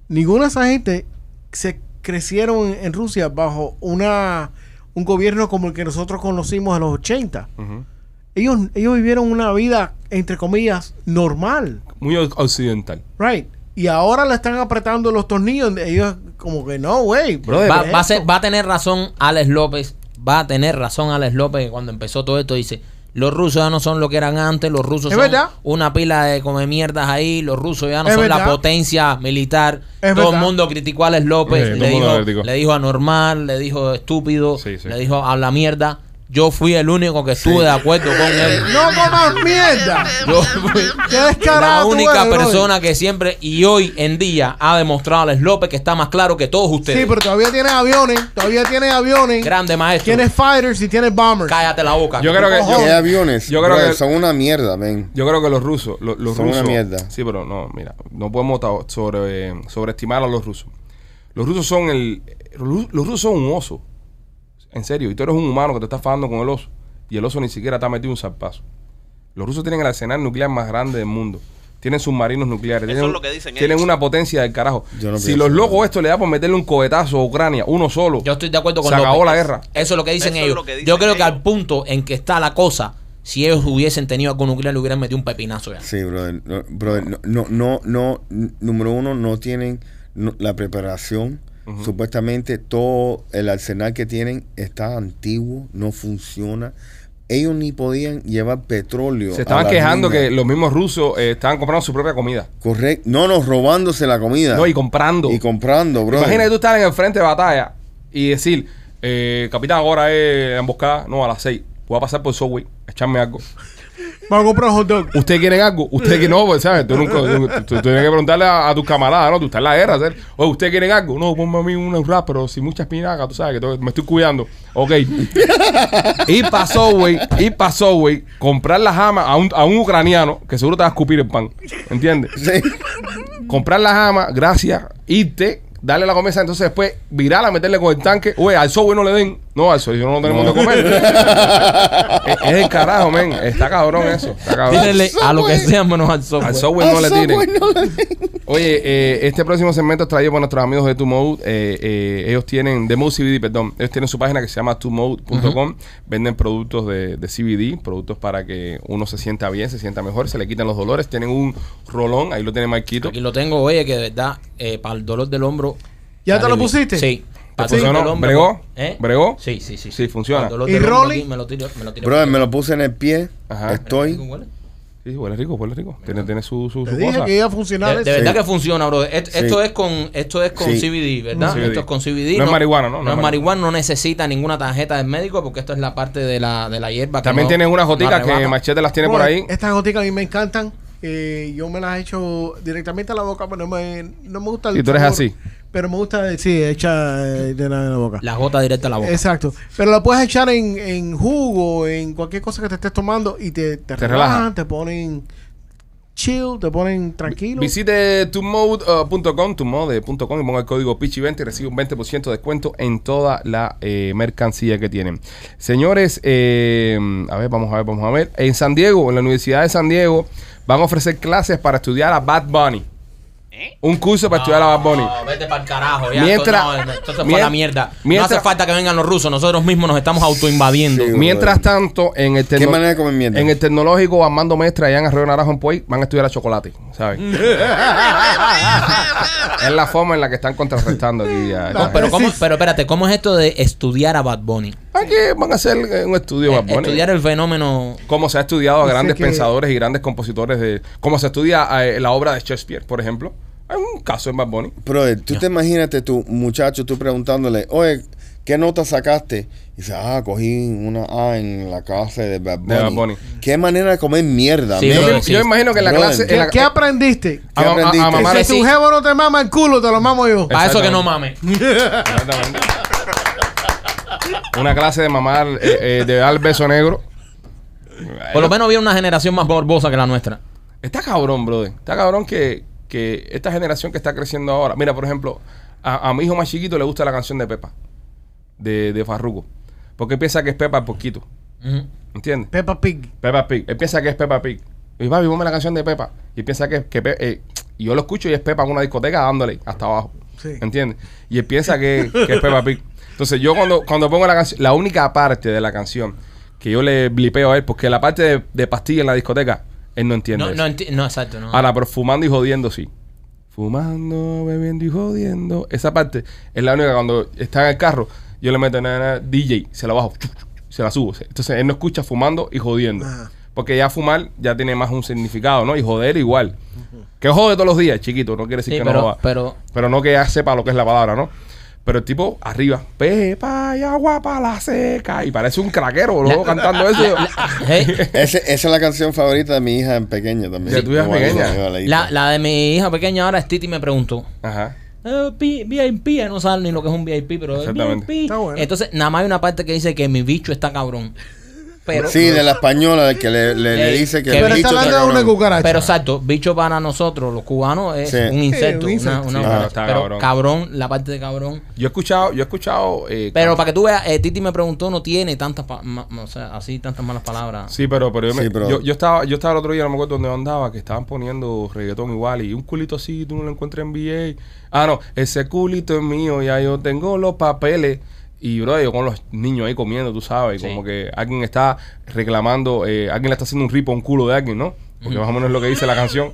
Speaker 4: Ninguna de esa gente se crecieron en, en Rusia bajo una un gobierno como el que nosotros conocimos en los 80.
Speaker 1: Ujú.
Speaker 4: Ellos, ellos vivieron una vida, entre comillas, normal.
Speaker 1: Muy occidental.
Speaker 4: Right. Y ahora le están apretando los tornillos. Ellos como que no, güey.
Speaker 5: Brother,
Speaker 7: Va,
Speaker 4: ¿qué es
Speaker 7: va a ser-
Speaker 4: esto?
Speaker 7: va a tener razón Alex López. Va a tener razón Alex López que cuando empezó todo esto. Dice: Los rusos ya no son lo que eran antes. Los rusos
Speaker 4: Es
Speaker 7: son
Speaker 4: verdad.
Speaker 7: una pila de come mierdas ahí. Los rusos ya no
Speaker 4: Es
Speaker 7: son la
Speaker 4: verdad.
Speaker 7: potencia militar.
Speaker 4: Es
Speaker 7: todo el
Speaker 4: verdad.
Speaker 7: mundo criticó a Alex López.
Speaker 1: Sí, todo
Speaker 7: le,
Speaker 1: el mundo
Speaker 7: dijo,
Speaker 1: lo criticó.
Speaker 7: le dijo anormal, le dijo estúpido,
Speaker 1: Sí, sí.
Speaker 7: le dijo habla mierda. Yo fui el único que estuve de acuerdo con él.
Speaker 4: No comas mierda.
Speaker 7: Yo fui
Speaker 4: Qué descarado.
Speaker 7: la
Speaker 4: tú
Speaker 7: única
Speaker 4: eres, brother.
Speaker 7: persona que siempre y hoy en día ha demostrado a Alex López que está más claro que todos ustedes.
Speaker 4: Sí, pero todavía tienes aviones. Todavía tienes aviones.
Speaker 7: Grande maestro.
Speaker 4: Tienes fighters y tienes bombers.
Speaker 7: Cállate la boca.
Speaker 1: Yo creo que.
Speaker 5: ¿Qué
Speaker 1: Yo,
Speaker 5: aviones?
Speaker 1: yo creo
Speaker 5: brother,
Speaker 1: que-
Speaker 5: son una mierda, ven.
Speaker 1: yo creo que los rusos. lo- Los,
Speaker 5: Son una
Speaker 1: rusos.
Speaker 5: mierda.
Speaker 1: Sí, pero no, mira. No podemos ta- sobre, sobreestimar a los rusos. Los rusos son el. Los rusos son un oso. En serio. Y tú eres un humano que te estás fajando con el oso. Y el oso ni siquiera te ha metido un zarpazo. Los rusos tienen el arsenal nuclear más grande del mundo. Tienen submarinos nucleares.
Speaker 6: Eso
Speaker 1: tienen,
Speaker 6: es lo que dicen
Speaker 1: Tienen
Speaker 6: ellos.
Speaker 1: una potencia del carajo.
Speaker 5: Yo no
Speaker 1: si
Speaker 5: pienso,
Speaker 1: los
Speaker 5: no.
Speaker 1: locos esto le da por meterle un cohetazo a Ucrania, uno solo.
Speaker 7: Yo estoy de acuerdo con
Speaker 1: Se acabó
Speaker 7: López.
Speaker 1: la guerra.
Speaker 7: Eso es lo que dicen
Speaker 6: Eso es
Speaker 7: ellos.
Speaker 6: lo que dicen
Speaker 7: Yo creo que
Speaker 6: ellos.
Speaker 7: al punto en que está la cosa, si ellos hubiesen tenido algo nuclear, le hubieran metido un pepinazo ya.
Speaker 5: Sí, brother. No, brother, no, no, no, no, n- número uno, no tienen no- la preparación. Supuestamente todo el arsenal que tienen está antiguo, no funciona. Ellos ni podían llevar petróleo.
Speaker 1: Se
Speaker 5: a
Speaker 1: estaban
Speaker 5: la
Speaker 1: quejando
Speaker 5: mina.
Speaker 1: que los mismos rusos eh, estaban comprando su propia comida.
Speaker 5: Correcto. No, no, robándose la comida.
Speaker 1: No, y comprando.
Speaker 5: Y comprando, bro.
Speaker 1: Imagínate tú estar en el frente de batalla y decir, eh, capitán, ahora es emboscada. No, a las 6. Voy a pasar por Subway, a echarme algo.
Speaker 4: Vamos a comprar un hot dog.
Speaker 1: ¿Ustedes quieren algo? ¿Ustedes que no? Pues, ¿sabes? Tú, nunca, tú, tú- tú tienes que preguntarle a, a tus camaradas, ¿no? Tú estás en la guerra, ¿sabes? Oye, ¿ustedes quieren algo? No, ponme a mí un rap, pero sin mucha espinaca, tú sabes que todo- me estoy cuidando. Ok. ir para Subway, ir para Subway, comprar la jama a un, a un ucraniano que seguro te va a escupir el pan. ¿Entiendes?
Speaker 5: Sí.
Speaker 1: comprar la jama, gracias, irte, darle la comida, entonces después virarla, meterle con el tanque. Oye, al software no le den. No, al software no tenemos de comer. es, es el carajo, men. Está cabrón eso. Está cabrón.
Speaker 7: Tírenle a lo que sea menos al software.
Speaker 1: Al software no le tiren.
Speaker 5: Subway no le tiren.
Speaker 1: Oye, eh, este próximo segmento es traído por nuestros amigos de Tumode. Eh, eh, ellos tienen, de Mode CBD, perdón, ellos tienen su página que se llama tumode.com. Venden productos de, de CBD, productos para que uno se sienta bien, se sienta mejor, se le quiten los dolores. Tienen un rolón, ahí lo tiene Marquito.
Speaker 7: Aquí lo tengo, oye, que de verdad, eh, para el dolor del hombro.
Speaker 4: ¿Ya te lo
Speaker 7: alivia.
Speaker 4: pusiste?
Speaker 7: Sí. Para el
Speaker 1: funcionó?
Speaker 7: dolor del hombro.
Speaker 1: ¿Bregó?
Speaker 7: ¿Eh?
Speaker 1: ¿Bregó?
Speaker 7: Sí, sí, sí.
Speaker 1: Sí, funciona.
Speaker 7: Para el dolor
Speaker 4: ¿Y
Speaker 7: del hombro
Speaker 4: Rolly?
Speaker 7: aquí Me lo tiro, me lo tiro.
Speaker 5: Brother, me lo puse en el pie.
Speaker 1: Ajá.
Speaker 5: Estoy.
Speaker 7: ¿Huele?
Speaker 1: Sí, huele rico, huele rico. Tiene, tiene su, su,
Speaker 4: Te
Speaker 1: su
Speaker 4: dije
Speaker 1: cosa.
Speaker 4: que iba a funcionar
Speaker 7: De, de
Speaker 4: eso.
Speaker 7: verdad
Speaker 5: Sí.
Speaker 7: que funciona, bro. Et-
Speaker 5: Sí.
Speaker 7: Esto es con, esto es con
Speaker 5: Sí.
Speaker 7: CBD, ¿verdad?
Speaker 1: CBD.
Speaker 7: Esto es con CBD.
Speaker 1: No es marihuana, ¿no?
Speaker 7: No,
Speaker 1: No
Speaker 7: es
Speaker 1: es
Speaker 7: marihuana, no necesita ninguna tarjeta del médico porque esto es la parte de la, de la hierba. que
Speaker 1: También
Speaker 7: no-
Speaker 1: tienes unas
Speaker 7: no
Speaker 1: goticas que
Speaker 7: arrebata.
Speaker 1: Machete las tiene por
Speaker 4: Bueno,
Speaker 1: ahí.
Speaker 4: Estas goticas a mí me encantan. Eh, yo me las he hecho directamente a la boca, pero no me, no me gusta el
Speaker 1: Y tú eres
Speaker 4: sabor,
Speaker 1: así.
Speaker 4: Pero me gusta, sí, hecha eh, de la, de la boca.
Speaker 7: La gota directa a la boca.
Speaker 4: Exacto. Pero la puedes echar en, en jugo, en cualquier cosa que te estés tomando y te, te,
Speaker 1: Te
Speaker 4: relajan,
Speaker 1: relaja.
Speaker 4: te ponen chill, te ponen tranquilo.
Speaker 1: Visite uh, tumode.com, tumode.com y ponga el código PICHI20 y recibe un 20% de descuento en toda la eh, mercancía que tienen. Señores, eh, a ver, vamos a ver, vamos a ver. En San Diego, en la Universidad de San Diego, van a ofrecer clases para estudiar a Bad Bunny. Un curso para estudiar a Bad Bunny.
Speaker 7: No, vete para el carajo. Ya,
Speaker 1: Mientras-
Speaker 7: esto, no, esto se fue
Speaker 1: mien-
Speaker 7: a la mierda.
Speaker 1: mientras-
Speaker 7: no hace falta que vengan los rusos. Nosotros mismos nos estamos autoinvadiendo.
Speaker 5: Sí,
Speaker 1: Mientras tanto, en el,
Speaker 5: ¿Qué manera de comer mierda?
Speaker 1: en el tecnológico Armando Mestra allá en Arroyo Naranjo en Puey van a estudiar a chocolate, ¿sabes? es la forma en la que están contrarrestando aquí a esta
Speaker 4: No,
Speaker 1: gente.
Speaker 7: Pero, ¿cómo,
Speaker 4: Sí.
Speaker 7: pero espérate, ¿cómo es esto de estudiar a Bad Bunny?
Speaker 1: Aquí van a hacer eh, un estudio Bad Bunny.
Speaker 7: Estudiar el fenómeno.
Speaker 1: Como se ha estudiado a
Speaker 4: Dice
Speaker 1: grandes
Speaker 4: que-
Speaker 1: pensadores y grandes compositores de... Como se estudia eh, la obra de Shakespeare, por ejemplo. Hay un caso en Bad Bunny.
Speaker 5: Brother, tú te imagínate tu muchacho, tú preguntándole, oye, ¿qué nota sacaste? Y dice, ah, cogí una A en la clase de Bad Bunny.
Speaker 1: De Bad Bunny.
Speaker 5: ¿Qué manera de comer mierda,
Speaker 7: Sí,
Speaker 5: men?
Speaker 1: Yo, me-
Speaker 7: brother.
Speaker 1: yo me imagino que en la
Speaker 5: Brother.
Speaker 1: clase...
Speaker 4: ¿Qué,
Speaker 1: en la-
Speaker 4: qué aprendiste?
Speaker 1: a- a- a
Speaker 5: aprendiste?
Speaker 1: mamar-
Speaker 7: Ese
Speaker 4: Que
Speaker 7: sí. Eh.
Speaker 4: tu jevo no te mama el culo, te lo mamo yo.
Speaker 7: Para eso que no
Speaker 1: Exactamente.
Speaker 7: mames.
Speaker 1: Exactamente. Una clase de mamar, eh, eh, de dar beso negro.
Speaker 7: Por lo menos había una generación más morbosa que la nuestra.
Speaker 1: Está cabrón, brother. Está cabrón que, que esta generación que está creciendo ahora. Mira, por ejemplo, a, a mi hijo más chiquito le gusta la canción de Pepa, de, de Farruko. Porque piensa que es Pepa el poquito.
Speaker 7: Ujú.
Speaker 1: ¿Entiendes?
Speaker 4: Peppa Pig.
Speaker 1: Peppa Pig. Él piensa que es Peppa Pig. Y papi, ponme la canción de Peppa. Y piensa que, que Pe- eh, y yo lo escucho y es Peppa en una discoteca dándole hasta abajo.
Speaker 4: Sí.
Speaker 1: ¿Entiendes? Y él piensa que, que es Peppa Pig. Entonces yo cuando, cuando pongo la canción, la única parte de la canción que yo le blipeo a él, porque la parte de, de pastilla en la discoteca, él no entiende.
Speaker 7: No,
Speaker 1: eso.
Speaker 7: no, enti- no, exacto. No.
Speaker 1: Ahora, pero fumando y jodiendo sí. Fumando, bebiendo y jodiendo. Esa parte es la única cuando está en el carro, yo le meto na, na, DJ, se la bajo, se la subo. Entonces él no escucha fumando y jodiendo.
Speaker 4: Ajá.
Speaker 1: Porque ya fumar ya tiene más un significado, ¿no? Y joder igual. Que jode todos los días, chiquito, no quiere decir
Speaker 7: Sí,
Speaker 1: que no
Speaker 7: pero-
Speaker 1: joda.
Speaker 7: pero-
Speaker 1: pero no que ya sepa lo que es la palabra, ¿no? Pero el tipo arriba, pepa y agua para la seca. Y parece un craquero, luego cantando eso.
Speaker 7: Hey,
Speaker 5: Ese- esa es la canción favorita de mi hija en pequeño también.
Speaker 1: De tu hija
Speaker 5: Igual,
Speaker 1: pequeña.
Speaker 5: igual, igual,
Speaker 7: la, la de mi hija pequeña ahora es Titi me preguntó.
Speaker 1: Ajá.
Speaker 7: Eh, P- VIP, ella no sabe ni lo que es un VIP, pero es
Speaker 1: Exactamente.
Speaker 7: VIP.
Speaker 4: Está bueno.
Speaker 7: Entonces, nada más hay una parte que dice que mi bicho está cabrón. Pero,
Speaker 5: Sí, de la española que le, le- le
Speaker 7: Ey,
Speaker 5: dice que.
Speaker 7: que-
Speaker 5: el
Speaker 4: Pero está
Speaker 5: bicho
Speaker 4: hablando de
Speaker 5: cabrón.
Speaker 4: una cucaracha.
Speaker 7: pero exacto, bicho para nosotros, los cubanos, es
Speaker 5: Sí.
Speaker 7: un
Speaker 4: Sí,
Speaker 7: insecto.
Speaker 4: un insecto,
Speaker 7: una- una
Speaker 1: sí.
Speaker 7: cucaracha.
Speaker 1: Ah, está
Speaker 7: pero
Speaker 1: cabrón.
Speaker 7: cabrón. la parte de cabrón.
Speaker 1: Yo he escuchado, yo he escuchado. eh,
Speaker 7: Pero para que tú veas, eh, Titi me preguntó, no tiene tantas, pa- ma- o sea, así tantas malas palabras.
Speaker 1: Sí, pero, pero, yo, me-
Speaker 5: Sí, pero-
Speaker 1: yo, yo estaba, yo estaba el otro día, no me acuerdo dónde andaba, que estaban poniendo reggaetón igual y un culito así, tú no lo encuentras en VA. Ah, no, ese culito es mío, ya yo tengo los papeles. Y, bro, yo con los niños ahí comiendo, tú sabes,
Speaker 7: Sí.
Speaker 1: como que alguien está reclamando, eh, alguien le está haciendo un ripo a un culo de alguien, ¿no? Porque más o menos es lo que dice la canción.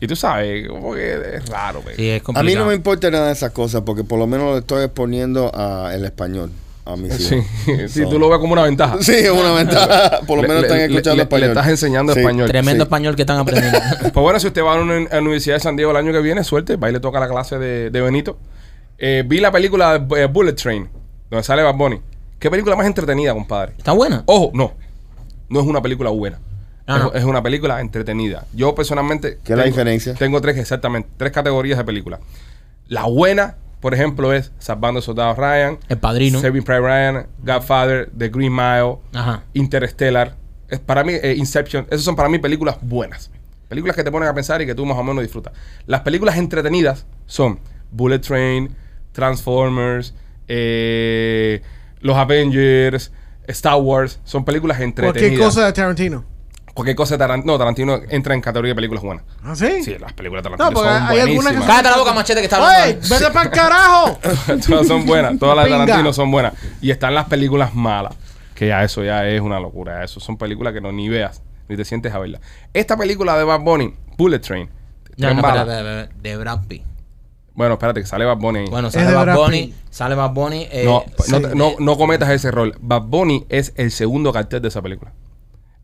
Speaker 1: Y tú sabes, como que es raro, güey.
Speaker 7: Sí, es
Speaker 5: A mí
Speaker 7: complicado.
Speaker 5: no me importa nada de esas cosas porque por lo menos le estoy exponiendo a el español. A mis
Speaker 1: Sí,
Speaker 5: hijos.
Speaker 1: sí,
Speaker 5: So-
Speaker 1: tú lo ves como una ventaja.
Speaker 5: Sí, es una ventaja. Por lo
Speaker 1: Le-
Speaker 5: menos
Speaker 1: le-
Speaker 5: están
Speaker 1: le-
Speaker 5: escuchando
Speaker 1: le-
Speaker 5: español.
Speaker 1: le estás enseñando
Speaker 5: Sí.
Speaker 1: español.
Speaker 7: Tremendo
Speaker 5: Sí.
Speaker 7: español que están aprendiendo.
Speaker 1: Pues bueno, si usted va a una- a la Universidad de San Diego el año que viene, suerte, va y le toca la clase de, de Benito. Eh, vi la película de, eh, Bullet Train, donde sale Bad Bunny. ¿Qué película más entretenida, compadre?
Speaker 7: ¿Está buena?
Speaker 1: Ojo, no. No es una película buena.
Speaker 7: Ah,
Speaker 1: es,
Speaker 7: no.
Speaker 1: es una película entretenida. Yo personalmente.
Speaker 5: ¿Qué es la diferencia?
Speaker 1: Tengo tres, exactamente, tres categorías de películas. La buena, por ejemplo, es Salvando al Soldado Ryan,
Speaker 7: El Padrino.
Speaker 1: Saving Private Ryan, Godfather, The Green Mile,
Speaker 7: Ajá.
Speaker 1: Interstellar. Es para mí, eh, Inception. Esas son para mí películas buenas. Películas que te ponen a pensar y que tú más o menos disfrutas. Las películas entretenidas son Bullet Train, Transformers, eh, Los Avengers, Star Wars. Son películas entretenidas.
Speaker 4: Cualquier cosa de Tarantino.
Speaker 1: Cualquier cosa de Tarantino. No, Tarantino entra en categoría de películas buenas.
Speaker 4: ¿Ah, sí?
Speaker 1: Sí, las películas de
Speaker 4: No,
Speaker 1: Tarantino
Speaker 4: porque
Speaker 1: son
Speaker 4: hay algunas que
Speaker 1: buenísimas.
Speaker 7: Cállate la boca, machete, que está
Speaker 4: ¡Oye!
Speaker 7: hablando.
Speaker 4: ¡Vete para carajo!
Speaker 1: todas son buenas, todas las de
Speaker 4: Venga.
Speaker 1: Tarantino son buenas. Y están las películas malas, que ya eso ya es una locura. ya Eso son películas que no ni veas, ni te sientes a verlas. Esta película de Bad Bunny, Bullet Train.
Speaker 7: No,
Speaker 1: Tren
Speaker 7: no,
Speaker 1: Bala.
Speaker 7: espérate, espérate, espérate, de Brad Pitt.
Speaker 1: Bueno, espérate, que sale Bad Bunny. ahí.
Speaker 7: Bueno,
Speaker 4: de
Speaker 7: sale
Speaker 4: Brad
Speaker 7: Bad Bunny,
Speaker 4: Pitt.
Speaker 7: sale Bad Bunny. eh,
Speaker 1: no,
Speaker 7: sí.
Speaker 1: no, te- no- no cometas ese error. Bad Bunny es el segundo cartel de esa película.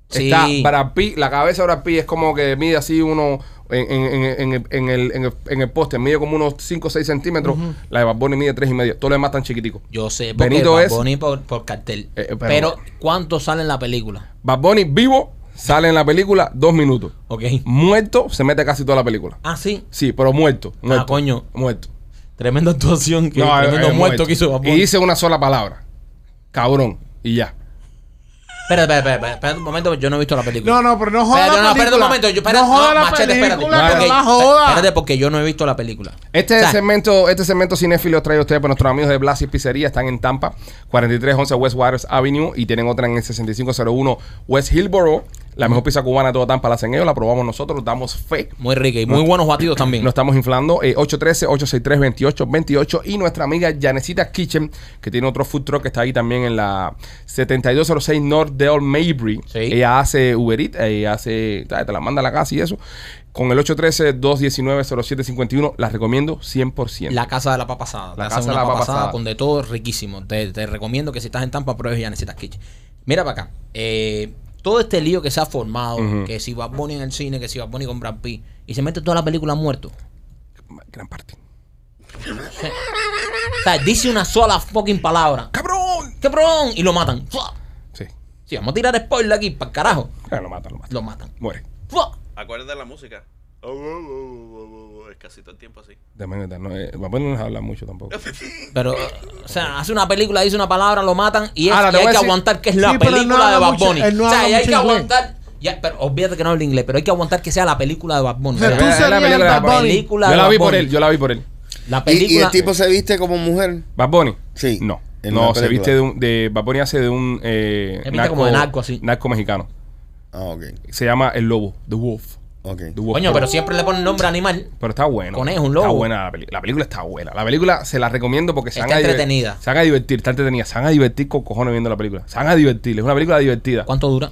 Speaker 7: Sí.
Speaker 1: Está Brad Pitt, la cabeza de Brad Pitt es como que mide así uno en, en- en- en el, en, el, en el- en el poste, mide como unos 5 o 6 centímetros. La de Bad Bunny mide 3 y medio. Todo lo demás tan chiquitico.
Speaker 7: Yo sé, porque
Speaker 1: Benito
Speaker 7: Bad
Speaker 1: es-
Speaker 7: Bunny por, por cartel.
Speaker 1: Eh, eh, pero-
Speaker 7: pero, ¿cuánto sale en la película?
Speaker 1: Bad Bunny vivo sale en la película dos minutos.
Speaker 7: Ok.
Speaker 1: Muerto se mete casi toda la película.
Speaker 7: Ah, sí.
Speaker 1: Sí, pero muerto. muerto
Speaker 7: Ah, coño.
Speaker 1: Muerto.
Speaker 7: Tremenda actuación que
Speaker 1: eh,
Speaker 7: tremendo
Speaker 1: eh,
Speaker 7: muerto, que hizo Bad Bunny.
Speaker 1: Y dice una sola palabra. Cabrón. Y ya.
Speaker 7: Espera, espera, espera, espera, espera un momento, yo no he visto la película.
Speaker 4: No, no, pero no joda
Speaker 7: Espérate,
Speaker 4: la
Speaker 7: no, espérate un
Speaker 4: película.
Speaker 7: momento. Yo, espérate,
Speaker 4: No joda la
Speaker 7: machete, espérate.
Speaker 4: película,
Speaker 1: que
Speaker 7: Ok,
Speaker 4: la joda.
Speaker 7: Espérate, porque yo no he visto la película.
Speaker 1: Este
Speaker 7: O sea,
Speaker 1: segmento, este segmento cinéfilo trae a ustedes por nuestros amigos de Blas y Pizzería. Están en Tampa, 4311 West Waters Avenue y tienen otra en el 6501 West Hillboro. La mejor pizza cubana de toda Tampa la hacen ellos, la probamos nosotros, damos fe.
Speaker 7: Muy rica y muy buenos batidos también.
Speaker 1: Nos estamos inflando. eh, 813-863-2828. Y nuestra amiga Janecita Kitchen, que tiene otro food truck que está ahí también en la 7206 North Dale Mabry.
Speaker 7: Sí.
Speaker 1: Ella hace Uber Eats, eh, ella hace, ta- te la manda a la casa y eso. Con el 813-219-0751, la recomiendo 100%.
Speaker 7: La casa de la papa asada.
Speaker 1: La
Speaker 7: La
Speaker 1: casa
Speaker 7: casa
Speaker 1: de la
Speaker 7: una
Speaker 1: papa
Speaker 7: papa asada
Speaker 1: asada.
Speaker 7: con de todo riquísimo. Te, te recomiendo que si estás en Tampa pruebes Yanecita Kitchen. Mira para acá. Eh, todo este lío que se ha formado,
Speaker 1: Ujú.
Speaker 7: que si Bad Bunny en el cine, que si Bad Bunny con Brad Pitt, y se mete toda la película muerto.
Speaker 1: Gran parte.
Speaker 7: O sea, dice una sola fucking palabra.
Speaker 1: ¡Cabrón!
Speaker 7: ¡Cabrón! Y lo matan. ¡Fua!
Speaker 1: Sí.
Speaker 7: Sí, vamos a tirar spoiler aquí, para carajo.
Speaker 1: Ah, lo mata, lo mata.
Speaker 7: Lo matan.
Speaker 1: Muere.
Speaker 7: ¡Fua!
Speaker 6: Acuérdate de la música. Oh, oh, oh, oh, oh, Es casi todo el tiempo así.
Speaker 1: De manera, no, eh, Bad Bunny no nos habla mucho tampoco.
Speaker 7: Pero, o sea, hace una película, dice una palabra, lo matan y, es-
Speaker 1: Ahora,
Speaker 7: y
Speaker 1: te voy
Speaker 7: hay
Speaker 1: a
Speaker 7: que
Speaker 1: decir-
Speaker 7: aguantar que es la
Speaker 4: Sí, pero él no
Speaker 7: película de
Speaker 4: habla
Speaker 7: Bad
Speaker 4: mucho-
Speaker 7: Bunny.
Speaker 4: él no
Speaker 7: o sea,
Speaker 4: habla
Speaker 7: y hay
Speaker 4: mucho
Speaker 7: que
Speaker 4: inglés.
Speaker 7: aguantar. ya, pero obviamente que no habla inglés, pero hay que aguantar que sea la película de Bad Bunny.
Speaker 4: O sea,
Speaker 7: La-
Speaker 4: tú
Speaker 1: Es la
Speaker 4: serías
Speaker 1: película de
Speaker 4: Bad
Speaker 1: Bad
Speaker 4: Bunny.
Speaker 1: Bunny.
Speaker 7: película
Speaker 1: Yo
Speaker 7: de
Speaker 1: la
Speaker 7: Bad
Speaker 1: vi por
Speaker 7: Bunny.
Speaker 1: él, yo la vi por él.
Speaker 7: La
Speaker 5: Y- Y,
Speaker 7: película.
Speaker 5: el tipo se viste como mujer.
Speaker 1: ¿Bad Bunny?
Speaker 5: Sí.
Speaker 1: No.
Speaker 5: En
Speaker 1: No,
Speaker 5: la
Speaker 1: se
Speaker 5: película.
Speaker 1: viste de un. De, Bad Bunny hace de un. Eh,
Speaker 7: Se viste como de narco, así.
Speaker 1: Narco mexicano.
Speaker 5: Ah, ok.
Speaker 1: Se llama El Lobo, The Wolf.
Speaker 5: Ok.
Speaker 1: The Wolf.
Speaker 7: Coño, pero siempre le ponen nombre animal.
Speaker 1: Pero está bueno.
Speaker 7: Conejo, un
Speaker 1: Está
Speaker 7: lobo.
Speaker 1: buena la película. La película está buena. La película se la recomiendo porque se
Speaker 7: Está
Speaker 1: van a diver-
Speaker 7: entretenida.
Speaker 1: Se van a divertir, está entretenida. Se van a divertir con cojones viendo la película. Se van a divertir. Es una película divertida.
Speaker 7: ¿Cuánto dura?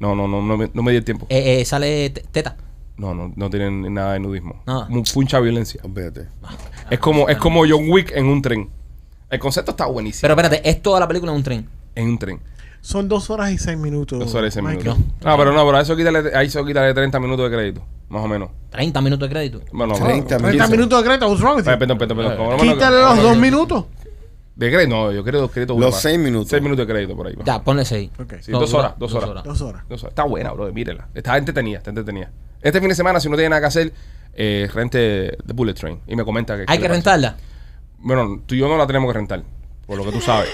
Speaker 1: No, no, no, no, me- no me dio el tiempo.
Speaker 7: Eh, eh, sale te- Teta.
Speaker 1: No, no, no tienen nada de nudismo.
Speaker 7: Nada.
Speaker 1: Mu- Mucha violencia.
Speaker 5: Olvídate.
Speaker 1: Es como, es como John Wick en un tren. El concepto está buenísimo.
Speaker 7: Pero espérate, es toda la película en un tren.
Speaker 1: en un tren.
Speaker 4: Son dos horas y seis minutos.
Speaker 1: Dos horas y seis
Speaker 4: Michael.
Speaker 1: minutos. No, pero no, pero a eso quítale, a eso quítale 30 minutos de crédito. Más o menos.
Speaker 7: 30 minutos de crédito.
Speaker 1: Bueno,
Speaker 5: 30
Speaker 1: no,
Speaker 4: 30
Speaker 1: 15.
Speaker 4: minutos de Greta, what's wrong with
Speaker 1: Eh,
Speaker 4: you?
Speaker 1: perdón, perdón, perdón. Como no me lo-
Speaker 4: Quítale los dos minutos.
Speaker 1: De crédito, no, yo creo dos créditos.
Speaker 5: Los
Speaker 1: uno más.
Speaker 5: seis minutos.
Speaker 1: Seis minutos de crédito por ahí. va.
Speaker 7: Ya, ponle 6.
Speaker 4: Ok.
Speaker 1: Sí, dos horas, dos horas.
Speaker 4: Dos horas.
Speaker 1: No sé, Está buena, bro. Mírela. Está entretenida, está entretenida. Este fin de semana, si no tiene nada que hacer, eh, rente The Bullet Train. Y me comenta que.
Speaker 7: Hay que rentarla.
Speaker 1: Bueno, tú y yo no la tenemos que rentar. Por lo que tú sabes.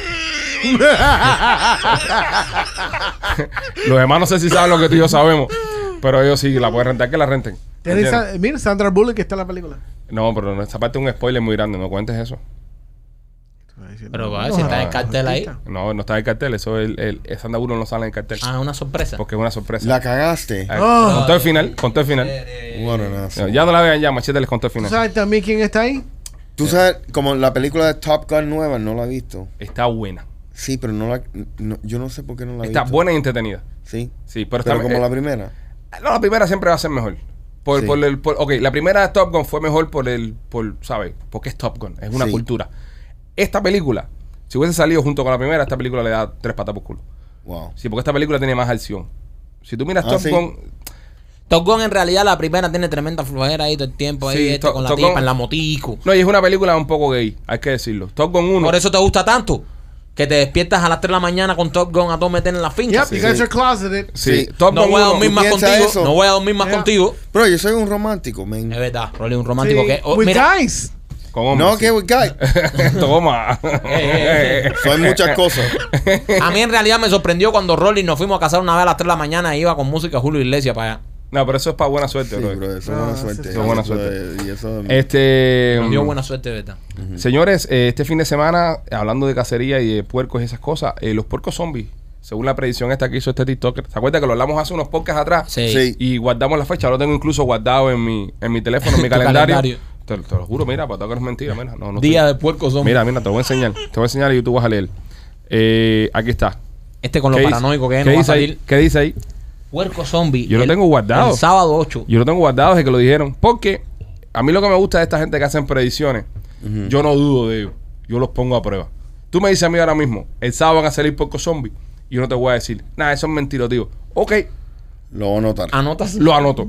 Speaker 1: Los demás no sé si saben lo que tú y yo sabemos. Pero ellos sí la pueden rentar, que la renten.
Speaker 4: Tiene
Speaker 1: ¿Entiendes?
Speaker 4: Sa- mira, Sandra Bullock que está en la película.
Speaker 1: No, pero no, esta parte es un spoiler muy grande. No cuentes eso.
Speaker 7: Pero va, si está en cartel ahí.
Speaker 1: No, no está en el cartel. Eso es el, el, el Sandra Bullock no sale en el cartel.
Speaker 7: Ah, una sorpresa.
Speaker 1: Porque es una sorpresa.
Speaker 5: La cagaste.
Speaker 1: Ah,
Speaker 4: Oh.
Speaker 1: contó el final, contó el final.
Speaker 7: Eh,
Speaker 5: Bueno, nada.
Speaker 1: No, ya no la vean ya, machete les contó el
Speaker 4: ¿Tú
Speaker 1: final.
Speaker 4: sabes también quién está ahí?
Speaker 5: Tú sabes, como la película de Top Gun nueva, no la he visto.
Speaker 1: Está buena.
Speaker 5: Sí, pero no la. no- yo no sé por qué no la he
Speaker 1: Está
Speaker 5: visto.
Speaker 1: buena y entretenida.
Speaker 5: Sí.
Speaker 1: Sí, pero,
Speaker 5: Pero
Speaker 1: está
Speaker 5: como
Speaker 1: eh,
Speaker 5: la primera.
Speaker 1: No, la primera siempre va a ser mejor. Por,
Speaker 5: Sí.
Speaker 1: por el, por- ok, la primera de Top Gun fue mejor por el, por, ¿sabes? Porque es Top Gun, es una
Speaker 5: Sí.
Speaker 1: cultura. Esta película, si hubiese salido junto con la primera, esta película le da tres patas por culo.
Speaker 5: Wow.
Speaker 1: Sí, porque esta película tiene más acción. Si tú miras
Speaker 5: Ah,
Speaker 1: Top
Speaker 5: sí.
Speaker 1: Gun,
Speaker 7: Top Gun en realidad la primera tiene tremenda flojera ahí todo el tiempo ahí
Speaker 1: Sí,
Speaker 7: este,
Speaker 1: Top-
Speaker 7: con la
Speaker 1: Top
Speaker 7: tipa
Speaker 1: Gun-
Speaker 7: en la motico.
Speaker 1: no, y es una película un poco gay, hay que decirlo. Top Gun 1,
Speaker 7: Por eso te gusta tanto. Que te despiertas a las 3 de la mañana con Top Gun a todo meter en la finca.
Speaker 4: Yep, you guys are closeted.
Speaker 1: sí,
Speaker 5: Sí.
Speaker 1: Top
Speaker 7: No
Speaker 1: Gun
Speaker 7: voy a
Speaker 1: 1,
Speaker 7: dormir más
Speaker 5: piensa
Speaker 7: contigo.
Speaker 5: eso?
Speaker 7: No voy a dormir más
Speaker 4: Yeah.
Speaker 7: contigo.
Speaker 5: Bro, yo soy un romántico,
Speaker 7: Es
Speaker 5: man.
Speaker 7: verdad, Rolly es un romántico
Speaker 4: Sí.
Speaker 7: que. oh,
Speaker 4: With
Speaker 7: mira,
Speaker 4: guys.
Speaker 1: con hombres,
Speaker 5: No, Eh,
Speaker 1: sí.
Speaker 5: que guy.
Speaker 1: Toma.
Speaker 7: eh,
Speaker 5: Soy muchas cosas.
Speaker 7: a mí en realidad me sorprendió cuando Rolly nos fuimos a casar una vez a las 3 de la mañana y iba con música de Julio Iglesias para allá.
Speaker 1: No, pero eso es para buena suerte,
Speaker 5: Sí,
Speaker 1: bro.
Speaker 5: bro, eso es
Speaker 4: Ah,
Speaker 5: buena
Speaker 4: sí,
Speaker 5: suerte.
Speaker 4: sí.
Speaker 1: Eso es buena
Speaker 5: Eso
Speaker 1: suerte.
Speaker 5: es- y eso-
Speaker 1: Este.
Speaker 7: Nos dio buena suerte, ¿verdad?
Speaker 1: Señores, eh, este fin de semana, hablando de cacería y de puercos y esas cosas, eh, los puercos zombies, según la predicción esta que hizo este TikToker, ¿se acuerda que lo hablamos hace unos podcasts atrás?
Speaker 7: Sí.
Speaker 5: Sí.
Speaker 1: Y guardamos la fecha, lo tengo incluso guardado en mi, en mi teléfono, en mi
Speaker 7: Tu
Speaker 1: calendario.
Speaker 7: calendario.
Speaker 1: Te, te lo juro, mira, para todo que no es mentira, mira. No, no
Speaker 7: Día
Speaker 1: estoy-
Speaker 7: de puerco zombie.
Speaker 1: Mira, mira, te lo voy a enseñar. Te voy a enseñar y tú vas a leer. Eh, aquí está.
Speaker 7: Este con lo
Speaker 1: ¿Qué dice-
Speaker 7: paranoico que es,
Speaker 1: ¿qué
Speaker 7: no va a
Speaker 1: dice ahí?
Speaker 7: salir.
Speaker 1: ¿Qué dice ahí?
Speaker 7: Puerco zombie.
Speaker 1: Yo lo
Speaker 7: el-
Speaker 1: tengo guardado.
Speaker 7: El sábado 8.
Speaker 1: Yo lo tengo guardado desde que lo dijeron. Porque a mí lo que me gusta de esta gente que hacen predicciones, yo no dudo de ellos. Yo los pongo a prueba. Tú me dices a mí ahora mismo, el sábado van a salir pocos zombies. Y yo no te voy a decir, nada, eso es mentira, tío. Ok,
Speaker 5: Lo voy a notar.
Speaker 7: Anotas.
Speaker 1: lo anoto.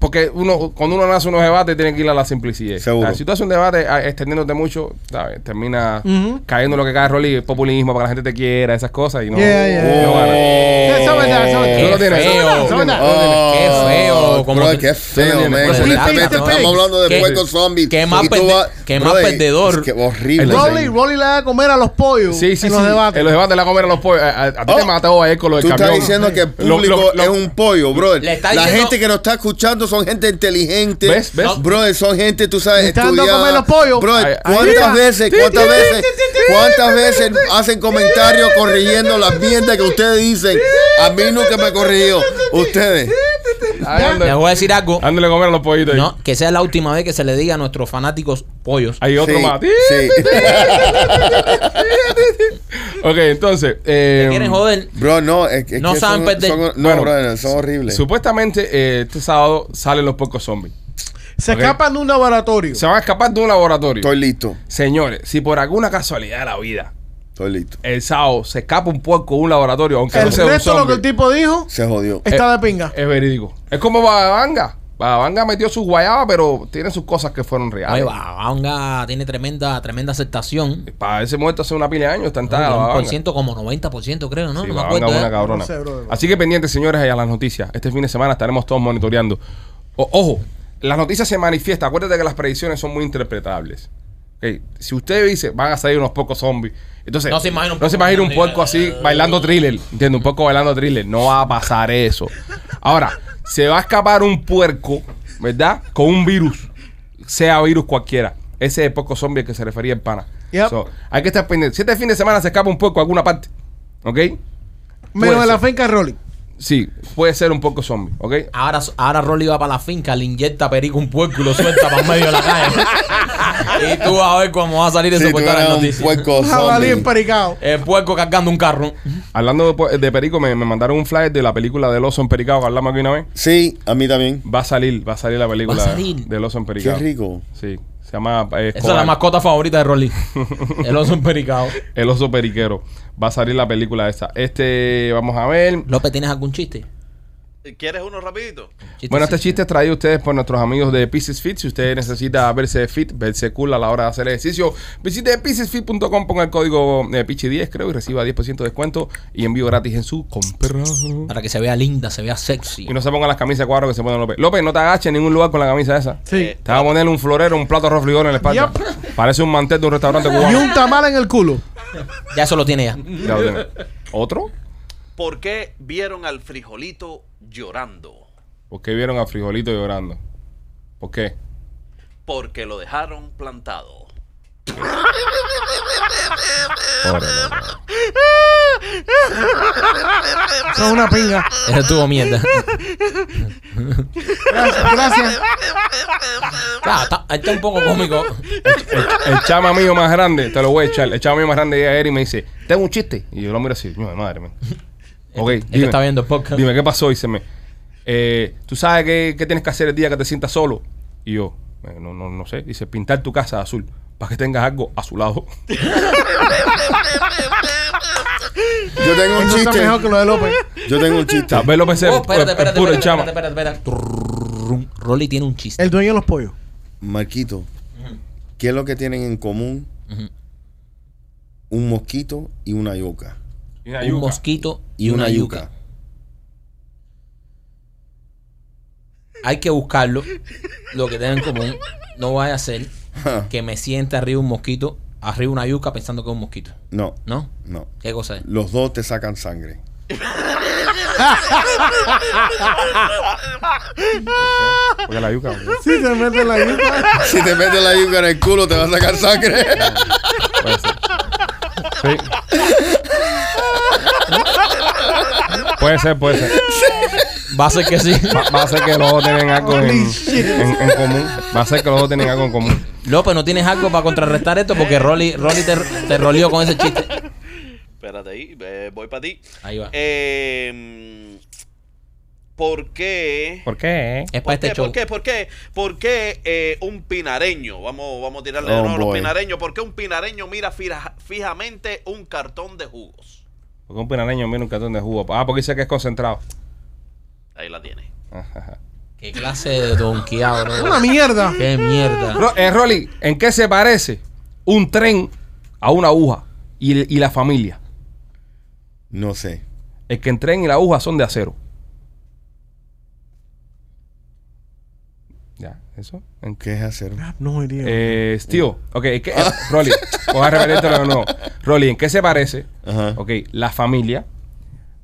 Speaker 1: Porque uno cuando uno nace unos debates, tiene que ir a la simplicidad.
Speaker 5: Seguro.
Speaker 1: O sea, Si tú haces un debate ah, extendiéndote mucho, ¿sabes? termina
Speaker 4: Ujú.
Speaker 1: cayendo lo que cae Rolly, populismo para que la gente te quiera, esas cosas. Y no,
Speaker 4: Yeah, yeah.
Speaker 1: no gana.
Speaker 4: Eso es verdad, eso es
Speaker 1: Tú
Speaker 4: verdad.
Speaker 1: lo tienes.
Speaker 7: feo.
Speaker 1: Eso es verdad.
Speaker 5: Oh,
Speaker 7: Qué feo, como
Speaker 5: brother,
Speaker 7: que-
Speaker 5: qué feo,
Speaker 1: Brother,
Speaker 5: man.
Speaker 1: brother,
Speaker 5: Honestamente,
Speaker 4: brother,
Speaker 5: Estamos
Speaker 4: brother.
Speaker 5: hablando de
Speaker 7: Qué-
Speaker 5: puercos zombies.
Speaker 7: qué más
Speaker 5: Y tú
Speaker 7: perde-
Speaker 5: vas-
Speaker 7: qué más
Speaker 5: brother,
Speaker 7: perdedor.
Speaker 5: Qué horrible.
Speaker 1: Entonces,
Speaker 4: Rolly, Rolly le da de comer a los pollos
Speaker 1: Sí, sí,
Speaker 4: en
Speaker 1: sí.
Speaker 4: los debates.
Speaker 1: En los debates la comer a los pollos. A, a- a ti
Speaker 5: Oh.
Speaker 1: te mató ayer con lo del
Speaker 5: Tú estás
Speaker 1: camión.
Speaker 5: diciendo que el
Speaker 1: Lo-
Speaker 5: público
Speaker 1: lo- lo-
Speaker 5: es un pollo, brother.
Speaker 7: Le está
Speaker 5: la
Speaker 7: diciendo-
Speaker 5: gente que nos está escuchando son gente inteligente.
Speaker 1: ¿Ves? ¿Ves?
Speaker 5: Brother, son gente, tú sabes,
Speaker 4: Le está dando a
Speaker 5: estudiada.
Speaker 4: comer los pollos.
Speaker 5: Brother,
Speaker 1: Ay,
Speaker 5: ¿cuántas
Speaker 4: ay.
Speaker 5: veces, cuántas veces, cuántas veces hacen comentarios corrigiendo las mierdas que ustedes dicen? A mí nunca me corrigió. Ustedes.
Speaker 1: Ay,
Speaker 7: Les
Speaker 1: ándale,
Speaker 7: voy a decir algo.
Speaker 1: ándale a comer a los pollitos. ahí.
Speaker 7: No, que sea la última vez que se le diga a nuestros fanáticos pollos.
Speaker 1: Hay otro
Speaker 5: Sí,
Speaker 1: más.
Speaker 5: sí.
Speaker 1: Ok, entonces. eh,
Speaker 7: ¿Quieren joder?
Speaker 5: Bro, no, es, que- es
Speaker 7: No
Speaker 5: que
Speaker 7: saben pues,
Speaker 5: son-
Speaker 7: perder.
Speaker 5: son- no,
Speaker 1: Bueno,
Speaker 5: brother, son horribles.
Speaker 1: Supuestamente eh, este sábado salen los pocos zombies.
Speaker 4: Se
Speaker 1: Ok.
Speaker 4: escapan de un laboratorio.
Speaker 1: Se van a escapar de un laboratorio.
Speaker 5: Estoy listo,
Speaker 1: Señores, si por alguna casualidad de la vida
Speaker 5: estoy listo.
Speaker 1: el sábado se escapa un puerco de un laboratorio, aunque no
Speaker 4: El
Speaker 1: sea un
Speaker 4: resto de lo que
Speaker 1: zombie, Eh,
Speaker 4: el tipo dijo
Speaker 5: Se jodió.
Speaker 4: está de pinga.
Speaker 1: es verídico. Es como Babanga. Babanga metió sus guayabas, pero tiene sus cosas que fueron
Speaker 7: Oye,
Speaker 1: reales.
Speaker 7: Babanga tiene tremenda, tremenda aceptación.
Speaker 1: Para ese muerto hace una pila de años, está
Speaker 7: Tiene
Speaker 1: entrada.
Speaker 7: un
Speaker 1: Babanga.
Speaker 7: por ciento como 90% creo, ¿no?
Speaker 1: Sí,
Speaker 7: no me
Speaker 1: va,
Speaker 7: acuerdo.
Speaker 1: venga,
Speaker 7: ¿eh?
Speaker 1: buena cabrona.
Speaker 4: No sé, brother.
Speaker 1: Así que pendientes, señores, ahí a las noticias. Este fin de semana estaremos todos monitoreando. O- ojo, las noticias se manifiestan. Acuérdate que las predicciones son muy interpretables. Ok, Si usted dice, van a salir unos pocos zombies. Entonces,
Speaker 7: No se imagina un
Speaker 1: no se
Speaker 7: puerco
Speaker 1: imagina un
Speaker 7: bailando
Speaker 1: puerco así bailando thriller. Entiendo, un poco bailando thriller. No va a pasar eso. Ahora, se va a escapar un puerco, ¿verdad? Con un virus. Sea virus cualquiera. Ese es el puerco zombie al que se refería el pana.
Speaker 4: Yep.
Speaker 1: So, hay que estar pendiente. Si este fin de semana se escapa un puerco a alguna parte, ¿ok?
Speaker 4: Menos
Speaker 1: Puede
Speaker 4: de la
Speaker 1: ser.
Speaker 4: finca de Rolly.
Speaker 1: Sí, puede ser un poco zombie, ¿ok?
Speaker 7: Ahora, ahora Rolly va para la finca, le inyecta perico un puerco y lo suelta para medio de la calle. y tú vas a ver cómo va a salir eso
Speaker 5: Sí,
Speaker 7: por
Speaker 5: tú
Speaker 7: todas las
Speaker 5: eres un
Speaker 7: noticias.
Speaker 4: Ah,
Speaker 5: puerco
Speaker 4: Jabalí
Speaker 5: zombie.
Speaker 4: empericado.
Speaker 7: El puerco cargando un carro.
Speaker 1: Hablando de, po- de Perico, me, me mandaron un flyer de la película del oso en Pericado que hablamos aquí una vez.
Speaker 5: Sí, a mí también.
Speaker 1: Va a salir, va a salir la película
Speaker 7: Va a salir.
Speaker 1: del oso en
Speaker 5: Qué
Speaker 1: Pericado.
Speaker 5: rico.
Speaker 1: Sí, se llama eh,
Speaker 7: Esa es la
Speaker 1: Escobar,
Speaker 7: mascota favorita de Rolly. El oso empericado.
Speaker 1: El oso periquero. Va a salir la película esta. Este, vamos a ver.
Speaker 7: López, ¿tienes algún chiste?
Speaker 6: ¿Quieres uno rapidito?
Speaker 1: Bueno, este
Speaker 7: sí.
Speaker 1: chiste es traído a ustedes por nuestros amigos de Pieces Fit. Si usted necesita verse fit, verse cool a la hora de hacer ejercicio, visite piecesfit.com, ponga el código eh, PICHI10, creo, y reciba 10% de descuento y envío gratis en su compra.
Speaker 7: Para que se vea linda, se vea sexy.
Speaker 1: Y no se pongan las camisas de cuadro que se ponen López. López, no te agaches en ningún lugar con la camisa esa.
Speaker 4: Sí.
Speaker 1: Te va a poner un florero, un plato de arroz frijol en la espalda. Parece un mantel de un restaurante
Speaker 4: Y
Speaker 1: cubano.
Speaker 4: un tamal en el culo.
Speaker 7: Ya eso lo tiene ya.
Speaker 1: Ya lo tiene. ¿Otro?
Speaker 6: ¿Por qué vieron al frijolito llorando?
Speaker 1: ¿Por qué vieron a Frijolito llorando? ¿Por qué?
Speaker 6: Porque lo dejaron plantado.
Speaker 1: Pobre, no, no.
Speaker 4: Eso es una pinga.
Speaker 7: Eso estuvo mierda.
Speaker 4: Gracias, gracias.
Speaker 7: Claro, está, está un poco cómico.
Speaker 1: El chama mío más grande, te lo voy a echar. El chama mío más grande llega ayer y me dice, tengo un chiste. Y yo lo miro así, "Ño, de madre mía. Ok,
Speaker 7: Él te Este está viendo el podcast.
Speaker 1: Dime, ¿qué pasó? Y se me, "Eh, ¿tú sabes qué, qué tienes que hacer el día que te sientas solo? Y yo, "Eh, no, no, no sé. Dice, pintar tu casa de azul para que tengas algo azulado.
Speaker 5: Yo tengo un
Speaker 4: Eso está
Speaker 5: chiste.
Speaker 4: mejor que lo de López.
Speaker 5: Yo tengo un chiste.
Speaker 1: Tal vez lo pensé,
Speaker 7: Oh,
Speaker 1: es- es
Speaker 7: espérate, espérate,
Speaker 1: puro
Speaker 7: espérate,
Speaker 1: el chama.
Speaker 7: espérate, espérate, espérate. Turrum. Rolly tiene un chiste.
Speaker 4: El dueño de los pollos.
Speaker 5: Marquito, ¿qué es lo que tienen en común
Speaker 7: Ujú.
Speaker 5: un mosquito y una yuca?
Speaker 1: Y una
Speaker 7: Un
Speaker 1: yuca.
Speaker 7: mosquito y una yuca. Hay que buscarlo. Lo que tienen en común. No vaya a ser
Speaker 5: Ja,
Speaker 7: que me siente arriba un mosquito, arriba una yuca pensando que es un mosquito.
Speaker 5: No,
Speaker 7: ¿No?
Speaker 5: no.
Speaker 7: ¿Qué cosa es?
Speaker 5: Los dos te sacan sangre.
Speaker 1: Porque la yuca. porque-
Speaker 4: Sí, se mete la yuca.
Speaker 5: Si te metes la yuca en el culo, te va a sacar sangre.
Speaker 1: Puede ser. Sí. Puede ser, puede ser.
Speaker 7: Va a ser que sí.
Speaker 1: Va, va a ser que los dos tienen algo en,
Speaker 4: Holy shit.
Speaker 1: en- en común. Va a ser que los dos tienen algo en común.
Speaker 7: López, ¿no tienes algo para contrarrestar esto? Porque Rolly, Rolly te, te roleó con ese chiste.
Speaker 6: Espérate ahí, eh, voy para ti.
Speaker 7: Ahí va.
Speaker 6: Eh, mm, ¿Por qué?
Speaker 1: ¿Por qué?
Speaker 7: Es para
Speaker 6: ¿Por
Speaker 7: este
Speaker 6: qué?
Speaker 7: show.
Speaker 6: ¿Por qué? ¿Por qué? ¿Por qué eh, un pinareño? Vamos, vamos a tirarle de
Speaker 5: Oh,
Speaker 6: nuevo a los
Speaker 5: boy.
Speaker 6: pinareños. ¿Por qué un pinareño mira fija- fijamente un cartón de jugos?
Speaker 1: Porque un pinareño mira un cartón de jugo. Ah, porque dice que es concentrado.
Speaker 6: Ahí la tiene.
Speaker 1: Ajá.
Speaker 7: ¿Qué clase de donkeado,
Speaker 4: Una
Speaker 7: bro?
Speaker 4: mierda.
Speaker 7: Qué mierda.
Speaker 1: Ro- eh, Rolly, ¿en qué se parece un tren a una aguja y, y la familia?
Speaker 5: No sé.
Speaker 1: Es que el tren y la aguja son de acero. Ya, eso. ¿En qué?
Speaker 5: ¿Qué es hacer?
Speaker 4: No, idea.
Speaker 1: Eh, tío, ok, es que, eh, Rolly, voy a repetírtelo de nuevo. Rolly, ¿en qué se parece?
Speaker 5: Ajá.
Speaker 1: Ok, la familia,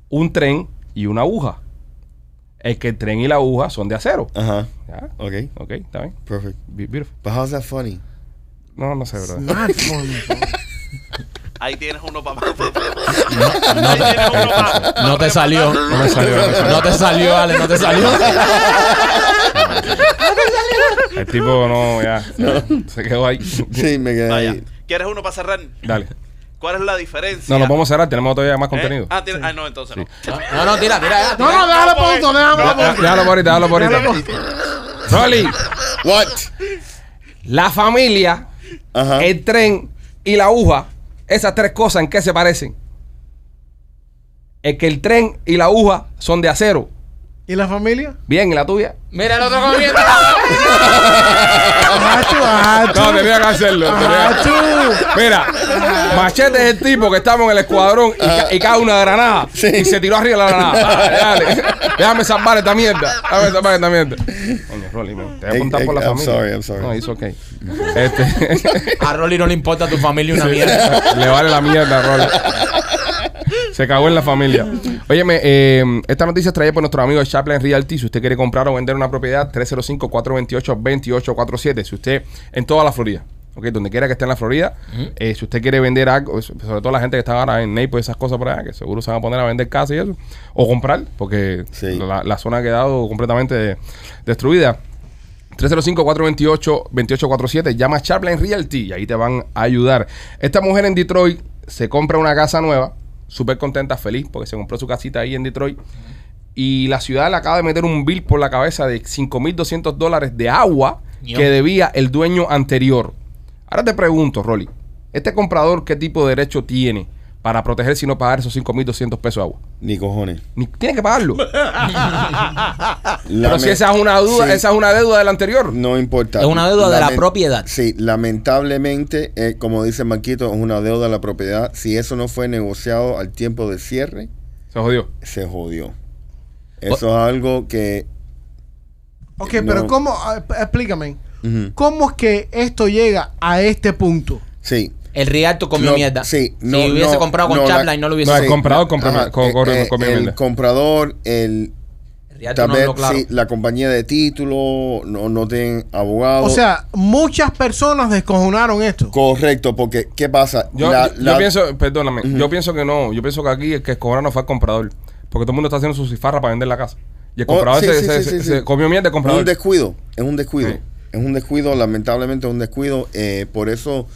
Speaker 1: un tren y una aguja. Es que el tren y la aguja son de acero.
Speaker 5: Ajá.
Speaker 1: Ya,
Speaker 5: Ok.
Speaker 1: ok, está bien.
Speaker 5: Perfect.
Speaker 1: Be- Beautiful.
Speaker 5: But how's that funny?
Speaker 1: No, no sé, brother.
Speaker 4: Smartphone.
Speaker 6: Ahí tienes uno para más. Ahí tienes uno pa-
Speaker 7: No te salió.
Speaker 1: No me salió. no me salió.
Speaker 7: No te salió, Ale, no te salió.
Speaker 1: El tipo no, ya. Se quedó ahí.
Speaker 5: Sí, me quedé
Speaker 6: Vaya.
Speaker 5: ahí.
Speaker 6: ¿Quieres uno para cerrar?
Speaker 1: Dale.
Speaker 6: ¿Cuál es la diferencia?
Speaker 1: No, lo podemos cerrar. Tenemos todavía más
Speaker 6: ¿Eh?
Speaker 1: contenido.
Speaker 6: Ah, tiene- ah, no, entonces no.
Speaker 7: No, no, tira, tira. ya,
Speaker 4: No, no,
Speaker 7: tira.
Speaker 4: déjalo punto, déjalo
Speaker 1: Ya- ya-
Speaker 4: punto.
Speaker 1: Déjalo por ahorita, déjalo por ahorita. Rolly,
Speaker 5: What?
Speaker 1: la familia,
Speaker 5: Ajá.
Speaker 1: el tren y la aguja, esas tres cosas, ¿en qué se parecen? Es que el tren y la aguja son de acero.
Speaker 4: ¿Y la familia?
Speaker 1: Bien, ¿y la tuya?
Speaker 7: Mira el otro comiendo.
Speaker 4: Achu, achu,
Speaker 1: No, tenía que hacerlo. tenía-
Speaker 4: achu.
Speaker 1: Mira, Machete es el tipo que estamos en el escuadrón y, ca- y cae una granada y se tiró arriba la granada. Dale, dale. Déjame salvar esta mierda. Déjame salvar esta mierda. Coño, Rolly, man, te voy a apuntar por la
Speaker 5: I'm
Speaker 1: familia.
Speaker 5: sorry, I'm sorry.
Speaker 1: No, it's okay. Este,
Speaker 7: A Rolly no le importa tu familia una mierda.
Speaker 1: le vale la mierda, Rolly. Se cagó en la familia. Óyeme, eh, esta noticia es traída por nuestro amigo de Chaplin Realty. Si usted quiere comprar o vender una propiedad, 305-428-2847. Si usted en toda la Florida. ok, donde quiera que esté en la Florida. Eh, si usted quiere vender algo, so- sobre todo la gente que está ahora en Naples, esas cosas por allá, que seguro se van a poner a vender casas y eso, o comprar, porque
Speaker 5: Sí.
Speaker 1: la, la zona ha quedado completamente destruida. 305-428-2847. Llama a Chapline Realty y ahí te van a ayudar. Esta mujer en Detroit se compra una casa nueva, súper contenta, feliz, porque se compró su casita ahí en Detroit. Y la ciudad le acaba de meter un bill por la cabeza de 5.200 dólares de agua
Speaker 7: Yo.
Speaker 1: que debía el dueño anterior. Ahora te pregunto, Rolly, ¿este comprador qué tipo de derecho tiene para proteger si no pagar esos 5.200 pesos de agua?
Speaker 5: Ni cojones.
Speaker 1: Ni- tiene que pagarlo.
Speaker 5: La
Speaker 1: Pero si
Speaker 5: me-
Speaker 1: esa es una duda,
Speaker 5: Sí,
Speaker 1: esa es una deuda del anterior.
Speaker 5: No importa.
Speaker 7: Es una deuda de la
Speaker 5: Lamen-
Speaker 7: propiedad.
Speaker 5: Sí, lamentablemente, eh, como dice Marquito, es una deuda de la propiedad. Si eso no fue negociado al tiempo de cierre,
Speaker 1: Se jodió.
Speaker 5: se jodió.
Speaker 7: Pues-
Speaker 5: Eso es algo que...
Speaker 4: Ok,
Speaker 5: No.
Speaker 4: pero ¿cómo? ah, Explícame.
Speaker 5: Ujú.
Speaker 4: ¿Cómo es que esto llega a este punto?
Speaker 5: Sí.
Speaker 7: El Rialto comió
Speaker 5: No,
Speaker 7: mierda.
Speaker 5: Sí, no,
Speaker 7: si hubiese
Speaker 5: no,
Speaker 7: comprado con
Speaker 5: no, la-
Speaker 7: Chapline, no lo hubiese
Speaker 1: No, el
Speaker 5: sí,
Speaker 7: comprado.
Speaker 1: comprador
Speaker 5: la-
Speaker 1: compra-
Speaker 5: ajá,
Speaker 1: co-
Speaker 5: eh,
Speaker 1: corre-
Speaker 5: eh,
Speaker 1: come
Speaker 5: El
Speaker 1: mierda.
Speaker 5: comprador, el...
Speaker 7: El Rialto
Speaker 5: Tal
Speaker 7: no
Speaker 5: vez
Speaker 7: habló claro.
Speaker 5: sí, la compañía de título, no, no tienen abogado.
Speaker 4: O sea, muchas personas descojonaron esto.
Speaker 5: Correcto, porque ¿qué pasa?
Speaker 1: Yo,
Speaker 5: La-
Speaker 1: yo- yo
Speaker 5: la-
Speaker 1: pienso, perdóname, yo pienso que no, yo pienso que aquí el que escobró no fue el comprador, porque todo el mundo está haciendo su cifarra para vender la casa. Y el
Speaker 5: Oh,
Speaker 1: comprador
Speaker 5: sí,
Speaker 1: se,
Speaker 5: sí,
Speaker 1: se-
Speaker 5: sí,
Speaker 1: se-
Speaker 5: sí,
Speaker 1: se
Speaker 5: sí.
Speaker 1: comió mierda el
Speaker 5: Es un
Speaker 1: comprador.
Speaker 5: descuido, es un descuido.
Speaker 1: Sí.
Speaker 5: Es un descuido, lamentablemente es un descuido. eh, por eso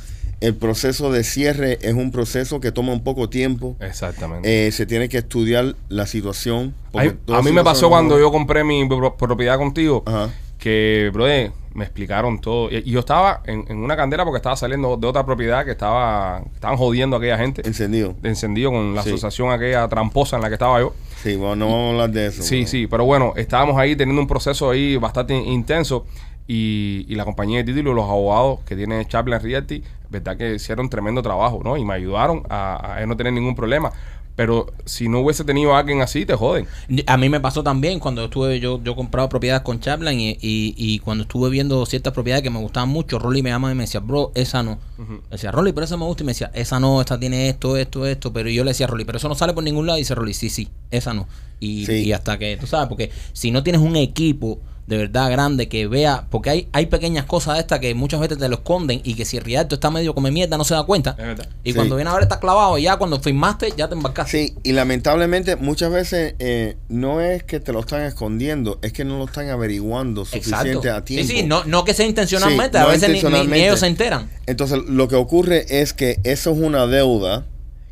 Speaker 5: el proceso de cierre es un proceso que toma un poco tiempo.
Speaker 1: Exactamente.
Speaker 5: Eh, se tiene que estudiar la situación. porque
Speaker 1: Ahí-
Speaker 5: toda
Speaker 1: a mí me
Speaker 5: situación
Speaker 1: pasó
Speaker 5: es
Speaker 1: cuando
Speaker 5: una-
Speaker 1: yo compré mi pro- propiedad contigo,
Speaker 5: Ajá.
Speaker 1: que, brother, me explicaron todo. Y y yo estaba en, en una candela porque estaba saliendo de otra propiedad que estaba, estaban jodiendo a aquella gente,
Speaker 5: Encendido.
Speaker 1: de encendido con la
Speaker 5: Sí.
Speaker 1: asociación aquella tramposa en la que estaba yo.
Speaker 5: Sí, bueno, no vamos a hablar de eso.
Speaker 1: Sí,
Speaker 5: bueno.
Speaker 1: sí, pero bueno, estábamos ahí teniendo un proceso ahí bastante in- intenso y, y la compañía de títulos, los abogados que tiene Chaplin Realty, verdad que hicieron tremendo trabajo, ¿no? Y me ayudaron a, a no tener ningún problema. Pero si no hubiese tenido a alguien así, te joden.
Speaker 7: A mí me pasó también cuando estuve, yo, yo compraba propiedades con Chaplan y, y- y cuando estuve viendo ciertas propiedades que me gustaban mucho, Rolly me llama y me decía, bro, esa no. Me decía, Rolly, pero esa me gusta. Y me decía, esa no, esta tiene esto, esto, esto. Pero yo le decía a Rolly, pero eso no sale por ningún lado. Y dice Rolly, sí, sí, esa no. Y,
Speaker 5: Sí.
Speaker 7: y hasta que, tú sabes, porque si no tienes un equipo de verdad grande que vea, porque hay, hay pequeñas cosas de estas que muchas veces te lo esconden y que si el Rialto está medio come mierda no se da cuenta.
Speaker 1: Es verdad.
Speaker 7: Y
Speaker 5: Eh, Sí.
Speaker 7: cuando viene a ver está clavado y ya cuando firmaste ya te embarcaste.
Speaker 5: Sí, y lamentablemente muchas veces eh, no es que te lo están escondiendo, es que no lo están averiguando suficiente a tiempo.
Speaker 7: Sí, sí, no, no que sea intencionalmente,
Speaker 5: Sí,
Speaker 7: a
Speaker 5: no
Speaker 7: veces ni- ni- Ni,
Speaker 5: intencionalmente.
Speaker 7: ellos se enteran.
Speaker 5: Entonces, lo que ocurre es que eso es una deuda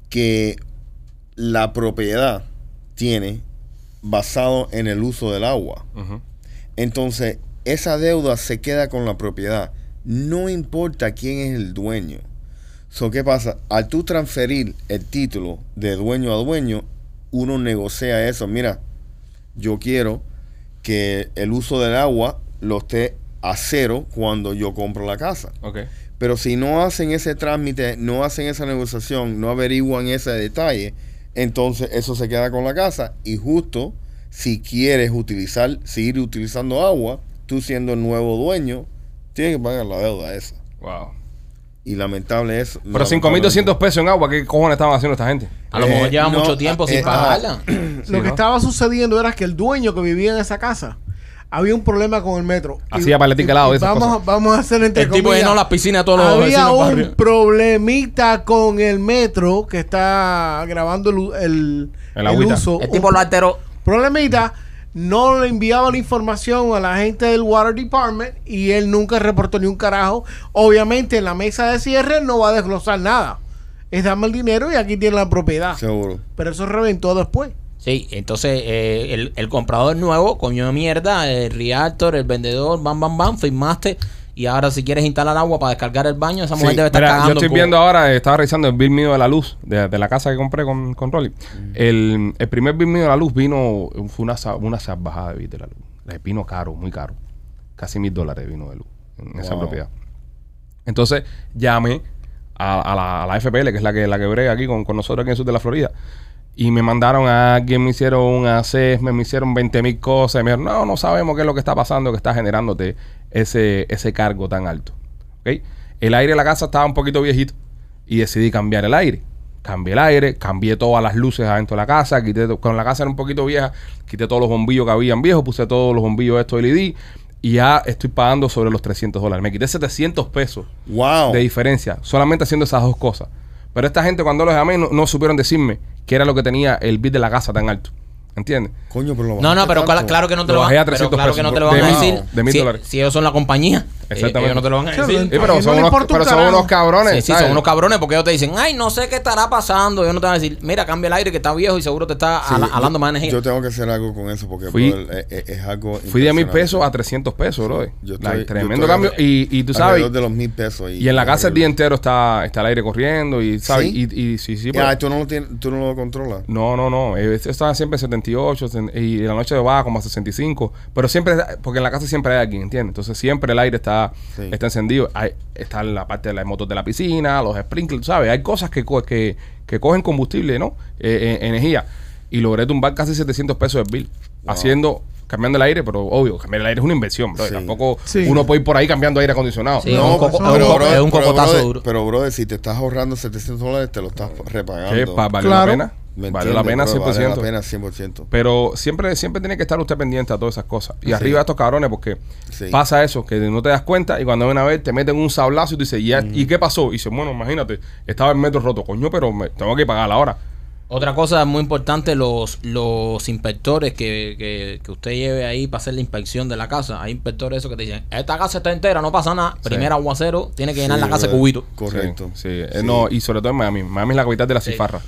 Speaker 5: que la propiedad tiene basado en el uso del agua.
Speaker 1: Ujú.
Speaker 5: Entonces, esa deuda se queda con la propiedad. No importa quién es el dueño. So, ¿Qué pasa? Al tú transferir el título de dueño a dueño, uno negocia eso. Mira, yo quiero que el uso del agua lo esté a cero cuando yo compro la casa.
Speaker 1: Ok.
Speaker 5: Pero si no hacen ese trámite, no hacen esa negociación, no averiguan ese detalle, entonces eso se queda con la casa. Y justo si quieres utilizar, seguir utilizando agua, tú siendo el nuevo dueño, tienes que pagar la deuda esa.
Speaker 1: Wow.
Speaker 5: Y lamentable es.
Speaker 1: Pero 5.200 pesos en agua, ¿qué cojones estaban haciendo esta gente?
Speaker 7: A lo
Speaker 5: Eh,
Speaker 7: mejor lleva
Speaker 5: no,
Speaker 7: mucho tiempo
Speaker 5: eh,
Speaker 7: sin
Speaker 5: ah,
Speaker 7: pagarla.
Speaker 4: Lo que
Speaker 1: ¿no?
Speaker 4: estaba sucediendo era que el dueño que vivía en esa casa había un problema con el metro.
Speaker 1: Hacía paletica helado y esas
Speaker 4: vamos,
Speaker 1: cosas.
Speaker 4: vamos a hacer entre
Speaker 7: El tipo
Speaker 4: comillas.
Speaker 7: llenó las piscinas a todos los
Speaker 4: Había
Speaker 7: vecinos del
Speaker 4: un
Speaker 7: barrio.
Speaker 4: problemita con el metro que está grabando el, el,
Speaker 1: El agüita.
Speaker 7: El tipo lo alteró.
Speaker 4: problemita, no le enviaba la información a la gente del Water Department y él nunca reportó ni un carajo. Obviamente en la mesa de cierre no va a desglosar nada. Es darme el dinero y aquí tiene la propiedad.
Speaker 5: Seguro.
Speaker 4: Pero eso reventó después.
Speaker 7: Sí, entonces eh, el, el comprador nuevo, coño de mierda, el realtor, el vendedor, bam, bam, bam, firmaste. Y ahora si quieres instalar agua para descargar el baño, esa mujer
Speaker 5: Sí,
Speaker 7: debe estar
Speaker 1: Mira, yo
Speaker 7: cagando.
Speaker 1: estoy
Speaker 7: el culo.
Speaker 1: viendo ahora, eh, estaba revisando el bill mío de la luz de, de la casa que compré con, con Rolly.
Speaker 7: Mm.
Speaker 1: El, el primer bill mío de la luz vino, fue una, sa- una salvajada de bill de la luz. Le vino caro, muy caro. Casi mil dólares vino de luz en esa
Speaker 5: Wow.
Speaker 1: propiedad. Entonces llamé a, a la, a la FPL, que es la que, la que brega aquí con, con nosotros aquí en el sur de la Florida. Y me mandaron a alguien, me hicieron un assessment, me hicieron 20 mil cosas. Y me dijeron, no, no sabemos qué es lo que está pasando, que está generándote ese, ese cargo tan alto. ¿Ok? El aire de la casa estaba un poquito viejito y decidí cambiar el aire. Cambié el aire, cambié todas las luces adentro de la casa, quité to- con la casa era un poquito vieja, quité todos los bombillos que habían viejos, puse todos los bombillos estos LED, y ya estoy pagando sobre los 300 dólares. Me quité 700 pesos
Speaker 5: Wow.
Speaker 1: de diferencia, solamente haciendo esas dos cosas. Pero esta gente cuando los llamé no, no supieron decirme que era lo que tenía el bit de la casa tan alto. ¿Entiendes?
Speaker 5: Coño, pero lo
Speaker 7: No, no,
Speaker 5: bajaste
Speaker 7: pero
Speaker 5: tanto.
Speaker 7: cla- claro que no te
Speaker 1: Lo
Speaker 7: lo, van,
Speaker 1: bajé a
Speaker 7: pero
Speaker 1: 300
Speaker 7: claro que no te lo
Speaker 1: pesos.
Speaker 7: van a
Speaker 5: De mil-
Speaker 7: decir.
Speaker 1: de mil
Speaker 7: si,
Speaker 1: dólares.
Speaker 7: si ellos son la compañía, eh,
Speaker 1: Exactamente.
Speaker 7: ellos no te lo van
Speaker 4: Sí,
Speaker 7: a decir.
Speaker 1: Sí, Eh, pero
Speaker 4: no
Speaker 1: son
Speaker 4: le
Speaker 1: unos,
Speaker 4: importa un
Speaker 1: pero son
Speaker 4: carajo.
Speaker 1: unos cabrones.
Speaker 7: Sí, sí,
Speaker 1: ¿sabes?
Speaker 7: son unos cabrones porque ellos te dicen, ay, no sé qué estará pasando. Ellos no te van a decir, mira, cambia el aire que está viejo y seguro te está
Speaker 5: Sí,
Speaker 7: ala- alando más energía.
Speaker 5: Yo tengo que hacer algo con eso porque
Speaker 1: Fui-
Speaker 5: brother, es, es- es algo.
Speaker 1: Fui de mil
Speaker 5: impresionante.
Speaker 1: pesos a 300 pesos, bro.
Speaker 5: Yo estoy-
Speaker 1: Like,
Speaker 5: yo
Speaker 1: tremendo
Speaker 5: estoy
Speaker 1: cambio. Y,
Speaker 5: alrededor-
Speaker 1: y tú
Speaker 5: alrededor
Speaker 1: sabes,
Speaker 5: de los mil pesos.
Speaker 1: y en la casa el día
Speaker 5: horrible.
Speaker 1: entero está, está el aire corriendo y, ¿sabes?
Speaker 5: ¿Sí?
Speaker 1: Y, y sí, sí, pero-
Speaker 5: Ah, tú no lo tienes, tú no lo controlas.
Speaker 1: No, no, no. Eh, esto Estaba siempre 78 sen- y en la noche va como a 65. Pero siempre, porque en la casa siempre hay alguien, ¿entiendes? Entonces siempre el aire está,
Speaker 5: Sí.
Speaker 1: está encendido. Hay- está la parte de las motos de la piscina, los sprinklers, ¿sabes? Hay cosas que, co- que, que cogen combustible, ¿no? Eh, eh, energía. Y logré tumbar casi 700 pesos de bill. Haciendo, cambiando el aire, pero obvio, cambiar el aire es una inversión, bro.
Speaker 5: Sí.
Speaker 1: Tampoco
Speaker 4: Sí.
Speaker 1: uno puede ir por ahí cambiando aire acondicionado.
Speaker 7: Sí, es un coco-
Speaker 4: pero-
Speaker 7: es un co-
Speaker 5: brother,
Speaker 7: es un
Speaker 5: pero,
Speaker 7: cocotazo
Speaker 5: brother,
Speaker 7: duro.
Speaker 5: Pero, brother, si te estás ahorrando 700 dólares, te lo estás
Speaker 1: Que
Speaker 5: repagando.
Speaker 1: pa- valió
Speaker 4: Claro.
Speaker 1: la pena.
Speaker 5: ¿Me
Speaker 1: Valió la pena
Speaker 5: entiendes,
Speaker 1: 100%.
Speaker 5: brother? Vale la pena 100%.
Speaker 1: Pero siempre, siempre tiene que estar usted pendiente a todas esas cosas. Y
Speaker 5: Sí.
Speaker 1: arriba de estos cabrones, porque
Speaker 5: Sí.
Speaker 1: pasa eso, que no te das cuenta y cuando ven a ver te meten un sablazo y tú dices, "Ya,
Speaker 5: Mm.
Speaker 1: ¿y qué pasó? Y dices, bueno, imagínate, estaba el metro roto, coño, pero me- tengo que pagar ahora.
Speaker 7: Otra cosa muy importante, los, los inspectores que, que, que usted lleve ahí para hacer la inspección de la casa. Hay inspectores esos que te dicen, esta casa está entera, no pasa nada. Primer aguacero, tiene que llenar
Speaker 5: Sí,
Speaker 7: la casa de
Speaker 5: brother.
Speaker 7: cubito.
Speaker 5: Correcto.
Speaker 1: Sí, sí. Eh, No, y sobre todo en Miami. Miami es la capital de la cifarra.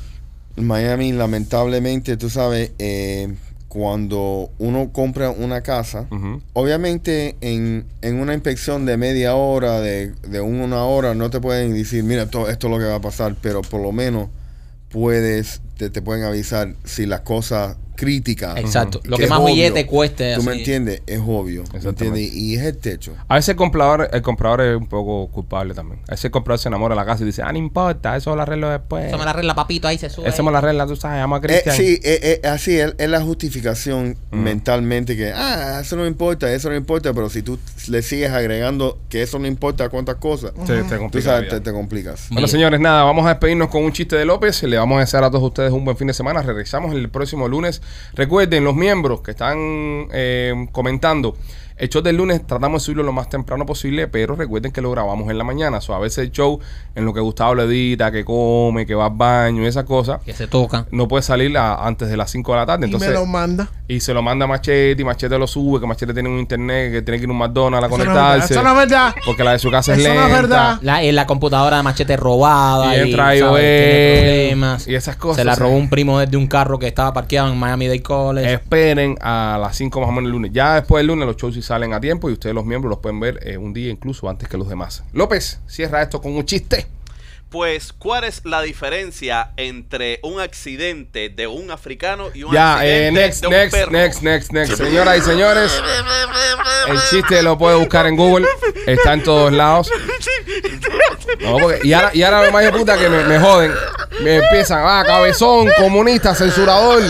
Speaker 5: Miami, lamentablemente, tú sabes, eh, cuando uno compra una casa,
Speaker 1: Ujú.
Speaker 5: obviamente en, en una inspección de media hora, de, de una hora, no te pueden decir, mira, esto, esto es lo que va a pasar, pero por lo menos puedes, te, te pueden avisar si las cosas críticas.
Speaker 7: Exacto. Lo
Speaker 5: que
Speaker 7: que
Speaker 5: es
Speaker 7: más
Speaker 5: obvio.
Speaker 7: billete cueste.
Speaker 5: Tú me
Speaker 7: así.
Speaker 5: entiendes, es obvio. ¿me
Speaker 1: Exactamente.
Speaker 5: entiendes? Y es el techo.
Speaker 1: A veces el comprador, el comprador es un poco culpable también. A veces el comprador se enamora de la casa y dice, ah, no importa, eso lo arreglo después.
Speaker 7: Eso me la arregla papito, ahí se sube.
Speaker 1: Eso me la arregla, tú sabes, llamo a Cristian.
Speaker 5: Eh, sí, eh, eh, así es, es la justificación
Speaker 1: Mm.
Speaker 5: mentalmente que, ah, eso no importa, eso no importa, pero si tú le sigues agregando que eso no importa a cuántas cosas,
Speaker 1: Se- se
Speaker 5: tú
Speaker 1: complica la
Speaker 5: sabes,
Speaker 1: vida.
Speaker 5: te, te complicas.
Speaker 1: Bueno,
Speaker 7: Mira.
Speaker 1: señores, nada, vamos a despedirnos con un chiste de López. Le vamos a desear a todos ustedes un buen fin de semana. Regresamos el próximo lunes. Recuerden, los miembros que están eh, comentando, el show del lunes tratamos de subirlo lo más temprano posible, pero recuerden que lo grabamos en la mañana. O sea, a veces el show, en lo que Gustavo le edita, que come, que va al baño y esas cosas,
Speaker 7: Que se tocan.
Speaker 1: no puede salir a- antes de las 5 de la tarde.
Speaker 4: y
Speaker 1: Entonces,
Speaker 4: me lo manda.
Speaker 1: y se lo manda a Machete, y Machete lo sube, que Machete tiene un internet, que tiene que ir a un McDonald's a
Speaker 4: Eso no es verdad,
Speaker 1: conectarse.
Speaker 4: Eso no es verdad.
Speaker 1: porque la de su casa es
Speaker 4: Eso
Speaker 1: lenta.
Speaker 4: no es verdad.
Speaker 7: La, eh, la computadora de machete robada.
Speaker 1: Y entra
Speaker 7: ¿sabes?
Speaker 1: iOS,
Speaker 7: Tiene problemas.
Speaker 1: y esas cosas, Eh.
Speaker 7: Se la robó
Speaker 1: ¿sabes?
Speaker 7: un primo desde un carro que estaba parqueado en Miami Dade College.
Speaker 1: Esperen a las 5 más o menos el lunes. Ya después del lunes los shows sí salen a tiempo y ustedes los miembros los pueden ver eh, un día incluso antes que los demás. López, cierra esto con un chiste.
Speaker 6: Pues, ¿cuál es la diferencia entre un accidente de un africano y un
Speaker 1: ya,
Speaker 6: accidente
Speaker 1: eh, next,
Speaker 6: de un
Speaker 1: next,
Speaker 6: perro?
Speaker 1: next, next, next. Señoras y señores, el chiste lo puede buscar en Google. Está en todos lados. No, porque- y, ahora, y ahora lo más de puta que me, me joden. Me empiezan, ah, cabezón, comunista, censurador.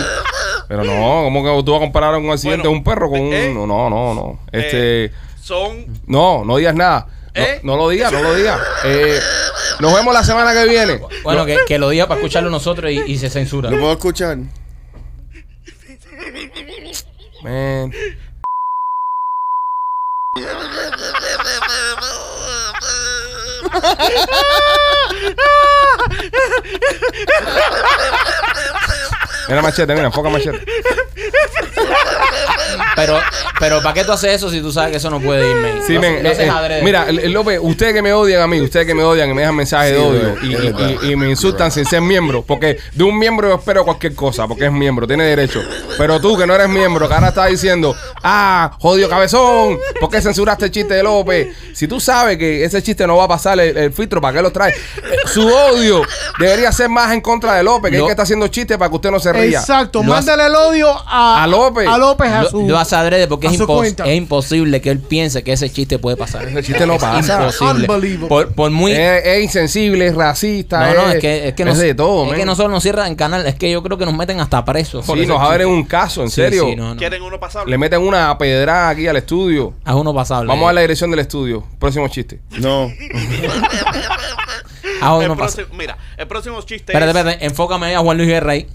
Speaker 1: Pero no, ¿cómo que tú vas a comparar un accidente de
Speaker 6: Bueno,
Speaker 1: un perro con un...
Speaker 6: eh,
Speaker 1: no, no, no, no. Este...
Speaker 6: Eh, son
Speaker 1: No, no digas nada. No,
Speaker 6: ¿Eh?
Speaker 1: no lo digas, no lo digas. Eh, nos vemos la semana que viene.
Speaker 7: Bueno, que, que lo diga para escucharlo nosotros y, y se censura.
Speaker 5: ¿Lo puedo escuchar?
Speaker 1: Man. Mira machete, mira, enfoca machete.
Speaker 7: Pero, pero ¿para qué tú haces eso si tú sabes que eso no puede irme?
Speaker 1: Sí,
Speaker 7: no,
Speaker 1: men,
Speaker 7: no
Speaker 1: eh,
Speaker 7: haces
Speaker 1: eh,
Speaker 7: adrede.
Speaker 1: mira, L- López, ustedes que me odian a mí, ustedes que me odian y me dejan mensajes de
Speaker 5: Sí,
Speaker 1: odio
Speaker 5: bro,
Speaker 1: y,
Speaker 5: es
Speaker 1: y-
Speaker 5: verdad.
Speaker 1: y- y me insultan sin ser miembro, porque de un miembro yo espero cualquier cosa, porque es miembro, tiene derecho. Pero tú que no eres miembro, que ahora estás diciendo, ah, jodido cabezón, ¿por qué censuraste el chiste de López? Si tú sabes que ese chiste no va a pasar el, el filtro, ¿para qué lo traes? Eh, Su odio debería ser más en contra de López, que es
Speaker 7: Lo-
Speaker 1: que está haciendo chistes para que usted no se ría.
Speaker 4: Exacto,
Speaker 7: Lo
Speaker 4: mándale el odio a,
Speaker 1: A López.
Speaker 4: A López, a
Speaker 7: lo,
Speaker 4: su.
Speaker 7: lo hace adrede porque
Speaker 4: a
Speaker 7: es,
Speaker 4: su
Speaker 7: impos-
Speaker 4: cuenta.
Speaker 7: es imposible que él piense que ese chiste puede pasar.
Speaker 1: Ese chiste no
Speaker 7: Es
Speaker 1: pasa.
Speaker 7: Imposible.
Speaker 4: Unbelievable.
Speaker 7: Por, por muy...
Speaker 1: Es, es insensible, es racista.
Speaker 7: no, no, es que, es que, nos-
Speaker 1: de todo,
Speaker 7: es
Speaker 1: man.
Speaker 7: que no solo nos cierran el canal, es que yo creo que nos meten hasta presos. por
Speaker 1: Sí,
Speaker 7: ese
Speaker 1: nos abren
Speaker 7: chiste.
Speaker 1: un caso, en
Speaker 7: Sí,
Speaker 1: serio.
Speaker 7: sí, no, no.
Speaker 6: ¿Quieren uno pasable?
Speaker 1: Le meten una pedrada aquí al estudio.
Speaker 7: Haz uno pasable.
Speaker 1: Vamos a la dirección del estudio. Próximo chiste.
Speaker 5: No.
Speaker 7: Haz
Speaker 6: El
Speaker 7: uno pasable.
Speaker 6: próximo- mira, el próximo chiste
Speaker 7: Espérate,
Speaker 6: es-
Speaker 7: espérate, enfócame ahí a Juan Luis Guerra ahí.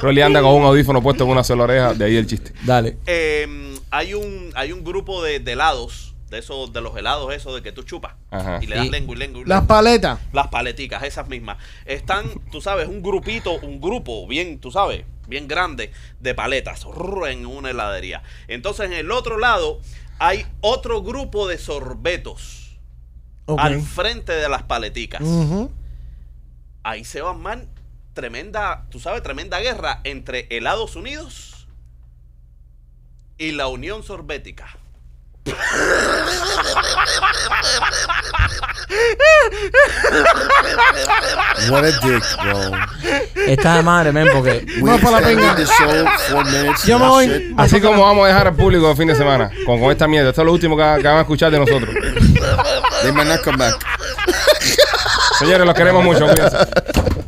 Speaker 1: Rolly anda con un audífono puesto en una sola oreja. De ahí el chiste.
Speaker 7: Dale.
Speaker 6: Em, hay un, hay un grupo de, de helados, de esos, de los helados esos de que tú chupas.
Speaker 1: Ajá.
Speaker 6: Y le das
Speaker 7: Y-
Speaker 6: lengua y lengua y
Speaker 4: Las
Speaker 6: lengua.
Speaker 4: paletas.
Speaker 6: Las paleticas, esas mismas. Están, tú sabes, un grupito, un grupo bien, tú sabes, bien grande de paletas rrr, en una heladería. Entonces, en el otro lado hay otro grupo de sorbetos
Speaker 4: Ok. Mm.
Speaker 6: al frente de las paleticas.
Speaker 4: Ujú.
Speaker 6: Ahí se van man tremenda, tú sabes, tremenda guerra entre Helados Unidos y la Unión Sorbética.
Speaker 5: What a dick, bro.
Speaker 7: Está de madre, men, porque
Speaker 5: We
Speaker 4: Vamos para la
Speaker 5: extended
Speaker 4: peña.
Speaker 5: the show four minutes.
Speaker 4: Yo me
Speaker 5: That's
Speaker 4: voy.
Speaker 5: it.
Speaker 1: Así como vamos a dejar al público el fin de semana, con, con esta mierda. Esto es lo último que, que van a escuchar de nosotros.
Speaker 5: They might not come back.
Speaker 1: Señores, los queremos mucho. Cuídense.